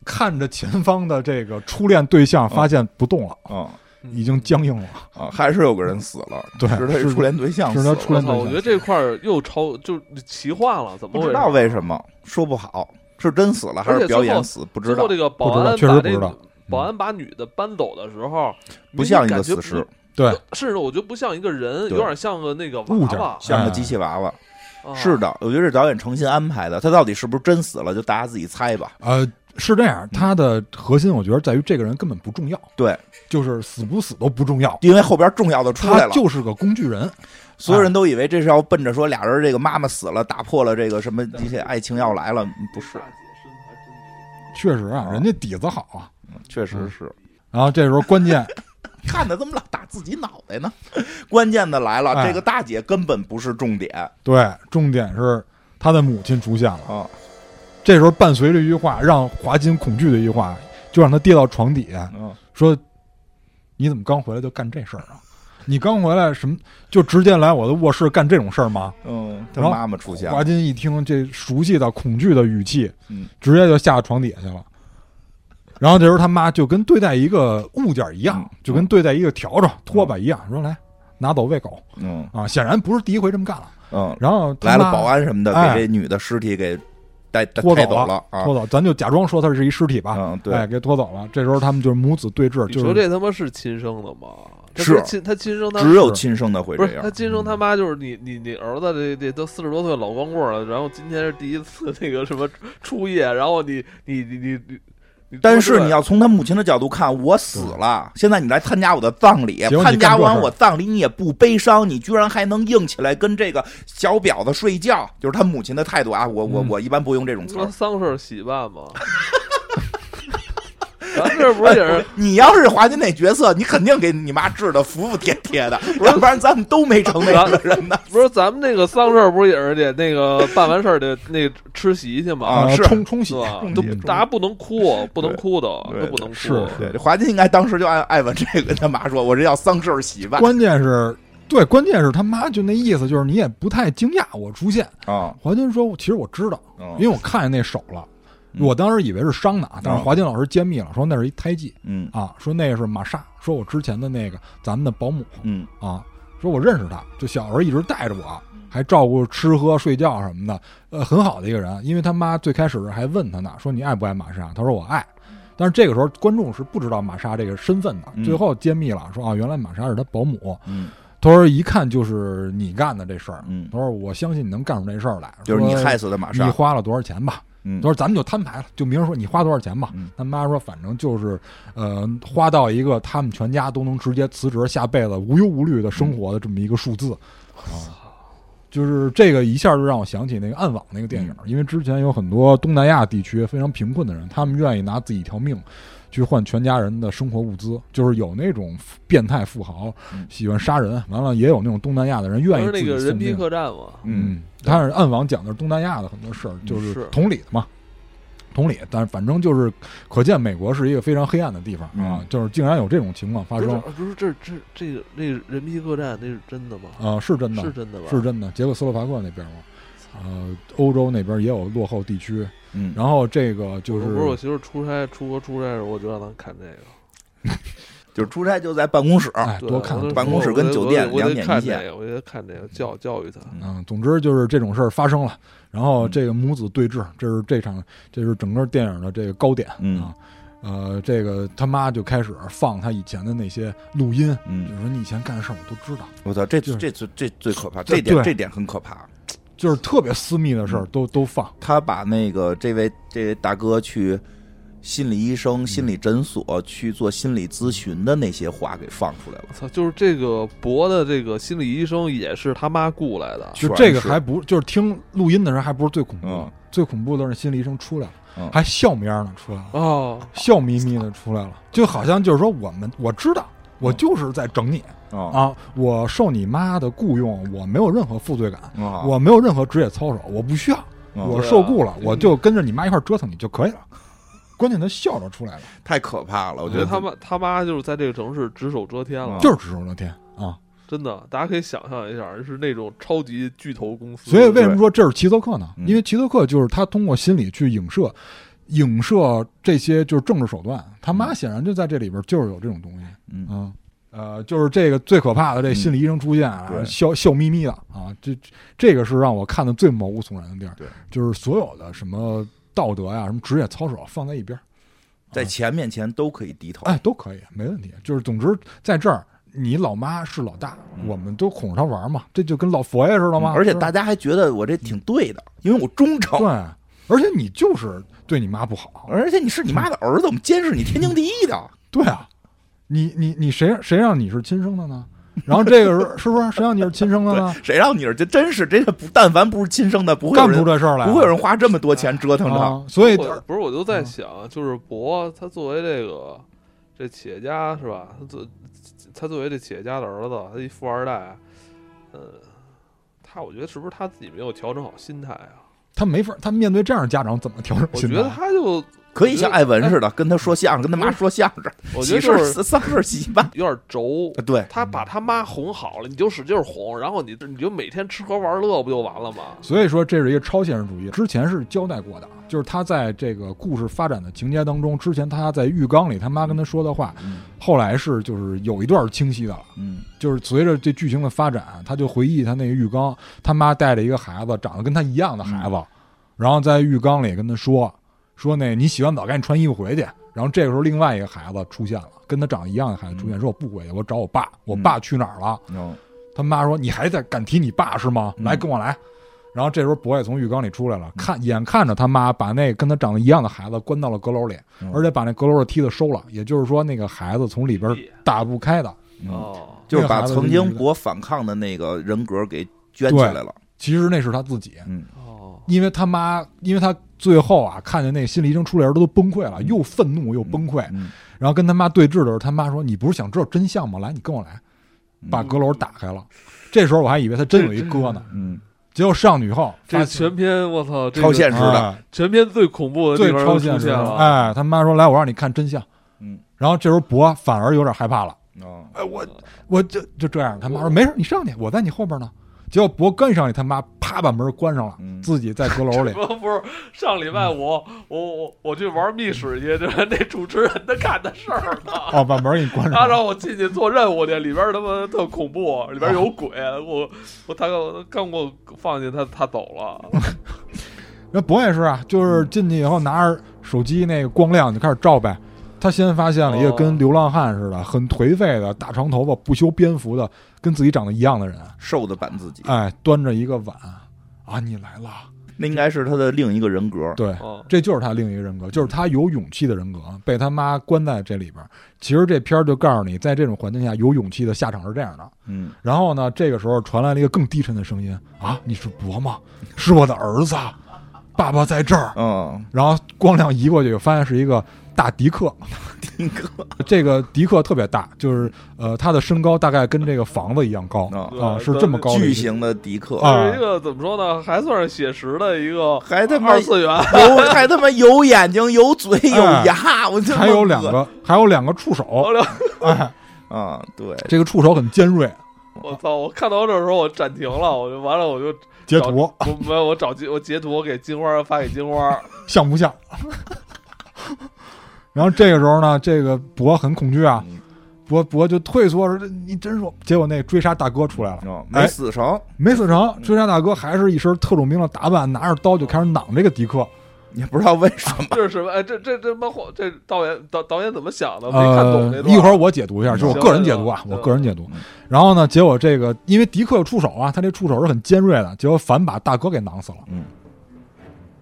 S3: 看着前方的这个初恋对象，发现不动了，
S2: 嗯
S3: 已经僵硬了。
S2: 啊，还是有个人死了，
S3: 对
S2: 是他
S3: 是
S2: 初恋对象死
S3: 是
S2: 了，
S3: 他初
S1: 我
S3: 恋
S1: 操，我觉得这块儿又超就奇幻了，怎么
S2: 不
S1: 回
S2: 知
S1: 事？
S2: 道为什么，说不好是真死了还
S1: 而
S2: 是
S1: 且
S2: 表
S1: 最
S2: 演
S1: 后
S2: 死，不知
S1: 最
S2: 道
S1: 后这。个保安
S3: 不知道确
S1: 把
S3: 实不知
S1: 这
S3: 道
S1: 个保安把女的搬走的时候，
S2: 嗯不像一
S1: 明
S2: 个
S1: 显感觉嗯
S2: 死尸，
S3: 对，
S1: 甚至我觉得不像一个人，有
S2: 对
S1: 点像个那个
S3: 物
S1: 娃
S3: 件儿
S1: 娃。
S2: 像个机器娃娃，
S1: 哦
S2: 是的，我觉得这导演诚心安排的。他到底是不是真死了，就大家自己猜吧。
S3: 呃，是这样，他的核心我觉得在于这个人根本不重要，
S2: 对，
S3: 就是死不死都不重要，
S2: 因为后边重要的出来
S3: 他
S2: 了，
S3: 就是嗯个工具人。
S2: 所有人都以为这是要奔着说俩人这个妈妈死了，打破了这个什么一切爱情要来了，嗯不是，
S1: 嗯
S3: 确实啊，
S2: 啊
S3: 人家底子好啊。
S2: 确实是。
S3: 然后这时候关 键
S2: 嗯看他怎么老打自己脑袋呢？ 关键的来了，
S3: 哎
S2: 这个大姐根本不是重点
S3: 对，重点是他的母亲出现了。
S2: 啊！
S3: 这时候伴随着一句话，让华金恐惧的一句话，就让他跌到床底下，
S2: 嗯，
S3: 说：“你怎么刚回来就干这事儿啊？你刚回来什么就直接来我的卧室干这种事儿吗
S2: 嗯，他
S3: 然后
S2: 妈妈出？”现
S3: 华
S2: 了，
S3: 金一听这熟悉的恐惧的语气，
S2: 嗯，
S3: 直接就下床底下去了。然后这时候他妈就跟对待一个物件一样，
S2: 嗯
S3: 就跟对待一个笤帚、拖把一样，说来拿走喂狗
S2: 嗯
S3: 啊！显然不是第一回这么干了。
S2: 嗯，
S3: 然后他
S2: 来了
S3: 妈
S2: 保安什么的，
S3: 哎
S2: 给这女的尸体给带带
S3: 拖
S2: 抬
S3: 走
S2: 了啊
S3: 拖！走，咱就假装说他是一尸体吧，
S2: 嗯，对，
S3: 哎，给拖走了。这时候他们就是母子对峙，
S1: 你
S3: 就
S1: 说
S3: 是
S1: 这他妈是亲生的吗？他
S2: 是
S1: 不亲他亲生他
S2: 只有亲生的会
S1: 不
S2: 这
S1: 是他
S2: 样。
S1: 亲生他妈就是你你你儿子这这都四十多岁老光棍了，然后今天是第一次那个什么初夜，然后你你你你你你，
S2: 但是你要从他母亲的角度看，我死了，现在你来参加我的葬礼
S3: 结果，你
S2: 参加
S3: 干这
S2: 完
S3: 事儿
S2: 我葬礼你也不悲伤，你居然还能硬起来跟这个小婊子睡觉，就是他母亲的态度啊！我我
S3: 嗯
S2: 我一般不用这种词
S1: 说
S2: 儿。
S1: 丧事儿喜办吗？咱这不是也是
S2: 你要是华金那角色，你肯定给你妈治的服服帖帖 的，要不然咱们都没成那样的人呢。
S1: 不是咱们那个丧事儿不是也是得那个办完事儿得那个吃席去吗？
S2: 啊
S3: 呃
S2: 是
S3: 冲冲洗
S1: 是吧
S2: 冲？
S1: 都
S2: 洗
S1: 大家不能哭，哦不能哭的，
S2: 对
S1: 都不能哭。哦
S3: 是
S2: 对，这华金应该当时就按艾文这个他妈说，我这叫丧事儿喜办
S3: 关键是，对，关键是他妈就那意思，就是你也不太惊讶我出现。
S2: 啊，
S3: 华金说：“其实我知道，
S2: 嗯
S3: 因为我看见那手了，
S2: 嗯哦
S3: 我当时以为是伤的啊，但是华金老师揭秘了，说那是一胎记
S2: 嗯
S3: 啊，说那是玛莎，说我之前的那个咱们的保姆
S2: 嗯
S3: 啊，说我认识她，就小时候一直带着我。”还照顾吃喝睡觉什么的，呃，很好的一个人。因为他妈最开始还问他呢，说你爱不爱玛莎？他说我爱。但是这个时候观众是不知道玛莎这个身份的，
S2: 嗯
S3: 最后揭秘了，说啊，原来玛莎是他保姆。
S2: 嗯
S3: 他说一看就是你干的这事儿。
S2: 嗯，
S3: 他说我相信你能干出这事儿来，
S2: 就是你
S3: 说
S2: 害死的玛莎
S3: 你，花了多少钱吧？
S2: 嗯
S3: 他说咱们就摊牌了，就明儿说你花多少钱吧
S2: 嗯。
S3: 他妈说反正就是，呃，花到一个他们全家都能直接辞职，下辈子无忧无虑的
S1: 嗯
S3: 生活的这么一个数字。啊，就是这个一下就让我想起那个《暗网》那个电影，
S1: 嗯
S3: 因为之前有很多东南亚地区非常贫困的人，他们愿意拿自己一条命去换全家人的生活物资，就是有那种变态富豪
S2: 嗯
S3: 喜欢杀人，完了也有那种东南亚的人
S1: 不
S3: 愿意
S1: 是
S3: 自
S1: 那
S3: 己
S1: 个人
S3: 送
S1: 皮
S3: 命。
S1: 客栈吗？
S2: 嗯，，
S3: 但是暗网讲的是东南亚的很多事儿，就是
S1: 嗯是
S3: 同理的嘛，同理。但是反正就是，可见美国是一个非常黑暗的地方啊
S2: 嗯，
S3: 就是竟然有这种情况发
S1: 不是
S3: 生，
S1: 不是这这这个那个人皮客栈那是真的吗？
S3: 啊，是真的，
S1: 是真的吧？
S3: 是真的。捷克斯洛伐克那边嘛，呃，欧洲那边也有落后地区，
S2: 嗯，
S3: 然后这个就
S1: 不是我
S3: 是
S1: 媳妇儿出差出国出差的时候，我就让她看这个。
S2: 就是出差就在办公室，
S3: 哎，
S1: 对
S3: 多看
S1: 我得
S3: 看
S2: 办公室跟酒店
S1: 我得我
S2: 两
S1: 得
S2: 点
S1: 看
S2: 一线
S1: 这个，我得看这个，教教育他。
S3: 嗯，总之就是这种事儿发生了，然后
S2: 嗯
S3: 这个母子对峙，这是这场，这是整个电影的这个高点
S2: 嗯
S3: 啊。呃，这个他妈就开始放他以前的那些录音，
S2: 嗯
S3: 就是说你以前干的事儿我都知道，
S2: 我操，这
S3: 就是
S2: 这最这最可怕，
S3: 对
S2: 这点
S3: 对
S2: 这点很可怕。
S3: 就是特别私密的事
S2: 嗯
S3: 儿都都放。
S2: 他把那个这位这位大哥去心理医生、心
S3: 嗯
S2: 理诊所去做心理咨询的那些话给放出来了
S1: 我。操，就是这个博的这个心理医生也是他妈雇来的，
S3: 就
S2: 全
S3: 这个
S2: 是
S3: 还不就是听录音的人还不是最恐怖的，
S2: 嗯
S3: 最恐怖的是心理医生出来了，
S2: 嗯
S3: 还笑眯儿呢出来了，
S1: 哦，
S3: 笑眯眯的出来了，就好像就是说我们我知道我
S2: 嗯
S3: 就是在整你
S2: 啊
S3: 啊，我受你妈的雇佣，我没有任何负罪感，
S2: 啊
S3: 我没有任何职业操守，我不需要，
S2: 嗯
S3: 我受雇了，我就跟着你妈一块儿折腾你就可以 了。关键他笑着出来了，
S2: 太可怕了，我
S1: 我
S2: 觉
S1: 觉得
S2: 得
S1: 他妈他妈就是在这个城市只手遮天了，
S2: 嗯
S3: 就是只手遮天啊。
S1: 真的，大家可以想象一下，是那种超级巨头公司。
S3: 所以为什么说这是齐泽克呢？
S2: 嗯
S3: 因为齐泽克就是他通过心理去影射，影射这些就是政治手段。他妈显然就在这里边就是有这种东西
S2: 嗯
S3: 啊。呃，就是这个最可怕的，这心理医生出现啊，
S2: 对
S3: 笑笑眯眯的啊，这这个是让我看的最毛骨悚然的地儿。
S2: 对，
S3: 就是所有的什么道德呀、什么职业操守啊放在一边儿，
S2: 在钱面前都可以低头。
S3: 哎哎，都可以，没问题。就是总之在这儿，你老妈是老大，我们都哄着她玩嘛，这就跟老佛爷似的嘛。
S2: 嗯而且
S3: 是吧
S2: 大家还觉得我这挺对的，因为我忠诚，
S3: 对，而且你就是对你妈不好，
S2: 而且你是你妈
S3: 嗯
S2: 的儿子，我们监视你天经地义的。
S3: 对啊，你你你谁谁让你是亲生的呢？然后这个时候是不是谁让你是亲生的 呢？
S2: 谁让你是这真是这不，但凡不是亲生的，不会有
S3: 干不
S2: 人
S3: 出这事儿来啊，
S2: 不会有人花这么多钱折腾他。
S3: 啊。所以
S1: 我不是，我就
S3: 嗯
S1: 在想，就是博他作为这个这企业家是吧？他作他作为这企业家的儿子，他一富二代，呃，他我觉得是不是他自己没有调整好心态啊？
S3: 他没法，他面对这样的家长怎么调整
S1: 我
S3: 心
S1: 觉
S3: 态？
S1: 得他就
S2: 可以像艾文似的跟他说相声，跟他妈说相声，
S1: 我觉
S2: 喜
S1: 得就
S2: 事
S1: 是
S2: 丧事喜办。
S1: 有点轴。
S2: 对，
S1: 他把他妈哄好了，你就使劲哄，然后你你就每天吃喝玩乐不就完了吗？
S3: 所以说这是一个超现实主义。之前是交代过的，啊就是他在这个故事发展的情节当中，之前他在浴缸里他妈跟他说的话，
S2: 嗯
S3: 后来是就是有一段是清晰的了。
S2: 嗯，
S3: 就是随着这剧情的发展，他就回忆他那个浴缸，他妈带着一个孩子，长得跟他一样的孩子，然后在浴缸里跟他说说那你洗完澡赶紧穿衣服回去。然后这个时候，另外一个孩子出现了，跟他长得一样的孩子出现，说我不回去，我找我爸，我爸去哪儿了？
S2: 嗯
S3: 他妈说你还在敢提你爸是吗？
S2: 嗯
S3: 来跟我来。然后这时候博也从浴缸里出来了，看眼看着他妈把那跟他长得一样的孩子关到了阁楼里，
S2: 嗯
S3: 而且把那阁楼的梯子收了，也就是说那个孩子从里
S2: 哎
S3: 边打不开的。
S2: 嗯，
S1: 哦，
S2: 就是把曾经博反抗的那个人格给卷起来了。
S3: 其实那是他自己，
S2: 嗯
S1: 哦，
S3: 因为他妈，因为他最后啊，看见那个心理医生出来的时候都崩溃了，又愤怒又崩溃，
S2: 嗯，
S3: 然后跟他妈对峙的时候，他妈说：“你不是想知道真相吗？来，你跟我来。”
S2: 嗯
S3: 把阁楼打开了，这时候我还以为他真有一哥呢，
S2: 嗯，
S3: 结果上去以后，
S1: 这
S3: 发现
S1: 全篇我操，这
S2: 超
S1: 个
S2: 现实的，
S3: 哎
S1: 全篇最恐怖的地
S3: 最
S1: 方
S3: 超
S1: 都
S3: 现
S1: 出
S3: 实
S1: 现
S3: 的。
S1: 了，
S3: 哎，他妈说：“来，我让你看真相。”
S2: 嗯，
S3: 然后这时候博反而有点害怕了，
S2: 哦，
S3: 哎，我我就就这样。他妈说：“没事，你上去，我在你后边呢。”结果博跟上去，他妈啪把门关上了，
S2: 嗯
S3: 自己在阁 楼里。
S1: 不不是，上礼
S3: 嗯
S1: 拜五我我我去玩密室去，这那主持人他干的事儿呢。
S3: 哦，把门给你关上 了。
S1: 他让我进去做任务去，里边他妈特恐怖，里边有鬼，我我他刚给我放进他他走 了，
S3: 那博也是啊，就是
S1: 嗯
S3: 进去以后拿着手机那个光亮就开始照呗。他先发现了一个
S1: 哦
S3: 跟流浪汉似的、很颓废的大长头发、不修边幅的，跟自己长得一样的人，
S2: 瘦的版自己，
S3: 哎，端着一个碗啊，你来了。
S2: 那应该是他的另一个人格。
S3: 对
S1: 哦，
S3: 这就是他另一个人格，就是他有勇气的人格，被他妈关在这里边儿。其实这片儿就告诉你，在这种环境下，有勇气的下场是这样的。
S2: 嗯，
S3: 然后呢，这个时候传来了一个更低沉的声音：“啊，你是博吗？是我的儿子，爸爸在这儿。”
S2: 嗯，
S3: 然后光亮移过去，发现是一个大迪克。
S2: 丁哥，
S3: 这个迪克特别大，就是呃，他的身高大概跟这个房子一样高
S2: 啊
S3: 啊，是这么高的一
S2: 巨
S3: 个
S2: 型的迪克，
S3: 啊
S1: 这是一个怎么说呢，还算是写实的一个
S2: 还他妈
S1: 二次元，
S2: 有还他妈有眼睛、有嘴、有牙，我他妈
S3: 还有两个，还有两个触
S2: 哦
S3: 手，哎，
S2: 啊，对，
S3: 这个触手很尖锐。
S1: 我操！我看到这儿的时候我暂停了，我就完了，我就
S3: 截图
S1: 我没有我找截我截图我给金花发给金 花，
S3: 像不像？然后这个时候呢，这个博很恐惧啊
S2: 嗯，
S3: 博博就退缩说：“你真说。”结果那追杀大哥出来了，
S2: 哦，
S3: 哎
S2: 没死成，
S3: 没死
S1: 嗯
S3: 成。追杀大哥还是一身特种兵的打扮，拿着刀就开始攮这个迪克。
S2: 也不知道为什么。
S1: 这是什么？哎，这这这妈货！这导演导导演怎么想的？没看懂
S3: 呃
S1: 那，段。
S3: 一会儿我解读一下，
S2: 嗯
S3: 就是我个人解读啊，
S1: 行
S3: 我个人解读
S2: 嗯。
S3: 然后呢，结果这个因为迪克有触手啊，他这触手是很尖锐的，结果反把大哥给攮死了。
S2: 嗯，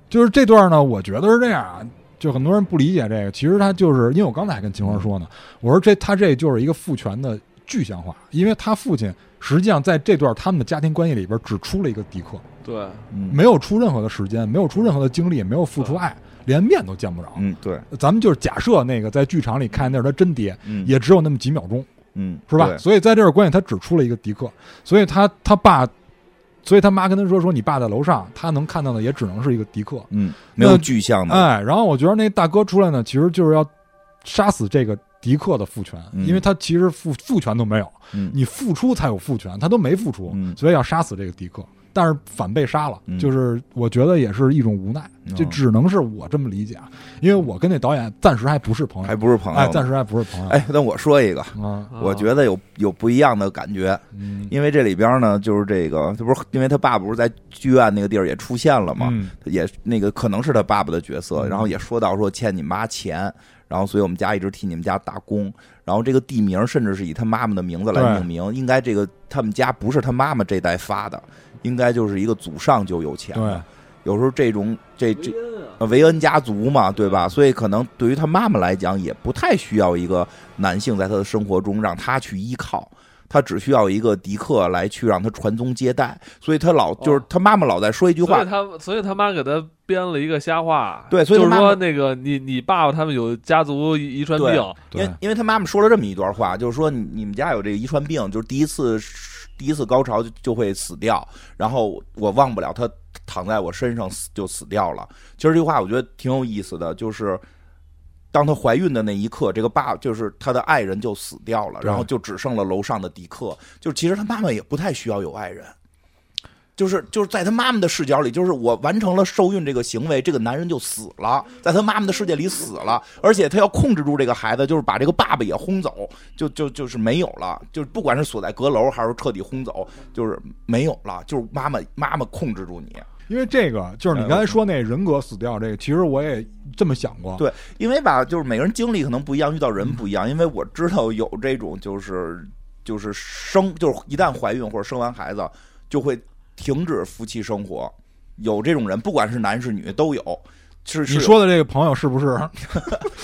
S3: 就是这段呢，我觉得是这样啊，就很多人不理解这个，其实他就是因为我刚才还跟秦花说呢，我说这他这就是一个父权的具象化，因为他父亲实际上在这段他们的家庭关系里边只出了一个迪克，
S1: 对，啊
S2: 嗯
S3: 没有出任何的时间，没有出任何的精力，没有付出爱，连面都见不着。
S2: 嗯，对，
S3: 咱们就是假设那个在剧场里看那是他真爹，
S2: 嗯
S3: 也只有那么几秒钟，
S2: 嗯
S3: 是吧？所以在这儿关系，他只出了一个迪克，所以他他爸，所以他妈跟他说说你爸在楼上，他能看到的也只能是一个迪克。
S2: 嗯，没有具象的，
S3: 哎，然后我觉得那大哥出来呢，其实就是要杀死这个迪克的父权，
S2: 嗯
S3: 因为他其实父父权都没有，
S2: 嗯
S3: 你付出才有父权，他都没付出，
S2: 嗯
S3: 所以要杀死这个迪克。但是反被杀了，
S2: 嗯
S3: 就是我觉得也是一种无奈，
S2: 嗯
S3: 这只能是我这么理解啊，因为我跟那导演暂时还不是朋
S2: 还
S3: 友，
S2: 不是朋友。
S3: 哎，暂时还不是朋友，
S2: 哎，那我说一个，
S3: 啊，
S1: 啊
S2: 我觉得有有不一样的感觉，
S3: 嗯，
S2: 因为这里边呢，就是这个，这不是因为他爸不是在剧院那个地儿也出现了吗？
S3: 嗯
S2: 也那个可能是他爸爸的角色，
S3: 嗯
S2: 然后也说到说欠你妈钱，然后所以我们家一直替你们家打工。然后这个地名甚至是以他妈妈的名字来
S3: 对
S2: 命名，应该这个他们家不是他妈妈这代发的，应该就是一个祖上就有钱的
S3: 对。
S2: 有时候这种这这
S1: 恩啊，
S2: 呃维恩家族嘛，对吧？所以可能对于他妈妈来讲，也不太需要一个男性在他的生活中让他去依靠，他只需要一个迪克来去让他传宗接代。所以他老就是
S1: 哦
S2: 他妈妈老在说一句
S1: 所
S2: 话
S1: 以，他所以他妈给他编了一个瞎话，
S2: 对所以
S1: 就
S2: 他
S1: 是
S2: 妈
S1: 说那个你你爸爸他们有家族遗遗传
S2: 对
S1: 病，
S2: 因
S3: 对
S2: 为因为他妈妈说了这么一段话，就是说你你们家有这个遗传病，就是第一次第一次高潮就就会死掉，然后我忘不了他躺在我身上死就死掉了。其实这句话我觉得挺有意思的，就是当她怀孕的那一刻，这个爸就是她的爱人就死掉了，
S3: 对
S2: 然后就只剩了楼上的迪克。就其实她妈妈也不太需要有爱人。就是就是在她妈妈的视角里，就是我完成了受孕这个行为，这个男人就死了，在她妈妈的世界里死了，而且她要控制住这个孩子，就是把这个爸爸也轰走，就就就是没有了，就是不管是锁在阁楼还是彻底轰走，就是没有了，就是妈妈妈妈控制住你，
S3: 因为这个就是
S2: 哎
S3: 你刚才说那人格死掉这个，其实我也这么想过。
S2: 对，因为吧，就是每个人经历可能不一样，遇到人不一样。因为我知道有这种就是就是生就是一旦怀孕或者生完孩子就会停止夫妻生活，有这种人，不管是男是女都有。是啊是
S3: 你说的这个朋友是不是？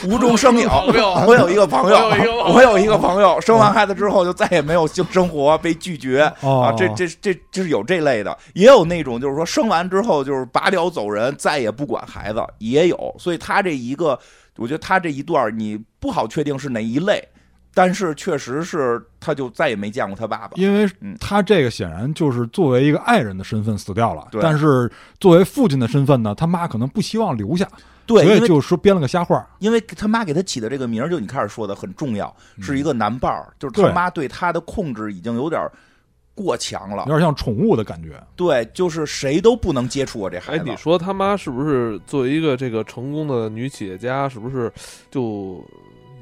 S2: 无中生有，
S1: 朋友
S2: 我有一个朋友
S1: 我有一个，朋友
S2: 我有一个朋友，生完孩子之后就再也没有性生活，被拒绝
S3: 哦
S2: 啊，这这这这是有这类的，也有那种就是说生完之后就是拔掉走人，再也不管孩子，也有，所以他这一个，我觉得他这一段你不好确定是哪一类，但是确实是他就再也没见过他爸爸，
S3: 因为
S2: 嗯
S3: 他这个显然就是作为一个爱人的身份死掉了
S2: 对，
S3: 但是作为父亲的身份呢，他妈可能不希望留下，
S2: 对，
S3: 所
S2: 因
S3: 以
S2: 为
S3: 就说编了个瞎话。
S2: 因为他妈给他起的这个名儿，就你开始说的很重要，是一个男伴儿，就是他
S3: 嗯对
S2: 妈对他的控制已经有点儿过强了
S3: 嗯有。点像宠物的感觉。
S2: 对，就是谁都不能接触我这孩
S1: 哎，
S2: 子。嗯
S1: 你说他妈是不是作为一个这个成功的女企业家，是不是就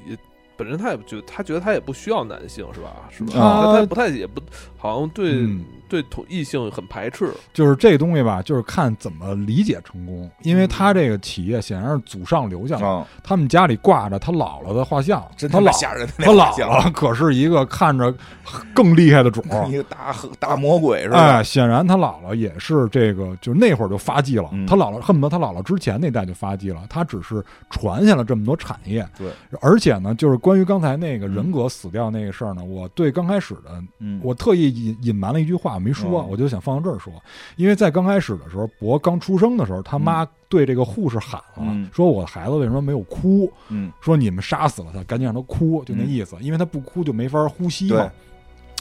S1: 也本身她也不觉得，她觉得她也不需要男性是吧？是吧？
S3: 啊
S1: 她她不太也不好像对、
S3: 嗯
S1: 对同异性很排斥，
S3: 就是这东西吧，就是看怎么理解成功，因为他这个企业显然是祖上留下的，
S2: 嗯，
S3: 他们家里挂着他姥姥的画像，
S2: 真
S3: 他
S2: 他妈
S3: 姥
S2: 吓人！
S3: 他姥姥可是一个看着更厉害的种 儿，
S2: 一个大大魔鬼是吧？
S3: 哦哎，显然他姥姥也是这个，就是那会儿就发迹了。
S2: 嗯
S3: 他姥姥恨不得他姥姥之前那代就发迹了，他只是传下了这么多产业。
S2: 对，
S3: 而且呢，就是关于刚才那个
S2: 嗯
S3: 人格死掉那个事儿呢，我对刚开始的
S2: 嗯，
S3: 我特意隐隐瞒了一句话没说，
S2: 嗯
S3: 我就想放到这儿说，因为在刚开始的时候，博刚出生的时候，他妈对这个护士喊了，
S2: 嗯
S3: 说我的孩子为什么没有哭？
S2: 嗯
S3: 说你们杀死了他，赶紧让他哭，就那
S2: 嗯
S3: 意思，因为他不哭就没法呼吸嘛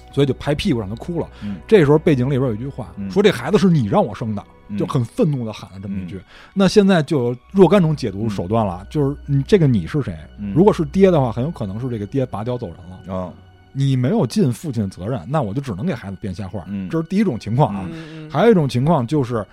S2: 对，
S3: 所以就拍屁股让他哭了。
S2: 嗯
S3: 这时候背景里边有一句话，
S2: 嗯
S3: 说这孩子是你让我生的，
S2: 嗯
S3: 就很愤怒的喊了这么一句。那现在就有若干种解读手段了，就是你这个你是谁？
S2: 嗯
S3: 如果是爹的话，很有可能是这个爹拔脚走人了。
S2: 嗯
S3: 你没有尽父亲的责任，那我就只能给孩子编瞎话。
S2: 嗯
S3: 这是第一种情况啊。
S1: 嗯
S3: 还有一种情况就是，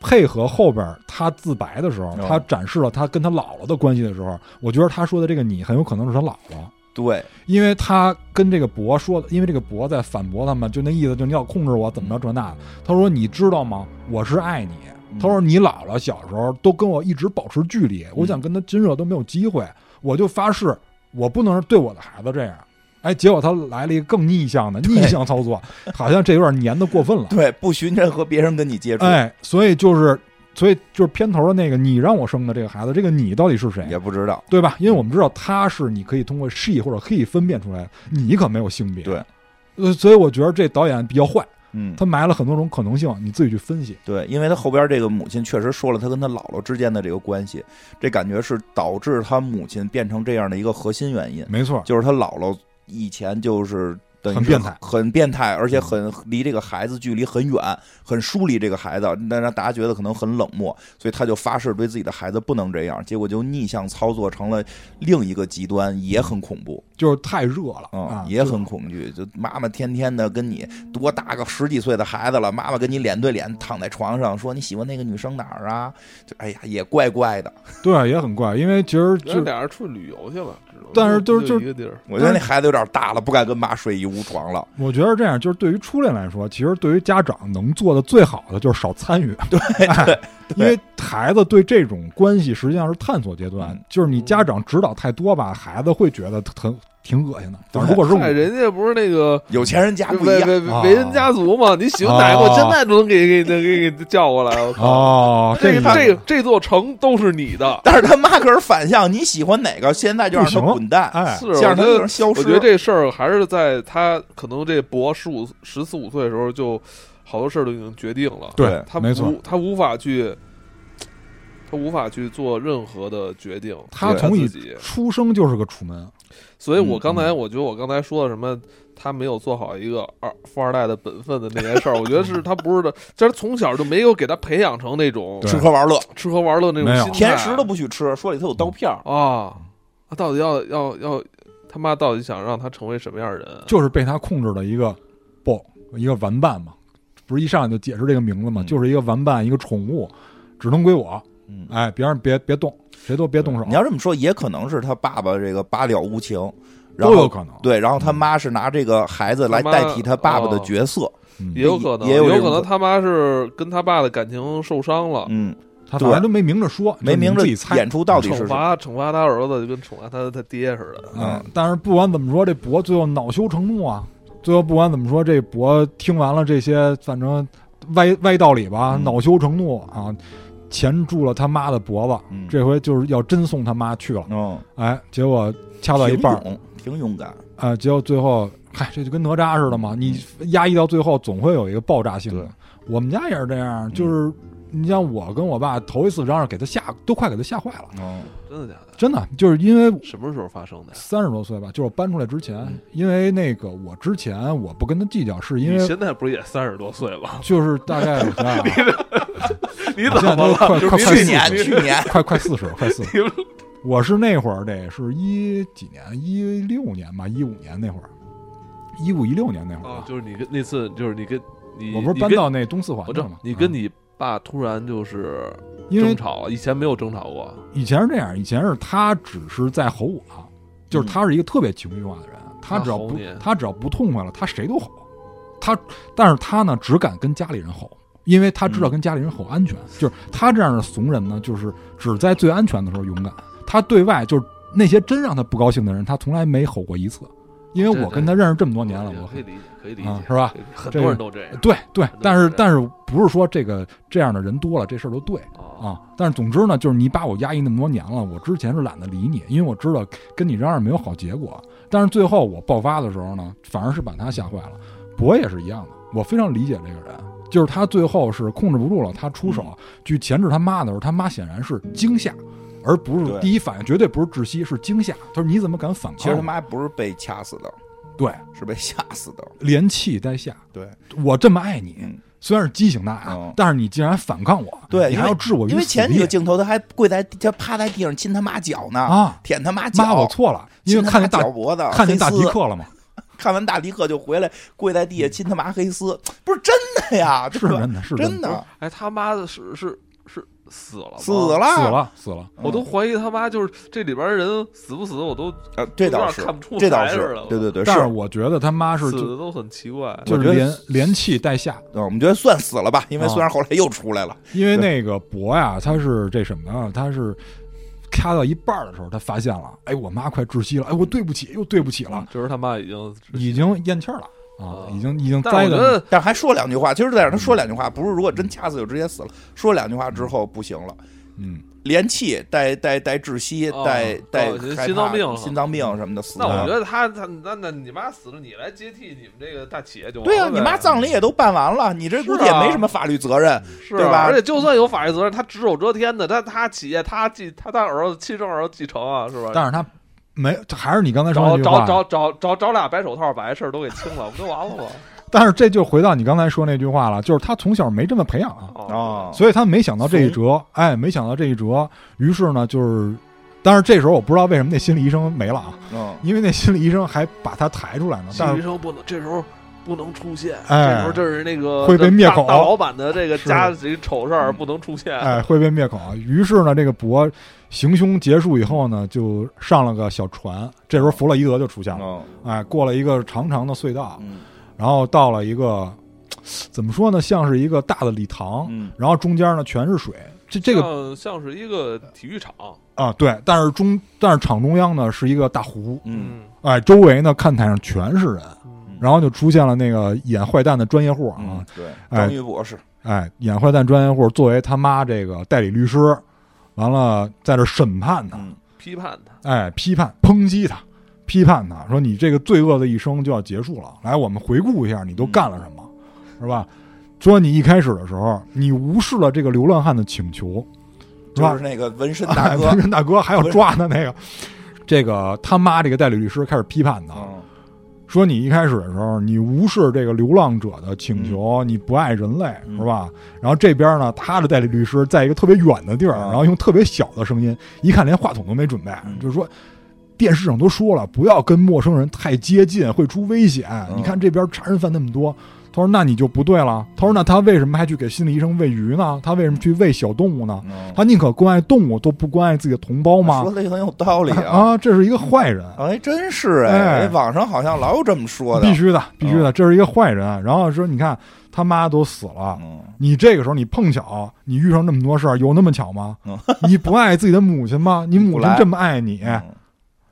S3: 配合后边他自白的时候，
S2: 哦
S3: 他展示了他跟他姥姥的关系的时候，我觉得他说的这个你很有可能是他姥姥。
S2: 对，
S3: 因为他跟这个博说的，因为这个博在反驳他们，就那意思，就你老控制我，怎么着这那的。他说：“你知道吗？我是爱你。”
S2: 嗯
S3: 他说：“你姥姥小时候都跟我一直保持距离，我想跟他亲热都没有机会，我就发誓，我不能对我的孩子这样。”哎，结果他来了一个更逆向的逆向操作，好像这有点黏的过分了。
S2: 对，不许任何别人跟你接触，
S3: 哎，所以就是，所以就是片头的那个你让我生的这个孩子，这个你到底是谁？
S2: 也不知道。
S3: 对吧？因为我们知道他是你可以通过 she 或者 he 分辨出来的，你可没有性别。
S2: 对，
S3: 呃，所以我觉得这导演比较坏，
S2: 嗯，
S3: 他埋了很多种可能性，你自己去分析。
S2: 对，因为他后边这个母亲确实说了，他跟他姥姥之间的这个关系，这感觉是导致他母亲变成这样的一个核心原因，
S3: 没错，
S2: 就是他姥姥以前就是。等于
S3: 很
S2: 是
S3: 变态嗯
S2: 很变态，而且很离这个孩子距离很远，很疏离这个孩子，那让大家觉得可能很冷漠，所以他就发誓对自己的孩子不能这样，结果就逆向操作成了另一个极端，也很恐怖。
S3: 就是太热了、
S2: 嗯
S3: 啊，，
S2: 也很恐惧。就妈妈天天的跟你多大个十几岁的孩子了，妈妈跟你脸对脸躺在床上说你喜欢那个女生哪儿啊？就哎呀，也怪怪的。
S3: 对，也很怪，因为其实
S1: 然后
S3: 就
S1: 俩人出去旅游去了，知
S2: 了。
S3: 但是就是
S1: 就一
S3: 就
S1: 个地儿，
S2: 我觉得那孩子有点大了，不敢跟妈睡一屋床了。
S3: 我觉得这样，就是对于初恋来说，其实对于家长能做的最好的就是少 参与，对，因为孩子对这种关系实际上是探索阶段
S2: 嗯，
S3: 就是你家长指导太多吧，孩子会觉得挺挺恶心的。但
S2: 对
S3: 如果是我
S1: 哎，人家不是那个
S2: 有钱人家不一
S1: 为
S2: 样，
S1: 为
S3: 啊
S1: 为人家族嘛，你喜欢哪个，
S3: 哦
S1: 我现在都能给给给给给叫过来。我靠，
S3: 哦，
S1: 这
S3: 个
S1: 个这个这座城都是你的，
S2: 但是他妈可是反向，你喜欢哪个，现在就让他
S3: 不行
S2: 滚蛋，
S3: 哎
S1: 是，啊
S2: 先让他
S1: 我觉得
S2: 在那儿消失。
S1: 我觉得这事儿还是在他可能这博十五十四五岁的时候，就好多事儿都已经决定了。
S3: 对
S2: 对，
S1: 他
S3: 没错
S1: 无，他无法去，他无法去做任何的决定。
S3: 他
S1: 对
S3: 从一
S1: 自己，
S3: 出生就是个楚门，
S1: 所以我刚才、
S2: 嗯
S1: 我觉得我刚才说的什么，他没有做好一个二富二代的本分的那件事儿，我觉得是他不是的，就是从小就没有给他培养成那种
S3: 对
S2: 吃喝玩乐，
S1: 吃喝玩乐那
S3: 没
S1: 种
S3: 有
S1: 心态，
S2: 甜食都不许吃，说里头有刀片儿。
S1: 啊，他到底要要要他妈到底想让他成为什么样的人？
S3: 就是被他控制的一个 b o 一个玩伴嘛，不是一上来就解释这个名字嘛，
S2: 嗯
S3: 就是一个玩伴，一个宠物，只能归我，
S2: 嗯，
S3: 哎，别让别别动，谁都别动手
S2: 你，要这么说，也可能是他爸爸这个八了无情，然
S3: 都有
S2: 后
S3: 可能，
S2: 对，然后他妈是拿这个孩子来代替他爸爸的角色。
S1: 哦
S3: 嗯
S1: 也有可能，
S2: 也
S1: 也
S2: 有这种
S1: 可能他妈是跟他爸的感情受伤了，
S2: 嗯，
S3: 他反正都没明着说，
S2: 没
S3: 就是你
S2: 明
S3: 们
S2: 着
S3: 自己猜
S2: 演出到底是
S1: 惩
S2: 什么。
S1: 罚惩罚他儿子就跟惩罚他他爹似的。
S3: 嗯，但是不管怎么说，这博最后恼羞成怒啊。最后不管怎么说，这博听完了这些，反正歪歪道理吧，
S2: 嗯
S3: 恼羞成怒啊，钳住了他妈的脖子。
S2: 嗯
S3: 这回就是要真送他妈去了，
S2: 嗯，
S3: 哎，结果掐到一半儿，
S2: 挺勇，挺勇敢。
S3: 啊、结果最后，嗨，这就跟哪吒似的嘛，你压抑到最后，总会有一个爆炸性的
S2: 对。
S3: 我们家也是这样，就是、你像我跟我爸头一次嚷嚷，给他吓，都快给他吓坏了，
S2: 嗯，
S1: 真的假的？
S3: 真的，就是因为
S1: 什么时候发生的？
S3: 三十多岁吧，就是我搬出来之前，
S1: 嗯
S3: 因为那个我之前我不跟他计较，是因
S1: 你
S3: 为
S1: 现在不是也三十多岁吗？
S3: 就是大概我想想啊
S1: 你怎么
S3: 我现在都快
S1: 了？就是
S3: 快
S1: 你
S3: 快
S2: 去
S1: 你
S2: 年
S1: 你
S2: 去年，
S3: 快快四十，快四
S1: 你
S3: 十，我是那会儿得是一几年，一六年吧，一五年那会儿，一五一六年那会儿
S1: 啊，
S3: 吧，
S1: 就是你跟那次，就是你跟你，
S3: 我不是
S1: 你
S3: 搬
S1: 跟
S3: 到那东四环
S1: 我知
S3: 那儿
S1: 道
S3: 吗？
S1: 你跟
S3: 啊
S1: 你爸突然就是
S3: 因为
S1: 争吵了，以前没有争吵过。
S3: 以前是这样，以前是他只是在吼我，就是他是一个特别情绪化的人，他只要
S1: 嗯他吼
S3: 不
S1: 你
S3: 他只要不痛快了，他谁都吼。他，但是他呢，只敢跟家里人吼，因为他知道
S2: 嗯
S3: 跟家里人吼安全。就是他这样的怂人呢，就是只在最安全的时候勇敢。他对外就是那些真让他不高兴的人，他从来没吼过一次，因为
S1: 对
S3: 我
S1: 对
S3: 跟他认识这么多年了，
S1: 我
S3: 我
S1: 可以理解，可以理解
S3: 啊，是吧
S1: 可以理解？很
S3: 这
S1: 多
S3: 个
S1: 人都这样
S3: 对对
S1: 对，
S3: 但是
S1: 对
S3: 但是不是说这个这样的人多了，这事儿就对。
S1: 啊
S3: 啊，但是总之呢，就是你把我压抑那么多年了，我之前是懒得理你，因为我知道跟你嚷嚷没有好结果。但是最后我爆发的时候呢，反而是把他吓坏了。博也是一样的，我非常理解这个人，就是他最后是控制不住了，他出手、
S2: 嗯
S3: 去钳制他妈的时候，他妈显然是惊吓，而不是
S2: 对
S3: 第一反应绝对不是窒息，是惊吓。他说你怎么敢反抗？
S2: 其实他妈不是被掐死的，
S3: 对
S2: 是被吓死的。
S3: 连气带吓，
S2: 对
S3: 我这么爱你
S2: 嗯，
S3: 虽然是畸形的爱啊，
S2: 嗯
S3: 但是你竟然反抗我，
S2: 对，
S3: 你
S2: 因
S3: 还
S2: 为
S3: 要置我于
S2: 因为
S3: 死
S2: 前几
S3: 地
S2: 个镜头他还跪在地，他趴在地上亲他妈脚呢，
S3: 啊
S2: 舔他妈脚。
S3: 妈，我错了，因为
S2: 亲他
S3: 看
S2: 妈
S3: 见大
S2: 脚脖子，
S3: 看见
S2: 黑
S3: 大迪
S2: 丝
S3: 克了嘛，
S2: 看完大迪克就回来，跪在地下亲他妈黑丝，不是真的呀？
S3: 是
S2: 对吧
S3: 真的，是
S2: 真
S3: 的，
S2: 的，
S1: 哎，他妈的是是是死了吗
S2: 死了，
S3: 死了死了。
S2: 嗯
S1: 我都怀疑他妈就是这里边人死不死，我都
S2: 呃，这倒是
S1: 有点看不出，来
S2: 这倒是
S1: 似的，
S2: 对对对，
S3: 但
S2: 是
S3: 是，我觉得他妈是
S1: 死
S3: 就
S1: 的都很奇怪。
S3: 就
S2: 我
S3: 是
S2: 觉得
S3: 连连气带吓，
S2: 嗯我们觉得算死了吧，因为
S3: 啊
S2: 虽然后来又出来了，
S3: 因为那个博呀，他是这什么呀？他是掐到一半儿的时候，他发现了，哎，我妈快窒息了，哎，我对不起，又对不起了，
S1: 就是他妈已经
S3: 已经咽气儿了嗯啊
S1: 啊，
S3: 已经已经
S1: 但
S3: 栽
S1: 我觉
S3: 的
S1: 得
S2: 但是还说两句话，其实在这儿他
S3: 嗯
S2: 说两句话，不是如果真掐死就直接死了，说两句话之后不行了，
S3: 嗯，
S2: 连气带带带窒息，
S1: 哦
S2: 带带
S1: 哦
S2: 害怕
S1: 心脏病了
S2: 心脏病什么的死
S1: 那我
S3: 啊
S2: 了
S1: 觉。得他他那那你妈死了，你来接替你们这个大企业就完
S2: 对呀、
S1: 了呗
S2: 你妈葬礼也都办完了，你这估计也
S1: 是啊
S2: 没什么法律责任。
S1: 是啊
S2: 对吧
S1: 而且就算有法律责任，他只手遮天的，他他企业他继他他儿子亲生儿子继承啊，是吧？
S3: 但是他没，还是你刚才说
S1: 找
S3: 那句
S1: 找
S3: 话，
S1: 找找找找俩白手套把这事儿都给清了，不就完了吗？
S3: 但是这就回到你刚才说那句话了，就是他从小没这么培养啊，
S1: 哦，
S3: 所以他没想到这一折，哎，没想到这一折，于是呢，就是，但是这时候我不知道为什么那心理医生没了啊，
S2: 嗯，
S3: 因为那心理医生还把他抬出来呢，
S1: 心
S3: 但
S1: 理医
S3: 是
S1: 生不能这时候不能出现。
S3: 哎
S1: 这时候这是那个
S3: 会被灭口
S1: 大大老板的这个
S3: 是
S1: 家这丑事儿不能出现。
S3: 哎，会被灭口。于是呢，这个博行凶结束以后呢，就上了个小船。这时候弗洛伊德就出现了，
S2: 嗯
S3: 哎，过了一个长长的隧道，
S2: 嗯
S3: 然后到了一个怎么说呢，像是一个大的礼堂，
S2: 嗯哦
S3: 然后中间呢全是水。这这
S1: 像
S3: 个
S1: 像是一个体育场，
S3: 啊，对，但是中但是场中央呢是一个大湖，
S2: 嗯，
S3: 哎，周围呢看台上全是人，
S1: 嗯
S3: 然后就出现了那个演坏蛋的专业户啊，
S2: 嗯，啊对，
S3: 哎
S2: 张宇博士，
S3: 哎，演坏蛋专业户作为他妈这个代理律师，完了在这审判他，
S2: 嗯
S1: 批判他，
S3: 哎，批判、抨击他，批判他说你这个罪恶的一生就要结束了。来，我们回顾一下你都干了什么，是吧？说你一开始的时候，你无视了这个流浪汉的请求，是吧
S2: 就是那个纹身
S3: 哎
S2: 大哥
S3: 纹，身大哥还有
S2: 不是
S3: 抓他那个，这个他妈这个代理律师开始批判他，
S2: 嗯
S3: 说你一开始的时候，你无视这个流浪者的请求，你不爱人类，
S2: 嗯
S3: 是吧？然后这边呢，他的代理律师在一个特别远的地儿，
S2: 啊
S3: 然后用特别小的声音，一看连话筒都没准备，
S2: 嗯
S3: 就是说。电视上都说了，不要跟陌生人太接近，会出危险。
S2: 嗯
S3: 你看这边杀人犯那么多，他说那你就不对了。他说那他为什么还去给心理医生喂鱼呢？他为什么去喂小动物呢？
S2: 嗯，
S3: 他宁可关爱动物，都不关爱自己的同胞吗
S2: 说？的很有道理啊，
S3: 啊，这是一个坏人。
S2: 哎，真是
S3: 哎
S2: 哎，网上好像老有这么说的嗯
S3: 必，须的，必须的，这是一个坏人。啊然后说，你看他妈都死了，
S2: 嗯
S3: 你这个时候你碰巧你遇上那么多事儿，有那么巧吗
S2: 嗯？
S3: 你不爱自己的母 亲吗？你母亲这么爱你，
S2: 嗯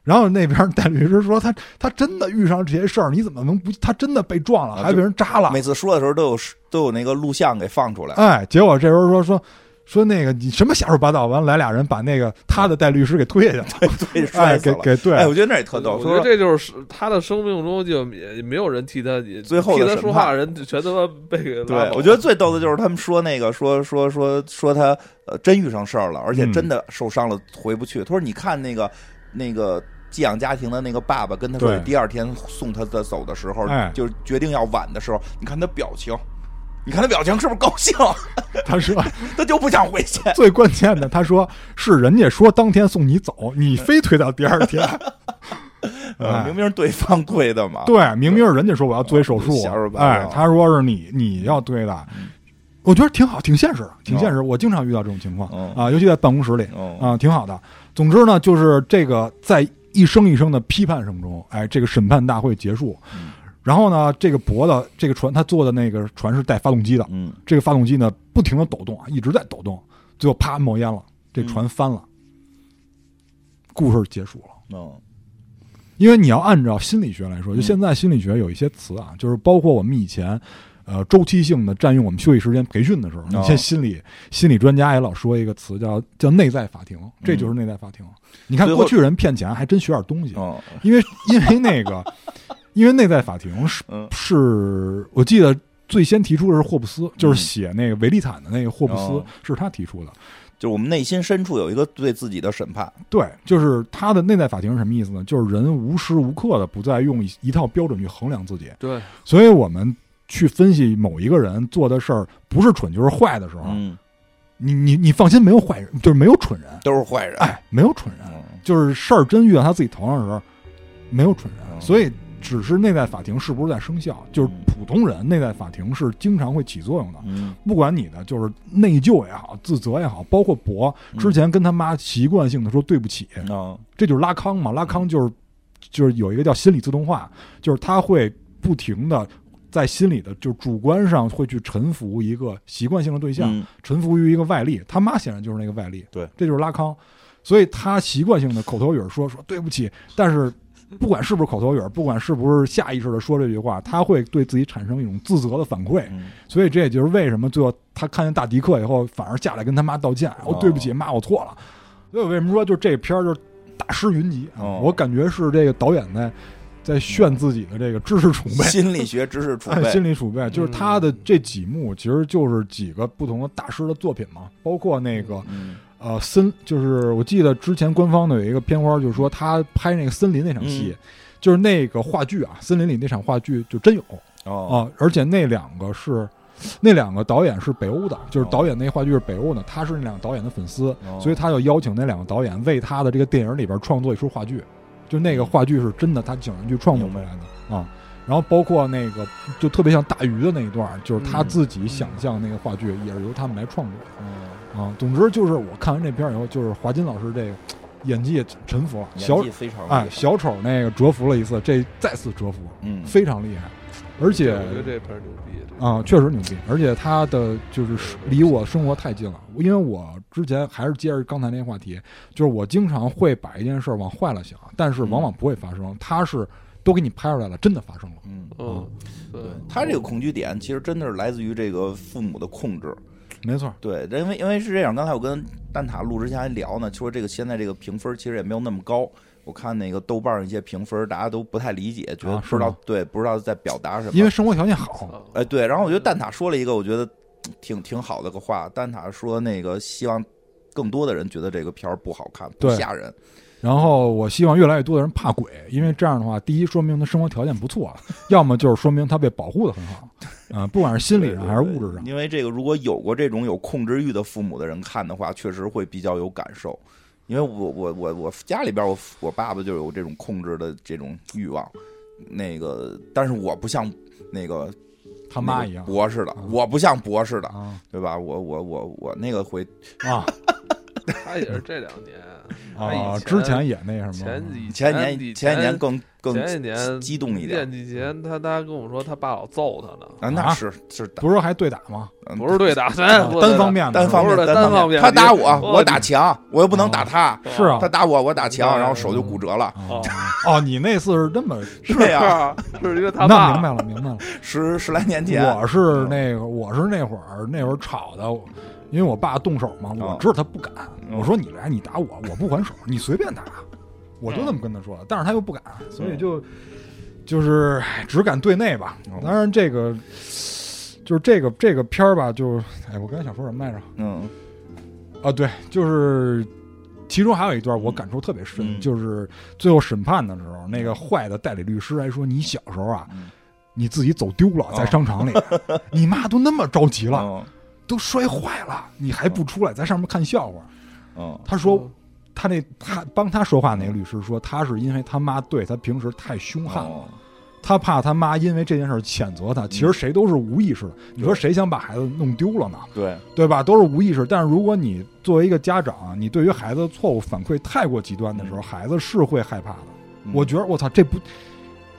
S3: 然后那边代理律师说他他真的遇上这些事儿，你怎么能不？他真的被撞了，
S2: 啊
S3: 还被人扎了。
S2: 每次说的时候都有都有那个录像给放出来，
S3: 哎，结果这时候说说说那个你什么瞎说八道，完了来俩人把那个他的代理律师给推下去了，
S2: 对，
S3: 哎，
S2: 摔死
S3: 给
S2: 了。
S3: 给对
S2: 哎，我觉得那也特
S1: 我
S2: 逗，
S1: 我觉
S2: 说
S1: 得这就是他的生命中就也也没有人替他也
S2: 最后的
S1: 替他
S2: 审
S1: 说
S2: 判
S1: 话的人全他妈被给拉
S2: 对
S1: 走，
S2: 我觉得最逗的就是他们说那个说说说说他呃真遇上事儿了，而且
S3: 嗯
S2: 真的受伤了回不去。他说你看那个那个寄养家庭的那个爸爸跟他说
S3: 对
S2: 第二天送他的走的时候
S3: 哎，
S2: 就是决定要晚的时候，你看他表情。你看他表情是不是高兴？
S3: 他说。
S2: 他就不想回去。
S3: 最关键的，他说是人家说当天送你走，你非推到第二天。
S2: 呃
S3: 哎
S2: 明明是对方推的嘛。
S3: 对，明明是人家说我要做一手术
S2: 瞎说，八道
S3: 哎，他说是你你要对的，我觉得挺好，挺现实的，挺现实。我经常遇到这种情况
S2: 嗯
S3: 啊，尤其在办公室里
S2: 嗯
S3: 啊，挺好的。总之呢，就是这个在一声一声的批判声中，哎，这个审判大会结束。然后呢，这个脖子，这个船，他坐的那个船是带发动机的，
S2: 嗯，
S3: 这个发动机呢不停的抖动啊，一直在抖动，最后啪冒烟了，这船翻了，故事结束了。
S2: 嗯
S3: 因为你要按照心理学来说，就现在心理学有一些词啊，就是包括我们以前。呃，周期性的占用我们休息时间培训的时候，
S2: 哦
S3: 你像心理心理专家也老说一个词叫叫内在法庭，这就是内在法庭。你看
S2: 最嗯后
S3: 过去人骗钱还真学点东西，
S2: 嗯
S3: 因为 因为那个，因为内在法庭是
S2: 嗯
S3: 是我记得最先提出的是霍布斯，就是写那个维利坦的那个霍布斯
S2: 嗯哦
S3: 是他提出的。
S2: 就是我们内心深处有一个对自己的审判。
S3: 对，就是他的内在法庭是什么意思呢？就是人无时无刻的不再用一一套标准去衡量自己，
S1: 对
S3: 所以我们去分析某一个人做的事儿不是蠢就是坏的时候，
S2: 嗯，
S3: 你你你放心，没有坏人，就是没有蠢人，
S2: 都是坏人。
S3: 哎，没有蠢人，
S2: 嗯
S3: 就是事儿真遇到他自己头上的时候，没有蠢人，
S2: 嗯
S3: 所以只是内在法庭是不是在生效，就是普通人内在法庭是经常会起作用的。
S2: 嗯
S3: 不管你的就是内疚也好，自责也好，包括博之前跟他妈习惯性的说对不起，
S2: 嗯
S3: 这就是拉康嘛。拉康就是就是有一个叫心理自动化，就是他会不停的在心里的就是主观上会去臣服一个习惯性的对象，
S2: 嗯
S3: 臣服于一个外力。他妈显然就是那个外力，
S2: 对，
S3: 这就是拉康。所以他习惯性的口头语儿说说对不起，但是不管是不是口头语儿，不管是不是下意识的说这句话，他会对自己产生一种自责的反馈。
S2: 嗯
S3: 所以这也就是为什么最后他看见大迪克以后，反而下来跟他妈道歉，我、
S2: 哦
S3: 对不起，妈，我错了。所以我为什么说就这片儿就是大师云集啊？
S2: 哦
S3: 我感觉是这个导演在在炫自己的这个知识储备。
S2: 心理学知识储备嗯
S3: 哎。 心理储备就是他的这几幕，其实就是几个不同的大师的作品嘛，包括那个
S2: 嗯
S3: 呃森，就是我记得之前官方的有一个片花，就是说他拍那个森林那场戏，
S2: 嗯
S3: 就是那个话剧啊，森林里那场话剧就真有，
S2: 哦，
S3: 啊，而且那两个是，那两个导演是北欧的，就是导演那话剧是北欧的，他是那两个导演的粉丝，
S2: 哦
S3: 所以他就邀请那两个导演为他
S2: 嗯
S3: 的这个电影里边创作一出话剧，就那个话剧是真的，他请人去创作出来的啊。然后包括那个就特别像大鱼的那一段，就
S2: 嗯
S3: 是他自己想象那个话剧也是由他们来创作
S2: 嗯
S3: 的啊。总之就是我看完这片儿以后，就是华金老师这个演技臣服了，小
S2: 演技非常厉害
S3: 哎小丑那个折服了一次，这再次折服，
S2: 嗯，
S3: 非常厉害，而且
S1: 我觉得这片儿牛逼，这
S3: 啊，确实牛逼，而且他的就是离我生活太近了，因为我之前还是接着刚才那话题，就是我经常会把一件事儿往坏了想，但是往往不会发生，他是都给你拍出来了，真的发生了。
S2: 嗯，
S1: 嗯，对
S2: 对，他这个恐惧点其实真的是来自于这个父母的控制。
S3: 没错，
S2: 对，因为因为是这样，刚才我跟蛋塔录之前还聊呢，就说这个现在这个评分其实也没有那么高。我看那个豆瓣儿一些评分，大家都不太理解，觉得
S3: 啊
S2: 不
S3: 是
S2: 知道、
S3: 吗
S2: 对，不知道在表达什么。
S3: 因为生活条件好，
S1: 啊
S2: 哎，对，然后我觉得蛋塔说了一个我觉得挺挺好的个话，蛋塔说那个希望更多的人觉得这个片儿不好看，不
S3: 对
S2: 吓人。
S3: 然后我希望越来越多的人怕鬼，因为这样的话，第一说明他生活条件不错，要么就是说明他被保护的很 好，啊、不管是心理上还是物质上，
S2: 因为这个，如果有过这种有控制欲的父母的人看的话，确实会比较有感受。因为我我我我家里边我我爸爸就有这种控制的这种欲望，那个但是我不像那个
S3: 他妈一样
S2: 那个博士的
S3: 啊，
S2: 我不像博士的，
S3: 啊
S2: 对吧？我我我我那个会
S3: 啊
S1: 他也是这两年，他哎以
S3: 啊！
S1: 前
S3: 之前也那什
S1: 前
S3: 么，
S1: 几
S2: 前
S1: 年
S2: 年
S1: 前
S2: 前年更更
S1: 前一年
S2: 激动一点
S1: 练几前他他跟我说他爸老揍他呢，
S2: 啊，那
S3: 啊
S2: 是是打
S3: 不是说还对打吗？啊
S2: 嗯
S1: 不是对打，咱不是哎对
S3: 单
S1: 打
S3: 方面的
S2: 单方面
S1: 不是的单方面
S2: 他打
S1: 你
S2: 我，
S1: 我
S2: 我打墙，我又不能打他，
S3: 是啊
S2: 他打我，我打墙，
S1: 对
S2: 然后手就骨折了。
S3: 哦 哦，你那次是这么
S2: 是
S1: 是
S2: 呀，
S1: 啊，是因为他
S3: 那
S1: 爸
S3: 明白了，明白了。
S2: 十十来年前，
S3: 我是
S2: 嗯
S3: 那个，我是那会儿那会儿吵的，我因为我爸动手嘛，
S2: 哦
S3: 我知道他不敢。
S2: 嗯
S3: 我说你来，你打我，我不还手，你随便打，我
S2: 嗯
S3: 就那么跟他说。但是他又不敢，所以就就是唉只敢对内吧
S2: 嗯。
S3: 当然这个就是这个这个片儿吧，就哎，我刚才想说什么来着？
S2: 嗯
S3: 啊，对，就是其中还有一段我感触特别深，
S2: 嗯
S3: 就是最后审判的时候，那个坏的代理律师还说：“你小时候啊，
S2: 嗯哦
S3: 你自己走丢了，在商场里， 你妈都那么着急了，
S2: 嗯
S3: 都摔坏了，你还不出来，在上面看笑话。”
S2: 嗯
S3: 他说。他那他帮他说话那个律师说，他是因为他妈对他平时太凶悍了，
S2: 哦嗯
S3: 他怕他妈因为这件事儿谴责他。其实谁都是无意识的，你说谁想把孩子弄丢了呢？
S2: 对，
S3: 对吧？都是无意识。但是如果你作为一个家长，你对于孩子的错误反馈太过极端的时候，
S2: 嗯
S3: 孩子是会害怕的。
S2: 嗯
S3: 我觉得我操，这不，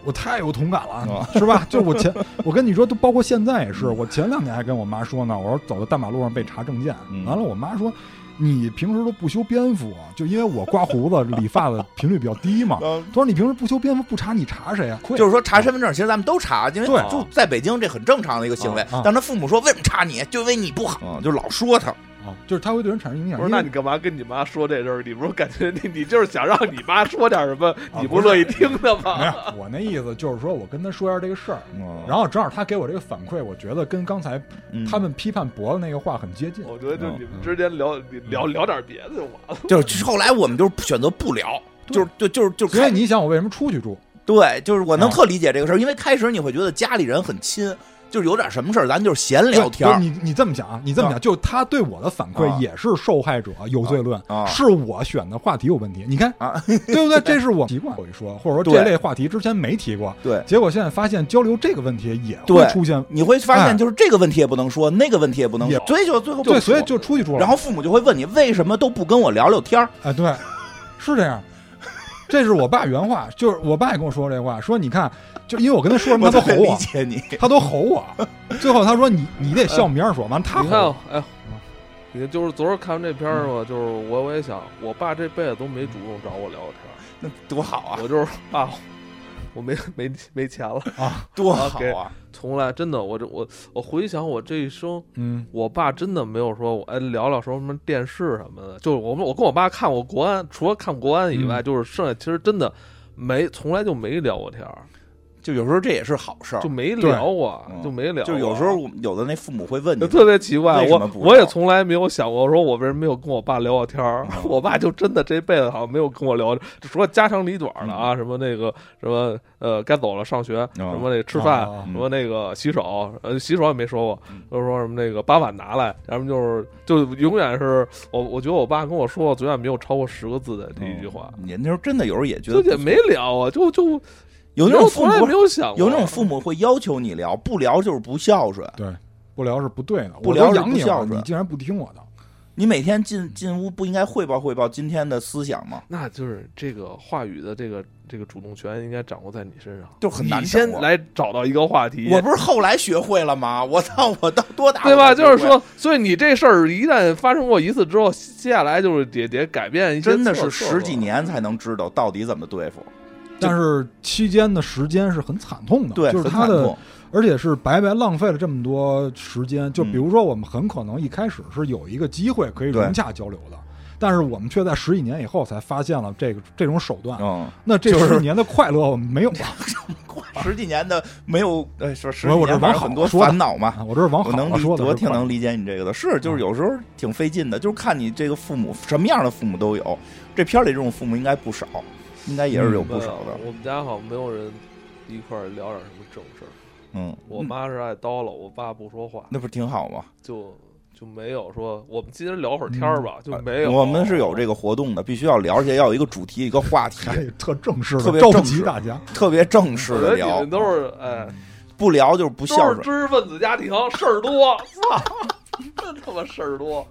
S3: 我太有同感了
S2: 啊，嗯
S3: 是吧？ 就我前，我跟你说，都包括现在也是。我前两年还跟我妈说呢，我说走到大马路上被查证件
S2: 嗯，
S3: 完了我妈说。你平时都不修边幅，就因为我刮胡子、理发的频率比较低 嘛。
S2: 嗯
S3: 她说你平时不修边幅不查，你查谁啊？
S2: 就是说查身份证，其实咱们都查，因为
S3: 对
S2: 就在北京这很正常的一个行为
S3: 啊啊。
S2: 但他父母说为什么查你，就因为你不好，就老说他。
S3: 啊，就是她会对人产生影响。
S1: 不是，
S3: 因为
S1: 那你干嘛跟你妈说这事儿？你不是感觉你你就是想让你妈说点什么，你
S3: 不是
S1: 乐意听的
S3: 没
S1: 吗？
S3: 有，我那意思就是说我跟她说一下这个事儿，
S2: 嗯
S3: 然后正好他给我这个反馈，我觉得跟刚才
S2: 嗯
S3: 他们批判博的那个话很接近。
S1: 我觉得就你们之间聊你聊聊点别的就完了。
S2: 就是后来我们就是选择不聊，
S3: 对
S2: 就是就就是就是
S3: 所以你想我为什么出去住？
S2: 对，就是我能
S3: 啊
S2: 特理解这个事儿，因为开始你会觉得家里人很亲，就是有点什么事儿，咱就是闲聊天
S3: 不
S2: 儿
S3: 是。你你这么想啊？你这么
S2: 啊
S3: 想，就他对我的反
S2: 啊
S3: 馈也是受害者有罪论
S2: 啊啊，
S3: 是我选的话题有问题。你看
S2: 啊，
S3: 对 不对？这是我习惯会说，或者说
S2: 对
S3: 这类话题之前没提过，
S2: 对
S3: 结果现在发现交流这个问题也会
S2: 对
S3: 出现，
S2: 你会发
S3: 哎
S2: 现，就是这个问题也不能说，那个问题也不能
S3: 也
S2: 说，所以就最后
S3: 对，
S2: 不
S3: 所以
S2: 说
S3: 就出去住了。
S2: 然后父母就会问你为什么都不跟我聊聊天儿？
S3: 哎，对，是这样。 这是我爸原话，就是我爸也跟我说这话，说你看，就因为我跟他说什么，
S2: 我
S3: 他都
S2: 特别
S3: 吼
S2: 理
S3: 我，
S2: 解你，
S3: 他都吼我。最后他说你你得笑明儿说，
S2: 嗯
S3: 完了他
S1: 你看
S3: 吼
S2: 哦
S1: 啊，哎，你就是昨儿看完这片儿嘛，就是我我也想，我爸这辈子都没主动找我聊过天儿，
S2: 那多好啊，
S1: 我就是爸，我没没没钱了，
S3: 啊，
S2: 多好
S1: 给
S2: 啊！
S1: 从来真的，我这我我回想我这一生，
S3: 嗯
S1: 我爸真的没有说我哎聊聊说什么电视什么的，就是我们我跟我爸看过国安，除了看国安以
S2: 嗯
S1: 外，就是剩下其实真的没从来就没聊过天儿，
S2: 就有时候这也是好事儿
S1: 就，没聊过
S2: 对嗯，
S1: 就没聊过，
S2: 就有时候我有的那父母会问你
S1: 就，特别奇怪，
S2: 嗯为什么
S1: 我
S2: 不聊
S1: 我也从来没有想过，说我为什么没有跟我爸聊过天儿
S2: 嗯。
S1: 我爸就真的这辈子好像没有跟我聊，除了家长里短的
S2: 嗯
S1: 啊，什么那个什么呃该走了上
S2: 哦
S1: 学，什么那个吃饭
S3: 啊，
S1: 什么那个洗手，呃洗手也没说过
S2: 嗯，
S1: 就说什么那个把碗拿来，要么就是就永远是我我觉得我爸跟我说过，永远没有超过十个字的这一句话，
S2: 哦嗯，你那时候真的有时候也觉
S1: 就
S2: 得
S1: 也没聊啊，就就
S2: 有那
S1: 没
S2: 种父
S1: 从来
S2: 母
S1: 没有想过，啊
S2: 有那种父母会要求你聊，不聊就是不孝顺。
S3: 对，不聊是不对的，
S2: 不
S3: 我
S2: 聊
S3: 都
S2: 是
S3: 养
S2: 不
S3: 你
S2: 孝
S3: 了，
S2: 顺
S3: 你竟然不听我的，
S2: 你每天进进屋不应该汇报汇报今天的思想吗？
S1: 那就是这个话语的这个这个主动权应该掌握在你身上，
S2: 就很难
S1: 你先
S2: 掌握
S1: 来找到一个话题，
S2: 我不是后来学会了吗？ 我操，我到多大
S1: 对吧？
S2: 我才学
S1: 就
S2: 会
S1: 是，说，所以你这事儿一旦发生过一次之后，接下来就是得得改变一些
S2: 真的
S1: 措
S2: 是
S1: 措
S2: 十几
S1: 了
S2: 年才能知道到底怎么对付，
S3: 但是期间的时间是很惨痛的，
S2: 对，
S3: 就是
S2: 很
S3: 他
S2: 惨
S3: 的
S2: 痛，，
S3: 而且是白白浪费了这么多时间。就
S2: 嗯
S3: 比如说，我们很可能一开始是有一个机会可以
S2: 对
S3: 融洽交流的，但是我们却在十几年以后才发现了这个这种手段。
S2: 嗯，
S3: 那这
S2: 就是
S3: 十几年的快乐我们没有了，
S2: 十几年的没有，呃，说十几
S3: 我我这
S2: 年
S3: 往
S2: 反正
S3: 好
S2: 很多
S3: 说的
S2: 烦恼嘛，
S3: 啊我这是
S2: 我
S3: 往好
S2: 能
S3: 了嗯
S2: 理，
S3: 说的，
S2: 我
S3: 是
S2: 挺
S3: 吧
S2: 能理解你这个的，是，就是有时候挺费劲的，就是看你这个父母什么样的父母都有，这片儿里这种父母应该不少，应该也是有
S3: 嗯
S2: 不少的
S1: 对，我们家好像没有人一块儿聊点什么正事儿。
S2: 嗯，
S1: 我妈是爱叨唠，我爸不说话，
S2: 那不是挺好吗？
S1: 就就没有说我们今天聊会儿天儿吧，就没有。
S2: 我们是有这
S1: 个，
S2: 个活动的，必须要聊，而且要有一个主题，一个话题，
S3: 哎， 特正式
S2: 特别
S3: 的召
S2: 正式
S3: 集大家，
S2: 特别正式
S1: 我觉得
S2: 的
S1: 你
S2: 聊啊嗯
S1: 们，都是哎，
S2: 不聊就是不孝
S1: 都是
S2: 顺
S1: 知。识分子家庭，事儿多，操，真他妈事儿多。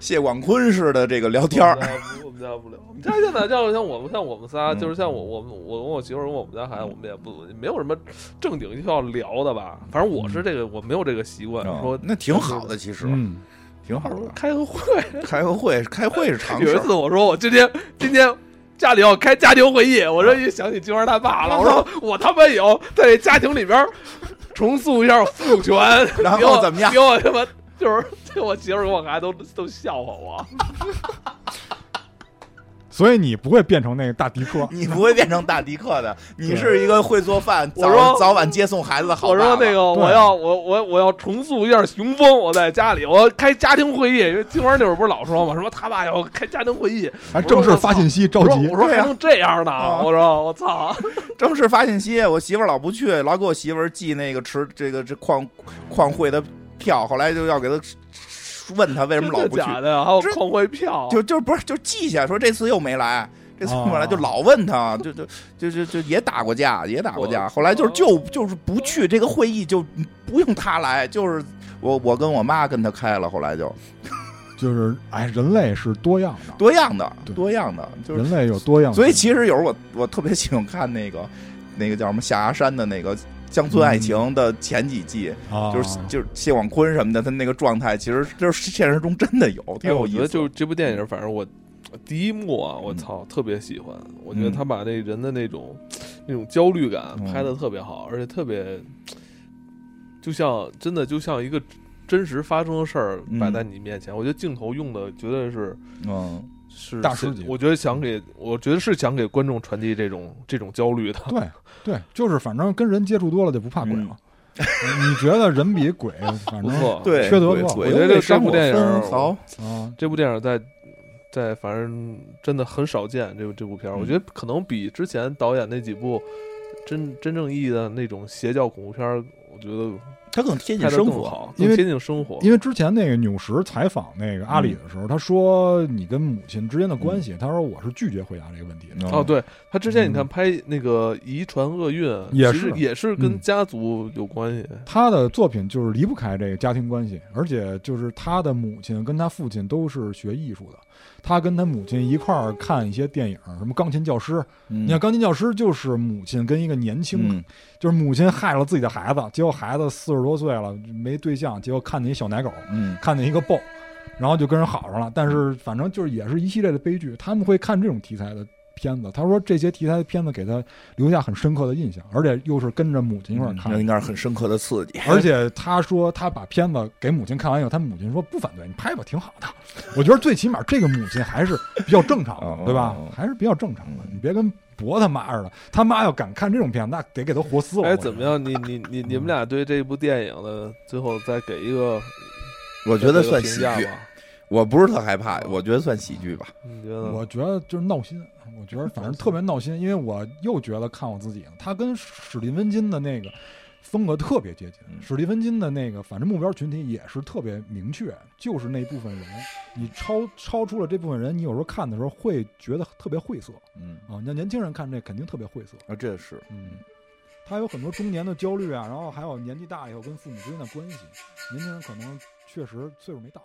S2: 谢广坤似的这个 聊天儿啊
S1: 我，们家不我们家不聊，我们家现在像像我们像我们仨，
S2: 嗯
S1: 就是像我我们我跟我媳妇儿跟我们家孩子，我们也不没有什么正经需要聊的吧。反正我是这个，我没有这个习惯，说
S2: 嗯那挺好的，其实
S3: 嗯，
S2: 挺好
S1: 说
S2: 的。
S1: 开个会。
S2: 开个会，开会是常
S1: 有
S2: 事
S1: 一
S2: 儿。
S1: 次我说我今天今天家里要开家庭会议，我这一想起金花他爸
S2: 嗯
S1: 了，我说我他妈也要在这家庭里边重塑一下父权，
S2: 然后
S1: 给我
S2: 怎么样
S1: 给我他妈就是 这我媳妇儿跟我孩子都都笑话我，
S3: 所以你不会变成那个大迪克，
S2: 你不会变成大迪克的，你
S3: 对
S2: 是一个会做饭，
S1: 我说
S2: 早早晚接送孩子的好
S1: 我
S2: 爸
S1: 说
S2: 爸
S1: 那个
S3: 对
S1: 我要我我我要重塑一下雄风，我在家里我要开家庭会议，因为金花那会儿不是老说嘛，什么他爸要开家庭会议，
S3: 还正式发信息
S1: 我
S3: 召
S1: 说
S3: 集
S1: 我，说
S2: 对
S1: 还
S2: 呀
S1: 能这样呢，
S2: 啊
S1: 我说我 操，
S2: 正式发信息，我媳妇儿老不去，老给我媳妇儿寄那个持这个这矿矿会的票，后来就要给她呃问她为什么老
S1: 真
S2: 不
S1: 的
S2: 去，
S1: 假的呀？还有
S2: 这
S1: 矿会票，
S2: 就就不是就记下说这次又没来，这次又没来
S3: 哦
S2: 就老问她，就就就就就也打过架，也打过架，
S1: 我
S2: 后来就是就就是不去这个会议就嗯不用她来，就是我我跟我妈跟她开了，后来就
S3: 就是哎，人类是多样的，
S2: 多样的
S3: 对
S2: 多样的，就是
S3: 人类有多样性，
S2: 所以其实有时候我我特别喜欢看那个那个叫什么象牙山的那个乡村爱情的前几季。
S3: 啊
S2: 就是就是谢广坤什么的，他那个状态其实就是现实中真的嗯有，挺
S1: 哎，
S2: 有
S1: 我
S2: 意
S1: 觉
S2: 思。
S1: 得就是这部电影，反正我第一幕啊，我操，特别喜欢。我觉得他把那人的那种、那种焦虑感
S2: 嗯
S1: 拍的特别好，而且特别，就像真的就像一个真实发生的事儿
S2: 嗯
S1: 摆在你面前。我觉得镜头用的绝对是
S2: 嗯，
S1: 是
S3: 大师级嗯
S1: 我觉得想给我觉得是想给观众传递这种这种焦虑的。
S3: 对对，就是反正跟人接触多了就不怕鬼
S2: 嗯
S3: 了。你觉得人比 鬼，反
S1: 不
S3: 正
S1: 错，
S2: 对，
S3: 缺德
S2: 对
S3: 吧
S1: 我
S2: 对
S1: 觉得这
S2: 伤
S1: 这部
S2: 我
S1: 电影
S2: 分毫
S3: 啊，
S1: 这部电影在。在反正真的很少见这部这部片儿，
S2: 嗯
S1: 我觉得可能比之前导演那几部真真正意义的那种邪教恐怖片儿，我觉得
S2: 他更贴近
S1: 拍的
S2: 生
S1: 更
S2: 活。啊
S1: 好，
S3: 因
S1: 更
S3: 为
S1: 接近生活。
S3: 因为之前那个纽什采访那个阿里的时
S2: 嗯
S3: 候，他说你跟母亲之间的关系，他说我是拒绝回答这个问题的。
S2: 嗯
S1: 哦，，对他之前你看
S3: 嗯
S1: 拍那个《遗传厄运》，
S3: 也
S1: 其实
S3: 是
S1: 也是跟
S3: 嗯
S1: 家族有关系。
S3: 他的作品就是离不开这个家庭关系，而且就是他的母亲跟他父亲都是学艺术的，他跟他母亲一块儿看一些电影，什么《钢琴教师》。
S2: 你
S3: 你看，《钢琴教师》就是母亲跟一个年轻
S2: 嗯，
S3: 就是母亲害了自己的孩子，结果孩子四十多岁了没对象，结果看见一小奶狗，
S2: 嗯，
S3: 看见一个豹，然后就跟人好上了。但是反正就是也是一系列的悲剧，他们会看这种题材的片子。他说这些题材的片子给他留下很深刻的印象，而且又是跟着母亲一块儿
S2: 嗯
S3: 看
S2: 那。应该是很深刻的刺激。
S3: 而且他说他把片子给母亲看完以后，他母亲说不反对，你拍吧，挺好的。我觉得最起码这个母亲还是比较正常
S2: 哦哦
S3: 的，对吧
S2: 哦？
S3: 还是比较正常的
S2: 嗯，
S3: 你别跟博他妈似的。他妈要敢看这种片，那得给他活撕了。
S1: 哎，
S3: 我
S1: 怎么
S3: 觉得？
S1: 样？你你你
S3: 嗯
S1: 你们俩对这部电影的最后再给一个，
S2: 我
S1: 我
S2: 觉得 算喜
S1: 价
S2: 剧，
S1: 吧？
S2: 我不是特害怕，我觉得算喜剧吧。
S1: 你觉得？
S3: 我觉得就是闹心，我啊觉得反正特别闹心，因为我又觉得看我自己了。他跟史蒂文金的那个风格特别接近。
S2: 嗯
S3: 史蒂芬金的那个，反正目标群体也是特别明确，就是那部分人。你超超出了这部分人，你有时候看的时候会觉得特别晦涩
S2: 嗯，
S3: 啊。那年轻人看这肯定特别晦涩。
S2: 啊，这是
S3: 嗯，他有很多中年的焦虑啊，然后还有年纪大以后跟父母之间的关系，年轻人可能确实岁数没到。